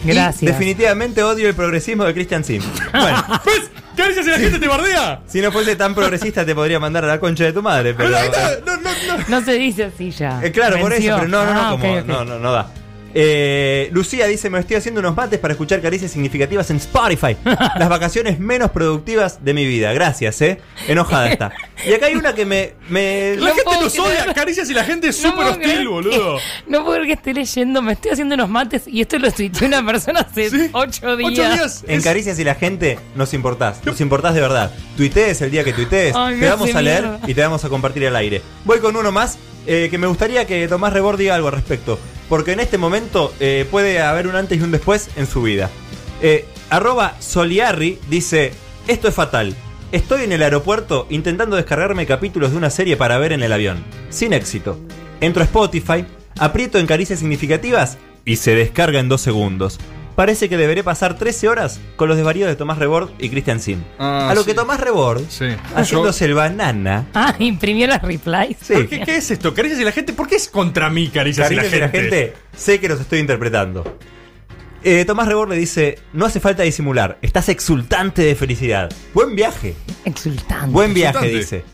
Speaker 9: Y
Speaker 8: Gracias.
Speaker 9: definitivamente odio el progresismo de Christian Sim. Bueno,
Speaker 8: Pues,
Speaker 6: Caricias y la gente te bardea.
Speaker 9: si no fuese tan progresista te podría mandar a la concha de tu madre, pero.
Speaker 8: No se dice así ya.
Speaker 9: Eh, claro, por
Speaker 8: Venció.
Speaker 9: eso, pero no, no, no,
Speaker 8: Ah,
Speaker 9: como-
Speaker 8: ok, ok.
Speaker 9: no, no, no da. Eh, Lucía dice, me estoy haciendo unos mates para escuchar caricias significativas en Spotify. Las vacaciones menos productivas de mi vida. Gracias, ¿eh? Enojada está. Y acá hay una que me... me-
Speaker 6: La gente nos odia, caricias y la gente es
Speaker 8: No
Speaker 6: súper
Speaker 8: puedo
Speaker 6: hostil,
Speaker 8: creer que-
Speaker 6: boludo.
Speaker 8: No puedo creer que esté leyendo, me estoy haciendo unos mates y esto lo tuiteó una persona hace ocho días.
Speaker 9: En caricias y la gente nos importás. Nos importás de verdad. Tuitees el día que tuitees.
Speaker 8: Ay, me
Speaker 9: te vamos
Speaker 8: hace
Speaker 9: a leer
Speaker 8: mierda.
Speaker 9: y te vamos a compartir al aire. Voy con uno más eh, que me gustaría que Tomás Rebord diga algo al respecto. Porque en este momento eh, puede haber un antes y un después en su vida. Eh, arroba Soliarri dice: Esto es fatal. Estoy en el aeropuerto intentando descargarme capítulos de una serie para ver en el avión. Sin éxito. Entro a Spotify, aprieto en caricias significativas y se descarga en dos segundos. Parece que deberé pasar 13 horas con los desvaríos de Tomás Rebord y Christian Sim.
Speaker 6: Ah,
Speaker 9: a lo
Speaker 6: sí.
Speaker 9: que Tomás Rebord, haciéndose el banana,
Speaker 8: Ah, imprimió las replies.
Speaker 6: ¿Por qué, qué es esto? Caricias y la gente, ¿por qué es contra mí caricias,
Speaker 9: Caricias y la gente, sé que los estoy interpretando. Eh, Tomás Rebord le dice, no hace falta disimular, estás exultante de felicidad. Buen viaje.
Speaker 8: Exultante.
Speaker 9: Buen viaje,
Speaker 6: Exultante.
Speaker 9: dice.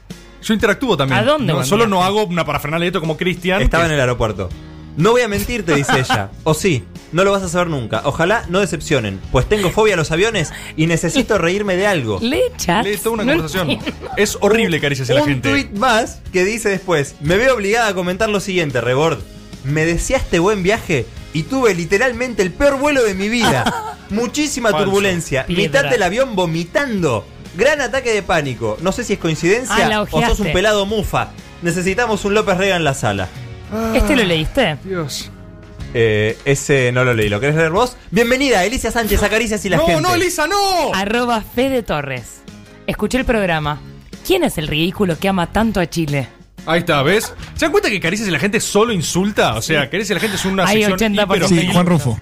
Speaker 6: Yo interactúo también.
Speaker 9: ¿A dónde,
Speaker 6: No,
Speaker 9: buen
Speaker 6: solo
Speaker 9: viaje?
Speaker 6: no hago una parafernalia de esto como Cristian.
Speaker 9: Estaba
Speaker 6: que-
Speaker 9: en el aeropuerto. No voy a mentirte, dice ella. O sí, no lo vas a saber nunca. Ojalá no decepcionen, pues tengo fobia a los aviones y necesito reírme de algo.
Speaker 8: Lee chat.
Speaker 6: Lee toda una
Speaker 8: No
Speaker 6: conversación.
Speaker 8: entiendo.
Speaker 6: Es horrible caricias y la
Speaker 9: un
Speaker 6: gente.
Speaker 9: tuit más que dice después, me veo obligada a comentar lo siguiente, Rebord. Me deseaste buen viaje y tuve literalmente el peor vuelo de mi vida. Muchísima
Speaker 6: Falso.
Speaker 9: turbulencia,
Speaker 6: Piedra.
Speaker 9: mitad del avión vomitando. Gran ataque de pánico. No sé si es
Speaker 8: Ah,
Speaker 9: coincidencia
Speaker 8: la
Speaker 9: o sos
Speaker 8: ojeaste.
Speaker 9: un pelado mufa. Necesitamos un López Rega en la sala.
Speaker 8: ¿Este lo leíste?
Speaker 6: Dios.
Speaker 9: Eh, ese no lo leí. ¿Lo querés leer vos? Bienvenida, Elisa Sánchez, Acaricias y la gente.
Speaker 6: Elisa, no!
Speaker 8: Arroba Fede Torres. Escuché el programa. ¿Quién es el ridículo que ama tanto a Chile?
Speaker 6: Ahí está, ¿ves? ¿Se dan cuenta que caricias y la gente solo insulta? O sea, caricias y la gente es una
Speaker 8: Hay
Speaker 6: sección
Speaker 8: 80%.
Speaker 6: hiper-
Speaker 8: Sí, Juan
Speaker 10: Rufo.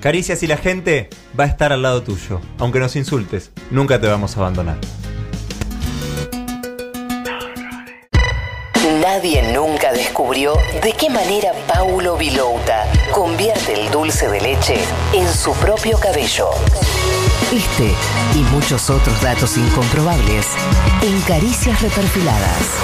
Speaker 9: Caricias y la gente va a estar al lado tuyo. Aunque nos insultes, nunca te vamos a abandonar.
Speaker 1: Nadie nunca descubrió de qué manera Paulo Vilouta convierte el dulce de leche en su propio cabello. Este y muchos otros datos incomprobables en Caricias Reperfiladas.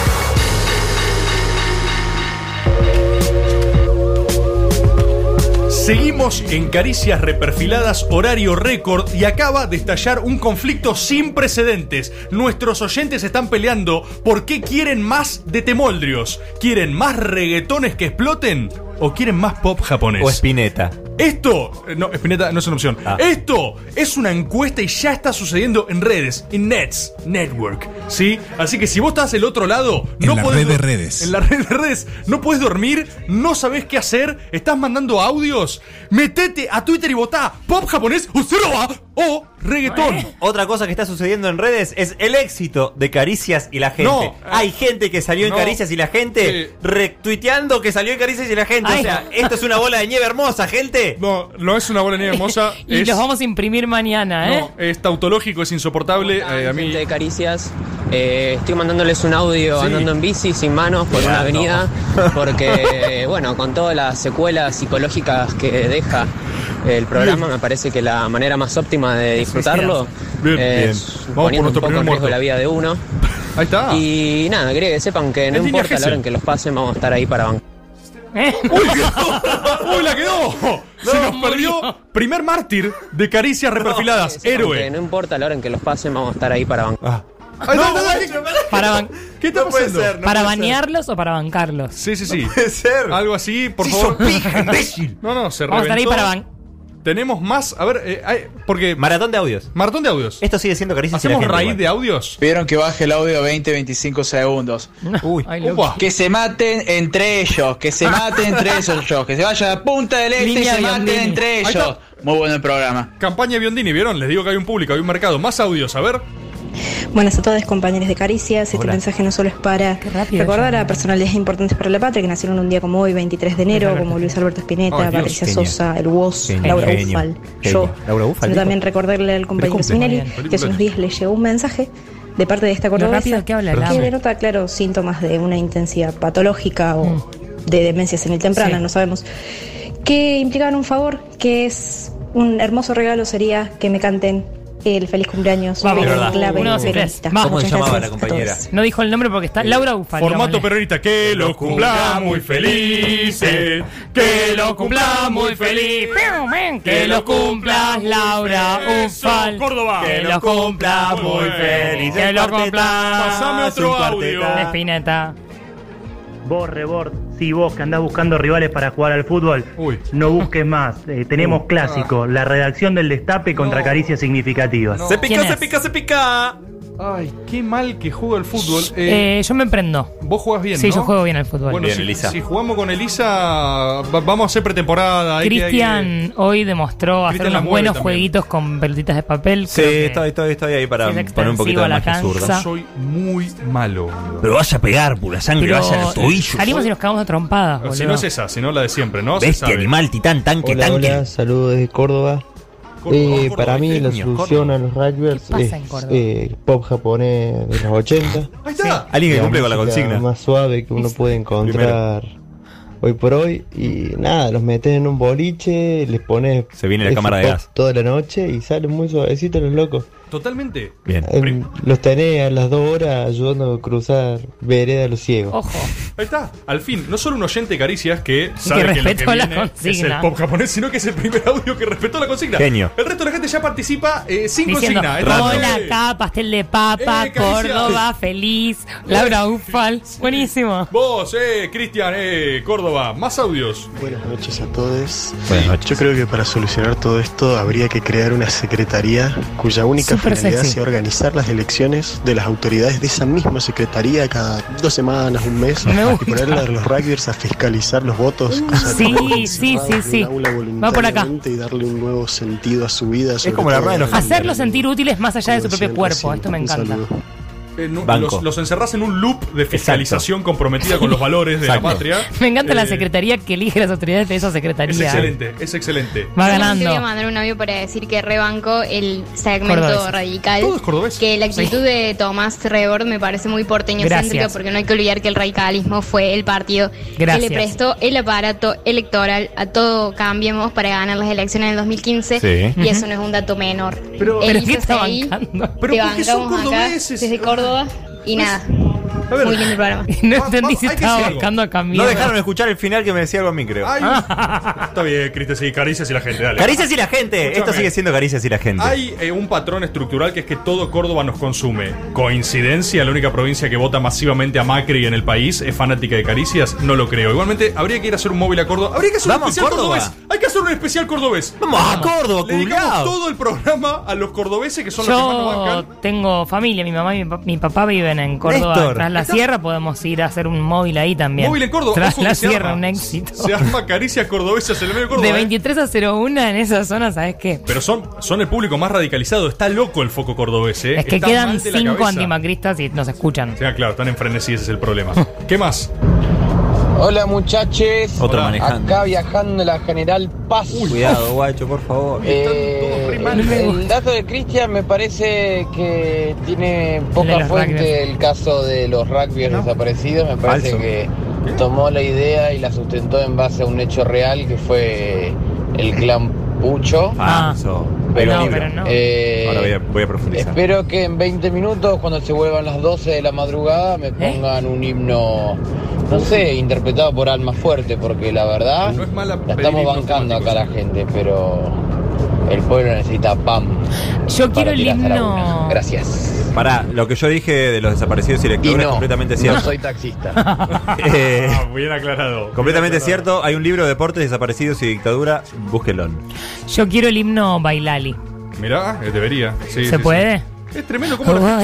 Speaker 6: Seguimos en caricias reperfiladas, horario récord, y acaba de estallar un conflicto sin precedentes. Nuestros oyentes están peleando por qué quieren más de Temoldrios. ¿Quieren más reggaetones que exploten? o quieren más pop japonés.
Speaker 9: O Spinetta.
Speaker 6: Esto, eh, no, Spinetta no es una opción.
Speaker 10: Ah.
Speaker 6: Esto es una encuesta y ya está sucediendo en redes, en Nets, Network. ¿Sí? Así que si vos estás del otro lado,
Speaker 10: En
Speaker 6: no
Speaker 10: la
Speaker 6: podés
Speaker 10: red de
Speaker 6: do-
Speaker 10: redes.
Speaker 6: En la red de redes, no puedes dormir, no sabes qué hacer, estás mandando audios. Metete a Twitter y votá pop japonés Usurova o reggaetón.
Speaker 9: Otra cosa que está sucediendo en redes es el éxito de Caricias y la gente.
Speaker 6: No.
Speaker 9: Hay gente que salió
Speaker 6: No.
Speaker 9: en Caricias y la gente retuiteando que salió en Caricias y la gente.
Speaker 8: Ay.
Speaker 9: O sea, esto es una bola de nieve hermosa, gente.
Speaker 6: No, no es una bola de nieve hermosa.
Speaker 8: Y
Speaker 6: es-
Speaker 8: los vamos a imprimir mañana, ¿eh?
Speaker 6: No, es tautológico, es insoportable. eh, a mí.
Speaker 19: de caricias. Eh, estoy mandándoles un audio
Speaker 6: Sí.
Speaker 19: andando en bici, sin manos, por
Speaker 6: Ya,
Speaker 19: una
Speaker 6: no.
Speaker 19: avenida, porque, bueno, con todas las secuelas psicológicas que deja el programa, me parece que la manera más óptima de disfrutarlo
Speaker 6: Bien, bien.
Speaker 19: es
Speaker 6: Vamos por
Speaker 19: poniendo un
Speaker 6: nuestro
Speaker 19: poco en
Speaker 6: primer
Speaker 19: riesgo
Speaker 6: muerto.
Speaker 19: la vida de uno.
Speaker 6: Ahí está.
Speaker 19: Y nada, quería que sepan que no
Speaker 6: En línea
Speaker 19: importa la hora en
Speaker 6: Gese.
Speaker 19: que los pasen, vamos a estar ahí para bancar.
Speaker 6: ¡Uy, la Eh. quedó! Se nos perdió primer mártir de caricias reperfiladas, héroe. Ah,
Speaker 19: No importa la hora en que los pasen, vamos a estar ahí para bancar.
Speaker 6: Ay, no, no, no, ¿qué-
Speaker 8: Para ban-
Speaker 6: ¿Qué está pasando?
Speaker 8: ¿Para banearlos o para bancarlos?
Speaker 6: Sí, sí, sí. ser. Algo así, por favor. imbécil! No, no, se
Speaker 8: Vamos a estar ahí
Speaker 6: reventó.
Speaker 8: para ban-
Speaker 6: Tenemos más, a ver, eh, hay- porque... Maratón de audios. Maratón de audios.
Speaker 9: Esto sigue siendo caricias
Speaker 6: ¿Hacemos raíz de audios?
Speaker 12: Pidieron que baje el audio 20-25 segundos.
Speaker 8: Uy.
Speaker 12: Upa. Que se maten entre ellos, que se maten entre ellos, que se vaya a Punta del Este
Speaker 6: Línea
Speaker 12: y se maten
Speaker 6: Biondini.
Speaker 12: entre
Speaker 6: Ahí
Speaker 12: ellos.
Speaker 6: está.
Speaker 12: Muy bueno el programa.
Speaker 6: Campaña Biondini, ¿vieron? Les digo que hay un público, hay un mercado. Más audios, a ver.
Speaker 20: Buenas a todos, compañeros de Caricias. Este
Speaker 6: Hola.
Speaker 20: mensaje no solo es para
Speaker 8: rápido,
Speaker 20: recordar a personalidades importantes para la patria que nacieron un día como hoy, 23 de enero,
Speaker 8: Alberto.
Speaker 20: como Luis Alberto Spinetta,
Speaker 8: Ay, Dios,
Speaker 20: Patricia
Speaker 8: genio.
Speaker 20: Sosa, el Woz,
Speaker 8: Genio,
Speaker 20: Laura
Speaker 8: genio,
Speaker 20: Ufal,
Speaker 8: genio.
Speaker 20: yo.
Speaker 8: Laura Ufal,
Speaker 20: Sino
Speaker 8: dijo.
Speaker 20: también recordarle al compañero
Speaker 8: cumple.
Speaker 20: Spinelli
Speaker 8: Muy bien.
Speaker 20: que hace unos días le llegó un mensaje de parte de esta
Speaker 8: Lo
Speaker 20: cordobesa
Speaker 8: rápido que habla el amo.
Speaker 20: denota, claro, síntomas de una intensidad patológica o de demencia senil temprana,
Speaker 8: Mm. Sí.
Speaker 20: no sabemos, que implicaban un favor, que es un hermoso regalo sería que me canten el feliz cumpleaños.
Speaker 8: Vamos.
Speaker 20: de
Speaker 8: Es verdad.
Speaker 20: Clave
Speaker 8: Uno, dos y tres.
Speaker 20: Peronista.
Speaker 8: Vamos.
Speaker 9: ¿Cómo se
Speaker 20: Muchas
Speaker 9: llamaba la
Speaker 20: gracias a
Speaker 9: compañera?
Speaker 20: todos.
Speaker 8: No dijo el nombre
Speaker 6: Eh,
Speaker 8: porque está Laura Ufa.
Speaker 6: Formato
Speaker 8: digámosle.
Speaker 6: peronista, que lo cumpla muy felices, que lo cumpla muy feliz.
Speaker 8: Que lo cumplas, Laura Ufal.
Speaker 6: Córdoba.
Speaker 8: Que lo cumpla muy feliz. Que lo cumpla.
Speaker 6: Pasame otro audio.
Speaker 8: Espineta.
Speaker 21: Vos, Rebord, sí, vos que andás buscando rivales para jugar al fútbol, no busques más. Eh, tenemos
Speaker 6: Uh,
Speaker 21: clásico, la redacción del destape contra caricias significativas.
Speaker 6: No.
Speaker 21: Se
Speaker 6: ¿Quién es?
Speaker 9: pica, se pica.
Speaker 6: Ay, qué mal que juega el fútbol.
Speaker 8: Eh, yo me emprendo.
Speaker 6: Vos jugás bien,
Speaker 8: Sí,
Speaker 6: ¿no?
Speaker 8: yo juego bien al fútbol.
Speaker 6: Bueno, si, si jugamos con Elisa, va- vamos a hacer pretemporada. hay que- hay que-
Speaker 8: Cristian hoy demostró hacer
Speaker 6: Cristian la
Speaker 8: unos
Speaker 6: mueve
Speaker 8: buenos
Speaker 6: también.
Speaker 8: jueguitos con pelotitas de papel.
Speaker 9: Sí,
Speaker 8: Creo que-
Speaker 9: estoy, estoy, estoy ahí para
Speaker 8: Sí, es
Speaker 9: poner un poquito
Speaker 8: extensivo
Speaker 9: de
Speaker 8: la
Speaker 9: magia
Speaker 8: cancha.
Speaker 9: zurda.
Speaker 8: Soy
Speaker 6: muy malo.
Speaker 7: Pero vas a pegar, pura sangre,
Speaker 8: Pero
Speaker 7: vas a los tobillos.
Speaker 8: Salimos y nos cagamos a trompadas, boludo.
Speaker 6: Si no es esa, sino la de siempre, ¿no? Se
Speaker 7: Bestia,
Speaker 6: sabe.
Speaker 7: animal, titán, tanque,
Speaker 22: Hola,
Speaker 7: tanque.
Speaker 22: hola, saludos desde Córdoba.
Speaker 6: Córdoba,
Speaker 22: Eh,
Speaker 6: Córdoba, este
Speaker 22: para mí la
Speaker 6: niños,
Speaker 22: solución a los rugbyers
Speaker 8: pasa
Speaker 22: es
Speaker 8: en Córdoba?
Speaker 22: eh, pop japonés de los 80.
Speaker 6: Ahí está.
Speaker 22: Y
Speaker 9: Alguien que cumple con la
Speaker 22: música
Speaker 9: consigna.
Speaker 22: más suave que uno
Speaker 6: Este,
Speaker 22: puede encontrar hoy por hoy. Y nada, los metes en un boliche, les pones.
Speaker 9: Se viene la
Speaker 22: ese
Speaker 9: cámara de
Speaker 22: pop
Speaker 9: gas.
Speaker 22: Toda la noche y salen muy suavecitos los locos.
Speaker 6: Totalmente.
Speaker 22: Eh, los tenés a las dos horas ayudando a cruzar vereda a los ciegos.
Speaker 6: Ahí está. Al fin, no solo un oyente de caricias que sabe que, lo que
Speaker 22: respetó la
Speaker 6: viene es el
Speaker 22: consigna.
Speaker 6: pop japonés, sino que es el primer audio que respetó la consigna.
Speaker 9: Genio.
Speaker 6: El resto de la gente ya participa eh, sin
Speaker 8: Diciendo,
Speaker 6: consigna.
Speaker 8: hola acá, pastel de papa,
Speaker 6: Eh, caricias.
Speaker 8: Córdoba, feliz, Laura Ufal. Buenísimo.
Speaker 6: Vos, eh, Cristian, eh, Córdoba. Más audios.
Speaker 23: Buenas noches a todos. Yo creo que para solucionar todo esto habría que crear una secretaría cuya única
Speaker 8: Súper
Speaker 23: finalidad
Speaker 8: sexy.
Speaker 23: sea organizar las elecciones de las autoridades de esa misma secretaría cada dos semanas, un mes,
Speaker 8: Me Uh,
Speaker 23: y ponerle a los rugbyers a fiscalizar los votos. cosa de
Speaker 8: Sí,
Speaker 23: ponerlos
Speaker 8: sí,
Speaker 23: encerrados
Speaker 8: sí,
Speaker 23: en un
Speaker 8: sí.
Speaker 23: aula
Speaker 8: Va por acá.
Speaker 23: voluntariamente Y darle un nuevo sentido a su vida. sobre todo a la
Speaker 8: Hacerlos sentir útiles más allá de su propio cuerpo. Esto me encanta.
Speaker 6: Eh, no,
Speaker 23: Banco.
Speaker 6: los, los encerrás en un loop de fiscalización comprometida con los valores de
Speaker 8: Exacto.
Speaker 6: la patria.
Speaker 8: Me encanta la
Speaker 6: Eh,
Speaker 8: secretaría que elige las autoridades de esa secretaría.
Speaker 6: Es excelente, es excelente.
Speaker 8: Va
Speaker 24: Yo voy a
Speaker 8: ganando.
Speaker 24: mandar un audio para decir que rebanco el segmento
Speaker 8: Cordobés.
Speaker 24: radical.
Speaker 8: Todo es cordobés.
Speaker 24: Que la actitud de Tomás Rebord me parece muy porteño-céntrica
Speaker 8: Gracias.
Speaker 24: porque no hay que olvidar que el radicalismo fue el partido que
Speaker 8: Gracias.
Speaker 24: le prestó el aparato electoral a todo Cambiemos para ganar las elecciones del 2015
Speaker 8: Sí.
Speaker 24: y
Speaker 8: Ujú.
Speaker 24: eso no es un dato menor.
Speaker 8: Pero-
Speaker 24: Él
Speaker 8: ¿Pero qué
Speaker 24: hizo
Speaker 8: está
Speaker 24: ahí,
Speaker 8: bancando? Pues,
Speaker 24: te bancamos acá desde Córdoba y nada. Muy lindo el programa.
Speaker 8: No entendí si estaba buscando a Camilo.
Speaker 9: No dejaron escuchar el final que me decía algo a mí, creo.
Speaker 6: Ay. Está bien, Cristian, sí, caricias y la gente, dale.
Speaker 9: Caricias y la gente. Esto
Speaker 6: Escúchame.
Speaker 9: sigue siendo caricias y la gente.
Speaker 6: Hay eh, un patrón estructural que es que todo Córdoba nos consume. ¿Coincidencia? La única provincia que vota masivamente a Macri en el país es fanática de Caricias. No lo creo. Igualmente, habría que ir a hacer un móvil a Córdoba. Habría que hacer
Speaker 9: Vamos
Speaker 6: un
Speaker 9: a
Speaker 6: especial
Speaker 9: Córdoba.
Speaker 6: cordobés. Hay que hacer un especial cordobés.
Speaker 9: Vamos a Córdoba,
Speaker 6: Le dedicamos
Speaker 9: culiao.
Speaker 6: todo el programa a los cordobeses que son los que más nos bancan.
Speaker 8: Yo tengo familia, mi mamá y mi, pa- mi papá viven en Córdoba.
Speaker 6: Néstor,
Speaker 8: tras la
Speaker 6: ¿estás-
Speaker 8: sierra podemos ir a hacer un móvil ahí también.
Speaker 6: Móvil en Córdoba.
Speaker 8: Tras
Speaker 6: ojo,
Speaker 8: la
Speaker 6: que se
Speaker 8: sierra,
Speaker 6: arma.
Speaker 8: un éxito.
Speaker 6: Se arma caricias cordobesas en el medio de Córdoba.
Speaker 8: De
Speaker 6: eh.
Speaker 8: 23 a 01 en esa zona, ¿sabes qué?
Speaker 6: Pero son, son el público más radicalizado. Está loco el foco cordobés, ¿eh?
Speaker 8: Es que
Speaker 6: Está
Speaker 8: quedan
Speaker 6: mal de la
Speaker 8: 5
Speaker 6: cabeza.
Speaker 8: antimacristas y nos escuchan.
Speaker 6: Sí, ah, claro, están en frenesí, ese es el problema. ¿Qué más?
Speaker 2: Hola muchachos,
Speaker 6: Otro
Speaker 2: Hola.
Speaker 6: manejando.
Speaker 2: acá viajando la General Paz.
Speaker 9: Cuidado, guacho, por favor.
Speaker 2: Eh, el dato de Cristian me parece que tiene
Speaker 9: de
Speaker 2: poca
Speaker 9: los
Speaker 2: fuente
Speaker 9: rugbyers.
Speaker 2: el caso de los rugbyers desaparecidos. Me parece
Speaker 9: Falso.
Speaker 2: que tomó la idea y la sustentó en base a un hecho real que fue el clan Pucho.
Speaker 9: Falso.
Speaker 2: Pero
Speaker 9: No,
Speaker 2: libre.
Speaker 9: pero no.
Speaker 2: Eh,
Speaker 9: ah. Ahora voy a, voy a profundizar.
Speaker 2: Espero que en 20 minutos, cuando se vuelvan las 12 de la madrugada,
Speaker 8: ¿Eh?
Speaker 2: me pongan un himno, no sé, interpretado por Alma Fuerte, porque la verdad, la estamos bancando acá la gente, pero el pueblo necesita PAM.
Speaker 8: Yo quiero el
Speaker 2: tirar hasta la una.
Speaker 8: himno.
Speaker 2: Gracias.
Speaker 9: Pará, lo que yo dije de los desaparecidos y lectores
Speaker 2: Y
Speaker 9: es
Speaker 2: no,
Speaker 9: completamente
Speaker 2: no
Speaker 9: cierto.
Speaker 2: soy taxista.
Speaker 9: Eh,
Speaker 6: Ah, bien aclarado.
Speaker 9: completamente cierto. Hay un libro de deportes, desaparecidos y dictadura. Búsquenlo.
Speaker 8: Yo quiero el himno Bailali.
Speaker 9: Ah,
Speaker 6: Mirá, eh, debería. Sí, sí,
Speaker 8: ¿Se
Speaker 6: sí.
Speaker 8: puede?
Speaker 6: Es tremendo como la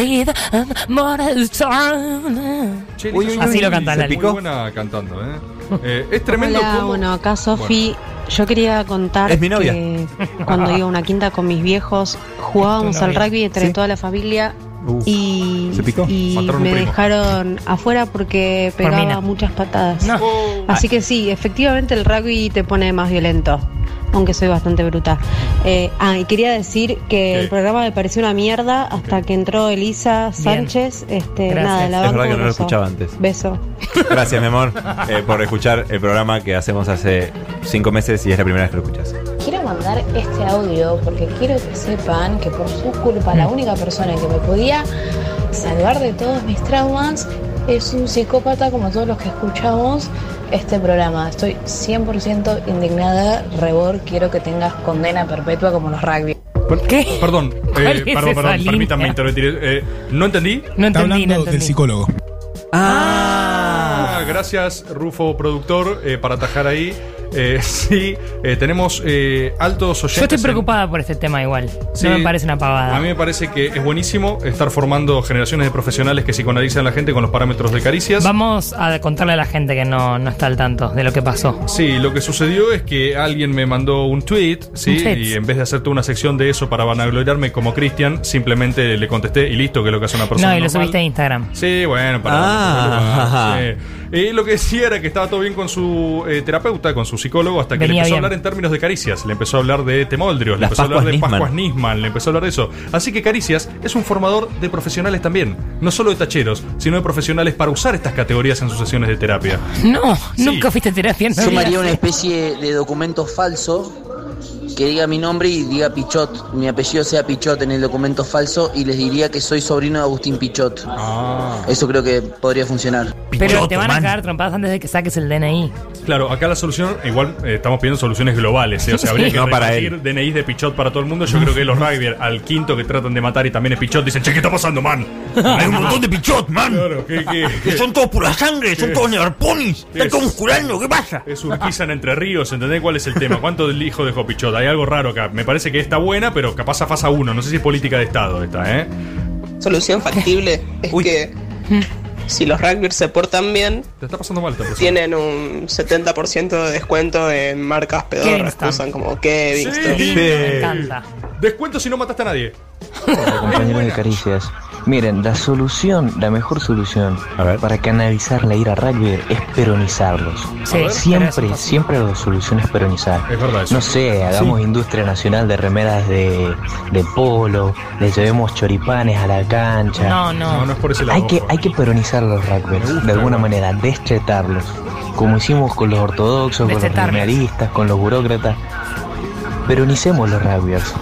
Speaker 6: Che,
Speaker 8: Uy, uy,
Speaker 6: Lisa
Speaker 8: Así
Speaker 6: Jolie
Speaker 8: lo canta
Speaker 6: se
Speaker 8: Lali.
Speaker 6: picó. Muy buena cantando, ¿eh? Eh, es tremendo
Speaker 3: Hola,
Speaker 6: cómo-
Speaker 3: bueno, acá Sofi. Yo quería contar
Speaker 6: Es mi novia.
Speaker 3: que cuando iba a una quinta con mis viejos
Speaker 4: Es
Speaker 3: jugábamos
Speaker 4: tu
Speaker 3: al
Speaker 4: novia.
Speaker 3: rugby entre
Speaker 4: Sí.
Speaker 3: toda la familia
Speaker 4: Uf.
Speaker 3: y,
Speaker 4: Se picó.
Speaker 3: y
Speaker 4: Mataron un
Speaker 3: me
Speaker 4: primo.
Speaker 3: dejaron afuera porque
Speaker 4: Por
Speaker 3: pegaba
Speaker 4: mina.
Speaker 3: muchas patadas. Así que sí, efectivamente el rugby te pone más violento, aunque soy bastante bruta. Eh, ah, y quería decir que el programa me pareció una mierda hasta que entró Elisa Sánchez. Este,
Speaker 9: Gracias.
Speaker 3: nada, la
Speaker 9: Es
Speaker 3: banco
Speaker 9: verdad que no lo
Speaker 3: beso.
Speaker 9: escuchaba antes.
Speaker 3: Beso.
Speaker 9: Gracias, mi amor, eh, por escuchar el programa que hacemos hace cinco meses y es la primera vez que lo escuchas.
Speaker 14: Quiero mandar este audio porque quiero que sepan que por su culpa la única persona que me podía salvar de todos mis traumas es un psicópata como todos los que escuchamos este programa. Estoy 100% indignada, Rebor, quiero que tengas condena perpetua como los rugby.
Speaker 6: Per- Perdón,
Speaker 14: ¿Cuál
Speaker 6: eh,
Speaker 14: es
Speaker 6: perdón,
Speaker 14: esa
Speaker 6: perdón,
Speaker 14: línea?
Speaker 6: permítanme interrumpir. Eh, no entendí.
Speaker 8: No
Speaker 10: Está hablando del psicólogo.
Speaker 6: Ah, gracias, Rufo, productor, eh, para atajar ahí. Eh, sí, eh, tenemos eh, altos oyentes.
Speaker 8: Yo estoy
Speaker 6: en-
Speaker 8: preocupada por este tema igual.
Speaker 6: Sí.
Speaker 8: No me parece una
Speaker 6: A
Speaker 8: pavada.
Speaker 6: mí me parece que es buenísimo estar formando generaciones de profesionales que psicoanalizan a la gente con los parámetros de caricias.
Speaker 8: Vamos a contarle a la gente que no, no está al tanto de lo que pasó.
Speaker 6: Sí, lo que sucedió es que alguien me mandó un tweet, ¿sí?
Speaker 8: Un tweet.
Speaker 6: Y en vez de hacer toda una sección de eso para vanagloriarme como Cristian, simplemente le contesté y listo, que es lo que hace una persona.
Speaker 8: No, y lo
Speaker 6: normal.
Speaker 8: subiste a Instagram.
Speaker 6: Sí, bueno, para.
Speaker 8: Ah.
Speaker 6: Sí. Y lo que decía era que estaba todo bien con su eh, terapeuta, con su psicólogo, hasta que le
Speaker 8: Venía
Speaker 6: empezó
Speaker 8: bien.
Speaker 6: a hablar en términos de caricias. Le empezó a hablar de Temoldrios, le
Speaker 9: Las
Speaker 6: empezó a hablar
Speaker 9: Pascuas
Speaker 6: de
Speaker 9: Nisman.
Speaker 6: Pascuas Nisman, le empezó a hablar de eso. Así que Caricias es un formador de profesionales también. No solo de tacheros, sino de profesionales para usar estas categorías en sus sesiones de terapia.
Speaker 8: No, nunca fuiste a terapia. No
Speaker 4: Yo me haría
Speaker 8: olvidas.
Speaker 4: una especie de documento falso que diga mi nombre y diga Pichot, mi apellido sea Pichot en el documento falso y les diría que soy sobrino de Agustín Pichot. Eso creo que podría funcionar.
Speaker 8: Pero te van a cagar trompadas antes de que saques el DNI.
Speaker 6: Claro, acá la solución, igual eh, estamos pidiendo soluciones globales, ¿eh? o sea, habría
Speaker 9: Sí.
Speaker 6: que
Speaker 9: No para
Speaker 6: repartir DNIs de Pichot para todo el mundo. Yo creo que los rugbyers al quinto que tratan de matar y también es Pichot, dicen, che, ¿qué está pasando, man?
Speaker 7: Hay un montón de pichot, man.
Speaker 6: ¿qué, qué,
Speaker 7: Que son todos pura sangre, son
Speaker 6: ¿Qué?
Speaker 7: todos nearponis. Están
Speaker 6: Es-
Speaker 7: conjurando, ¿qué pasa?
Speaker 6: Es Urquiza en Entre Ríos, ¿entendés cuál es el tema? ¿Cuánto del hijo dejó Pichot? Hay algo raro acá. Me parece que está buena, pero capaz a fase 1. No sé si es política de Estado esta, ¿eh?
Speaker 4: Solución factible es que si los rugbyers se portan bien,
Speaker 6: Te está pasando mal esta persona.
Speaker 4: tienen un 70% de descuento en marcas pedorras que
Speaker 6: Kingston.
Speaker 4: usan como Kevin.
Speaker 6: Sí. Descuento si no mataste a nadie.
Speaker 25: compañeros de Caricias. Miren, la solución, la mejor solución para canalizar la ira rugby es peronizarlos.
Speaker 14: Sí, A ver. pero
Speaker 25: siempre,
Speaker 14: eso
Speaker 25: siempre la solución es peronizar.
Speaker 14: eso.
Speaker 25: no sé, hagamos industria nacional de remeras de, de polo, le llevemos choripanes a la cancha.
Speaker 8: No, no. No, no es por ese lado,
Speaker 25: Hay que,
Speaker 8: ojo.
Speaker 25: hay que peronizar los rugbyers, de alguna manera, destretarlos. Como hicimos con los ortodoxos, con los
Speaker 8: Destretarlos.
Speaker 25: primeristas, con los burócratas. Peronicemos los rugbyers.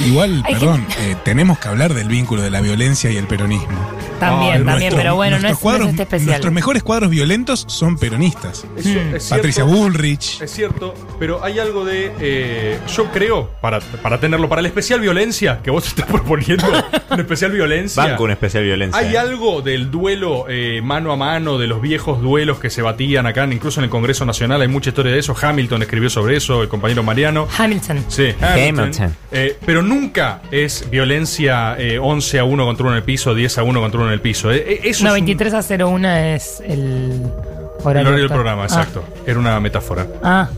Speaker 10: Igual,
Speaker 25: Hay
Speaker 10: perdón, eh, tenemos que hablar del vínculo de la violencia y el peronismo.
Speaker 6: Ah,
Speaker 8: También,
Speaker 10: No,
Speaker 8: también,
Speaker 10: nuestro-
Speaker 8: pero bueno, no
Speaker 10: nuestros
Speaker 8: es, no es
Speaker 10: cuadros-
Speaker 8: este especial.
Speaker 10: Nuestros mejores cuadros violentos son peronistas.
Speaker 6: Eso
Speaker 8: Hmm.
Speaker 6: es cierto.
Speaker 10: Patricia Bullrich.
Speaker 6: Es cierto, pero hay algo de. eh, yo creo, para, para tenerlo, para el especial violencia que vos estás proponiendo, un especial violencia.
Speaker 9: Banco una especial violencia.
Speaker 6: Hay
Speaker 9: eh.
Speaker 6: algo del duelo eh, mano a mano, de los viejos duelos que se batían acá, incluso en el Congreso Nacional hay mucha historia de eso. Hamilton escribió sobre eso, el compañero Mariano.
Speaker 8: Hamilton.
Speaker 6: Sí,
Speaker 9: Hamilton.
Speaker 6: Eh, pero nunca es violencia eh, 11 a 1 contra uno en el piso, 10 a 1 contra uno en el piso. Eh, eh, eso
Speaker 8: no,
Speaker 6: es un-
Speaker 8: 23 a 01 es el
Speaker 6: el
Speaker 8: horario,
Speaker 6: horario del
Speaker 8: actual.
Speaker 6: programa,
Speaker 8: Ah,
Speaker 6: exacto. Era una metáfora.
Speaker 8: Ah,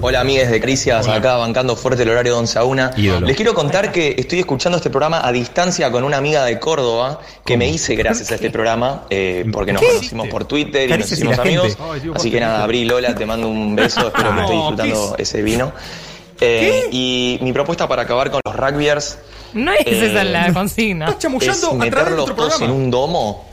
Speaker 5: Hola amigues de Cricias, acá bancando fuerte el horario de 11 a 1. Les quiero contar que estoy escuchando este programa a distancia con una amiga de Córdoba que me hice gracias a este programa eh, porque nos
Speaker 11: ¿Qué?
Speaker 5: conocimos por Twitter y nos
Speaker 11: Caricias y
Speaker 5: hicimos
Speaker 11: la
Speaker 5: amigos.
Speaker 11: gente. Ay, Dios,
Speaker 5: Así
Speaker 11: por
Speaker 5: que
Speaker 11: Dios.
Speaker 5: nada, Abril, Lola, te mando un beso, espero que
Speaker 6: Ah,
Speaker 11: No,
Speaker 5: estés disfrutando
Speaker 11: ¿qué es?
Speaker 5: ese vino. Eh, y mi propuesta para acabar con los rugbyers
Speaker 8: no es
Speaker 5: Eh,
Speaker 8: esa la consigna.
Speaker 5: es meterlos todos en un domo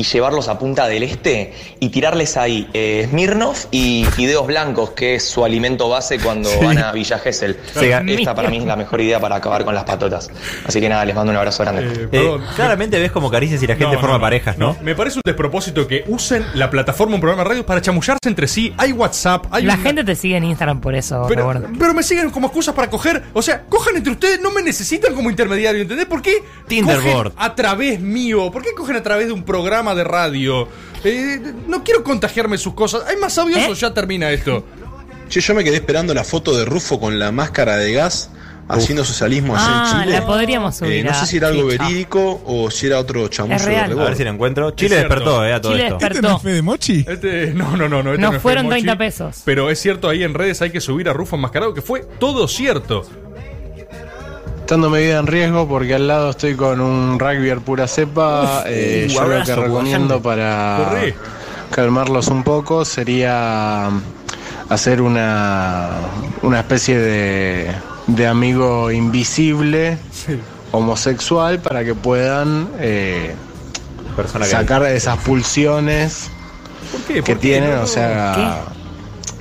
Speaker 5: y llevarlos a Punta del Este y tirarles ahí eh, Smirnoff y fideos blancos, que es su alimento base cuando van a Villa Gesell.
Speaker 9: Sí.
Speaker 5: Esta para mí es la mejor idea para acabar con las patotas. Así que nada, les mando un abrazo grande.
Speaker 9: Eh, claramente ves como caricias y la gente forma parejas, ¿no?
Speaker 6: Me parece un despropósito que usen la plataforma, un programa de radio, para chamullarse entre sí. Hay WhatsApp, hay
Speaker 8: la
Speaker 6: una-
Speaker 8: gente Ah, te sigue en Instagram por eso,
Speaker 6: Pero,
Speaker 8: Roberto.
Speaker 6: pero me siguen como excusas para coger. O sea, cojan entre ustedes, no me necesitan como intermediario, ¿entendés? ¿Por qué? cogen
Speaker 9: Tinderboard.
Speaker 6: A través mío. ¿Por qué cogen a través de un programa de radio? Eh, no quiero contagiarme sus cosas. ¿Hay más sabios
Speaker 8: ¿Eh?
Speaker 6: o ya termina esto?
Speaker 15: Che, yo me quedé esperando la foto de Rufo con la máscara de gas haciendo socialismo allá
Speaker 8: Ah,
Speaker 15: en Chile.
Speaker 8: la podríamos subir.
Speaker 15: Eh, no
Speaker 8: a
Speaker 15: sé si era algo
Speaker 8: Chicha.
Speaker 15: verídico o si era otro
Speaker 8: Es
Speaker 15: chamullo de
Speaker 8: real.
Speaker 15: rebord.
Speaker 8: A ver si lo
Speaker 9: encuentro. Chile
Speaker 6: Es cierto.
Speaker 9: despertó, eh, a todo
Speaker 8: Chile
Speaker 9: esto.
Speaker 8: despertó. ¿Este no es
Speaker 6: de Mochi? no, no, no. no este
Speaker 8: Nos
Speaker 6: no es Fede
Speaker 8: fueron
Speaker 6: Mochi.
Speaker 8: 30 pesos.
Speaker 6: Pero es cierto, ahí en redes hay que subir a Rufo Enmascarado, que fue todo cierto.
Speaker 11: Estando mi vida en riesgo porque al lado estoy con un rugbyer pura cepa.
Speaker 6: Uf,
Speaker 11: eh,
Speaker 6: uh,
Speaker 11: yo lo que
Speaker 6: abrazo,
Speaker 11: recomiendo
Speaker 6: Guayán.
Speaker 11: para
Speaker 6: Corre.
Speaker 11: calmarlos un poco sería um, hacer una, una especie de, de amigo invisible homosexual para que puedan eh,
Speaker 9: que-
Speaker 11: sacar esas pulsiones
Speaker 6: que
Speaker 9: ¿Por qué?
Speaker 11: tienen,
Speaker 9: No.
Speaker 11: o sea,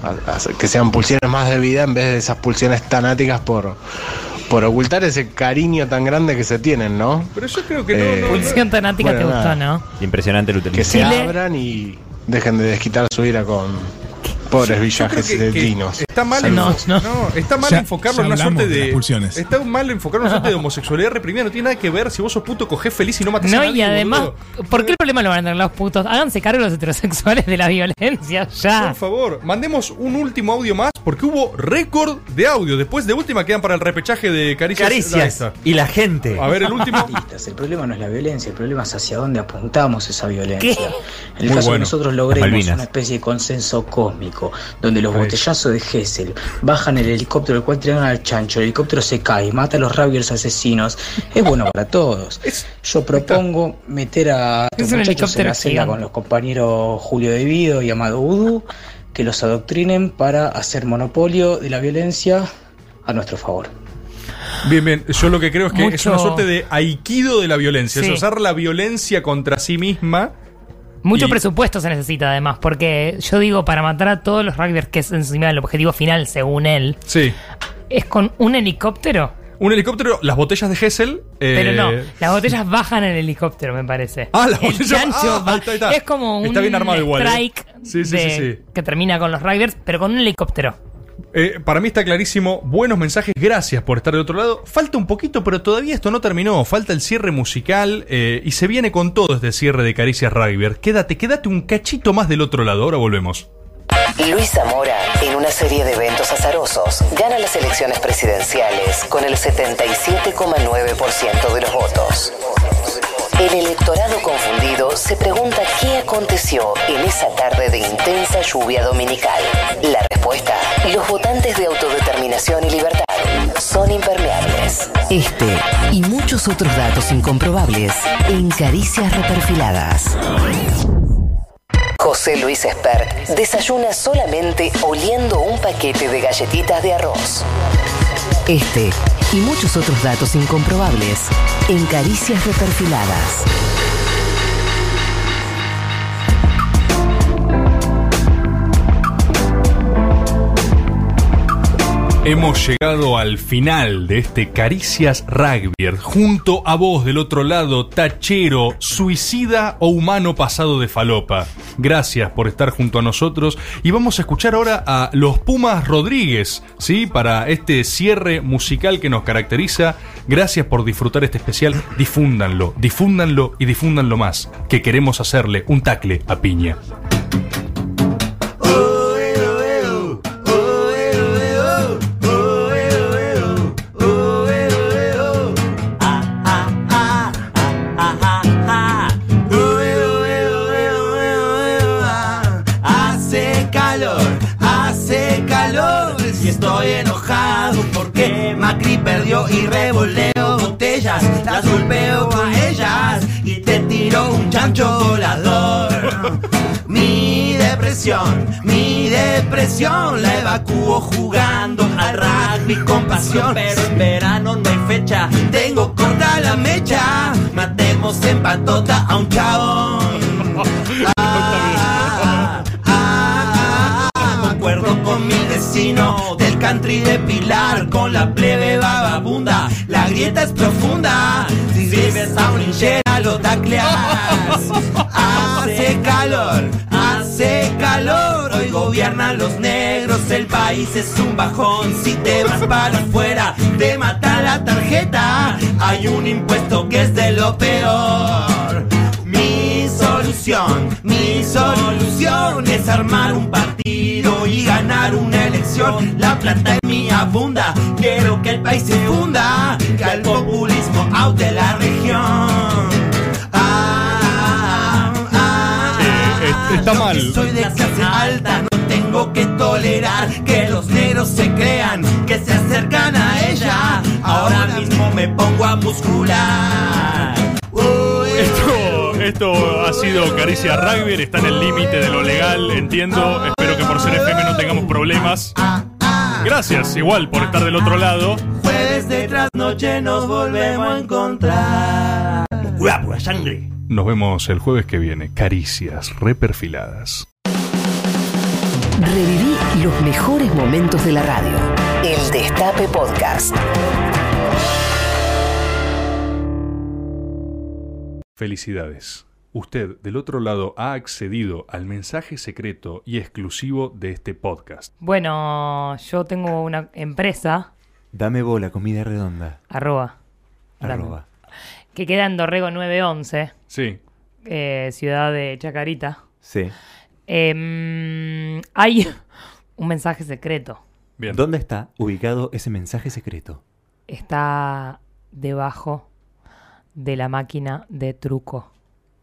Speaker 11: a- a- que sean pulsiones más de vida en vez de esas pulsiones tanáticas por, por ocultar ese cariño tan grande que se tienen, ¿no?
Speaker 6: Pero yo creo
Speaker 11: que no, Eh, no, no.
Speaker 8: Pulsión tanática
Speaker 11: bueno,
Speaker 8: te gustó,
Speaker 11: nada.
Speaker 8: ¿no?
Speaker 9: Impresionante el
Speaker 11: Que se
Speaker 9: utilizador.
Speaker 11: abran y dejen de desquitar su ira con pobres villajes
Speaker 6: creo que- que
Speaker 11: dinos.
Speaker 6: Está mal, enfo-
Speaker 11: Saludos.
Speaker 6: no, está mal
Speaker 11: Ya-
Speaker 6: enfocarlo
Speaker 11: ya
Speaker 6: en una
Speaker 11: hablamos
Speaker 6: suerte
Speaker 11: de
Speaker 6: de.
Speaker 11: las pulsiones.
Speaker 6: está mal enfocarlo en una suerte de homosexualidad reprimida. No tiene nada que ver si vos sos puto, cogés feliz y no matas a
Speaker 8: No,
Speaker 6: nadie.
Speaker 8: y además,
Speaker 6: boludo.
Speaker 8: ¿por qué el problema lo van a tener los putos? Háganse cargo los heterosexuales de la violencia, ya.
Speaker 6: Por favor, mandemos un último audio más porque hubo récord de audio. Después de última quedan para el repechaje de Caricias. Ahí
Speaker 9: Caricias
Speaker 6: está.
Speaker 9: y la gente.
Speaker 6: A ver, el último.
Speaker 16: El problema no es la violencia, el problema es hacia dónde apuntamos esa violencia.
Speaker 6: ¿Qué?
Speaker 16: En el
Speaker 6: Muy
Speaker 16: caso
Speaker 6: bueno.
Speaker 16: que nosotros logremos
Speaker 6: Malvinas.
Speaker 16: una especie de consenso cósmico, donde los botellazos de Gessel bajan el helicóptero, el cual tiran al chancho, el helicóptero se cae, mata a los rabios asesinos, es bueno para todos. Yo propongo meter a
Speaker 8: Es
Speaker 16: los
Speaker 8: un
Speaker 16: muchachos en
Speaker 8: helicóptero
Speaker 16: la celda
Speaker 8: gigante.
Speaker 16: con los compañeros Julio Devido y Amado Udu, que los adoctrinen para hacer monopolio de la violencia a nuestro favor.
Speaker 6: Bien, bien. Yo lo que creo es que es
Speaker 16: Mucho-
Speaker 6: una suerte de aikido de la violencia.
Speaker 8: Sí.
Speaker 6: Es usar la violencia contra sí misma.
Speaker 8: Mucho
Speaker 6: Y-
Speaker 8: presupuesto se necesita además, porque yo digo, para matar a todos los rugbyers, que es encima el objetivo final, según él,
Speaker 6: Sí.
Speaker 8: es con un helicóptero.
Speaker 6: Un helicóptero, las botellas de Hessel. eh,
Speaker 8: Pero no, las botellas bajan en el helicóptero, me parece.
Speaker 6: Ah, las
Speaker 8: El
Speaker 6: botellas-
Speaker 8: chancho
Speaker 6: ah,
Speaker 8: va-
Speaker 6: ahí está, ahí está.
Speaker 8: Es como un
Speaker 6: Está bien armado igual, ¿eh?
Speaker 8: strike
Speaker 6: Sí, sí,
Speaker 8: de-
Speaker 6: sí, sí.
Speaker 8: que termina con los rugbyers, pero con un helicóptero.
Speaker 6: Eh, para mí está clarísimo. Buenos mensajes, gracias por estar de otro lado. Falta un poquito, pero todavía esto no terminó. Falta el cierre musical eh, y se viene con todo este cierre de Caricias Rugby. Quédate, quédate un cachito más del otro lado. Ahora volvemos.
Speaker 1: Luis Zamora, en una serie de eventos azarosos, gana las elecciones presidenciales con el 77,9% de los votos. El electorado confundido se pregunta qué aconteció en esa tarde de intensa lluvia dominical. La respuesta, los votantes de autodeterminación y libertad son impermeables. Este y muchos otros datos incomprobables en Caricias Reperfiladas. José Luis Espert desayuna solamente oliendo un paquete de galletitas de arroz. Este y muchos otros datos incomprobables en Caricias Reperfiladas.
Speaker 6: Hemos llegado al final de este Caricias Rugby. Junto a vos del otro lado, tachero, suicida o humano pasado de falopa. Gracias por estar junto a nosotros y vamos a escuchar ahora a Los Pumas Rodríguez, ¿sí? Para este cierre musical que nos caracteriza. Gracias por disfrutar este especial. Difúndanlo, difúndanlo y difúndanlo más, que queremos hacerle un tacle a Piña.
Speaker 12: Hace calor, hace calor y estoy enojado porque Macri perdió y revoleo botellas, las golpeo a ellas y te tiro un chancho volador. Mi depresión, mi depresión la evacuo jugando al rugby con pasión. Pero en verano no hay fecha, tengo corta la mecha, matemos en patota a un chabón. Ah, ah. Me acuerdo con mi vecino del country de Pilar con la plebe bababunda. La grieta es profunda. Si vives a un linchera lo tacleas. Hace calor, hace calor. Hoy gobiernan los negros, el país es un bajón. Si te vas para afuera, te mata la tarjeta. Hay un impuesto que es de lo peor. Mi solución, mi solución es armar un partido y ganar una elección. La plata en mí abunda, quiero que el país se funda, que al populismo out de la región.
Speaker 6: eh, Está
Speaker 12: Yo que soy de clase alta, no tengo que tolerar que los negros se crean, que se acercan a ella. Ahora mismo me pongo a muscular.
Speaker 6: Esto, esto ha sido Caricia Rugby, está en el límite de lo legal, entiendo. Espero que por ser FM no tengamos problemas. Gracias, igual, por estar del otro lado.
Speaker 12: Jueves de trasnoche nos volvemos a encontrar.
Speaker 7: Locura pura sangre.
Speaker 6: Nos vemos el jueves que viene. Caricias reperfiladas.
Speaker 1: Reviví los mejores momentos de la radio. El Destape Podcast.
Speaker 6: Felicidades. Usted del otro lado ha accedido al mensaje secreto y exclusivo de este podcast.
Speaker 8: Bueno, yo tengo una empresa,
Speaker 9: Dame bola, comida redonda.
Speaker 8: arroba,
Speaker 9: Arroba.
Speaker 8: que queda en Dorrego 911,
Speaker 6: Sí,
Speaker 8: eh, ciudad de Chacarita.
Speaker 9: Sí.
Speaker 8: Em, hay un mensaje secreto.
Speaker 9: ¿Dónde está ubicado ese mensaje secreto?
Speaker 8: Está debajo de la máquina de truco.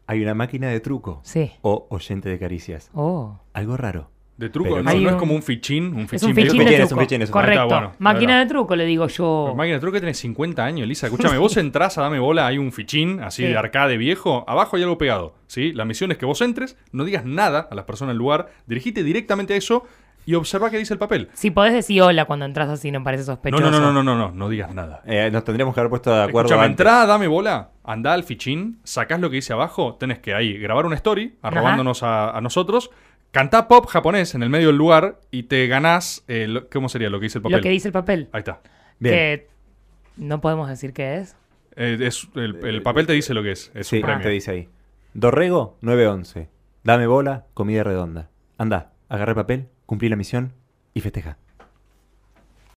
Speaker 9: Hay una máquina de truco.
Speaker 8: Sí.
Speaker 9: O oyente de caricias.
Speaker 8: Oh.
Speaker 9: Algo raro.
Speaker 6: de truco.
Speaker 9: Pero
Speaker 6: No,
Speaker 9: sí.
Speaker 6: no es como un fichín. Un fichín,
Speaker 8: Es un fichín de
Speaker 9: Fichín, es un
Speaker 8: truco.
Speaker 9: fichín, es un-
Speaker 8: Correcto.
Speaker 6: Ah, está bueno.
Speaker 8: máquina
Speaker 6: Claro.
Speaker 8: de truco, le digo yo.
Speaker 6: Pero Máquina de truco que tenés 50 años, Lisa. Escúchame, vos entrás a Dame Bola, hay un fichín así
Speaker 8: Sí.
Speaker 6: de arcade viejo, abajo hay algo pegado. ¿sí? La misión es que vos entres, no digas nada a las personas del lugar, dirigite directamente a eso y observa qué dice el papel.
Speaker 8: Si podés decir hola cuando entras así, no parece
Speaker 6: No,
Speaker 8: sospechoso.
Speaker 6: no, no, no, no, no, no, no digas nada.
Speaker 9: Eh, nos tendríamos que haber puesto de acuerdo.
Speaker 6: Escuchame,
Speaker 9: antes.
Speaker 6: entrá, dame bola, andá al fichín, sacás lo que dice abajo, tenés que ahí grabar una story, arrobándonos a, a nosotros, cantá pop japonés en el medio del lugar y te ganás, eh, lo- ¿cómo sería lo que dice el papel?
Speaker 8: Lo que dice el papel.
Speaker 6: Ahí está.
Speaker 8: Que no podemos decir qué es.
Speaker 6: Eh, es- el, el papel te dice lo que es, es
Speaker 9: Sí,
Speaker 6: un premio.
Speaker 9: te dice ahí. Dorrego 911. Dame bola, comida redonda. Anda, agarra el papel, cumplí la misión y festeja.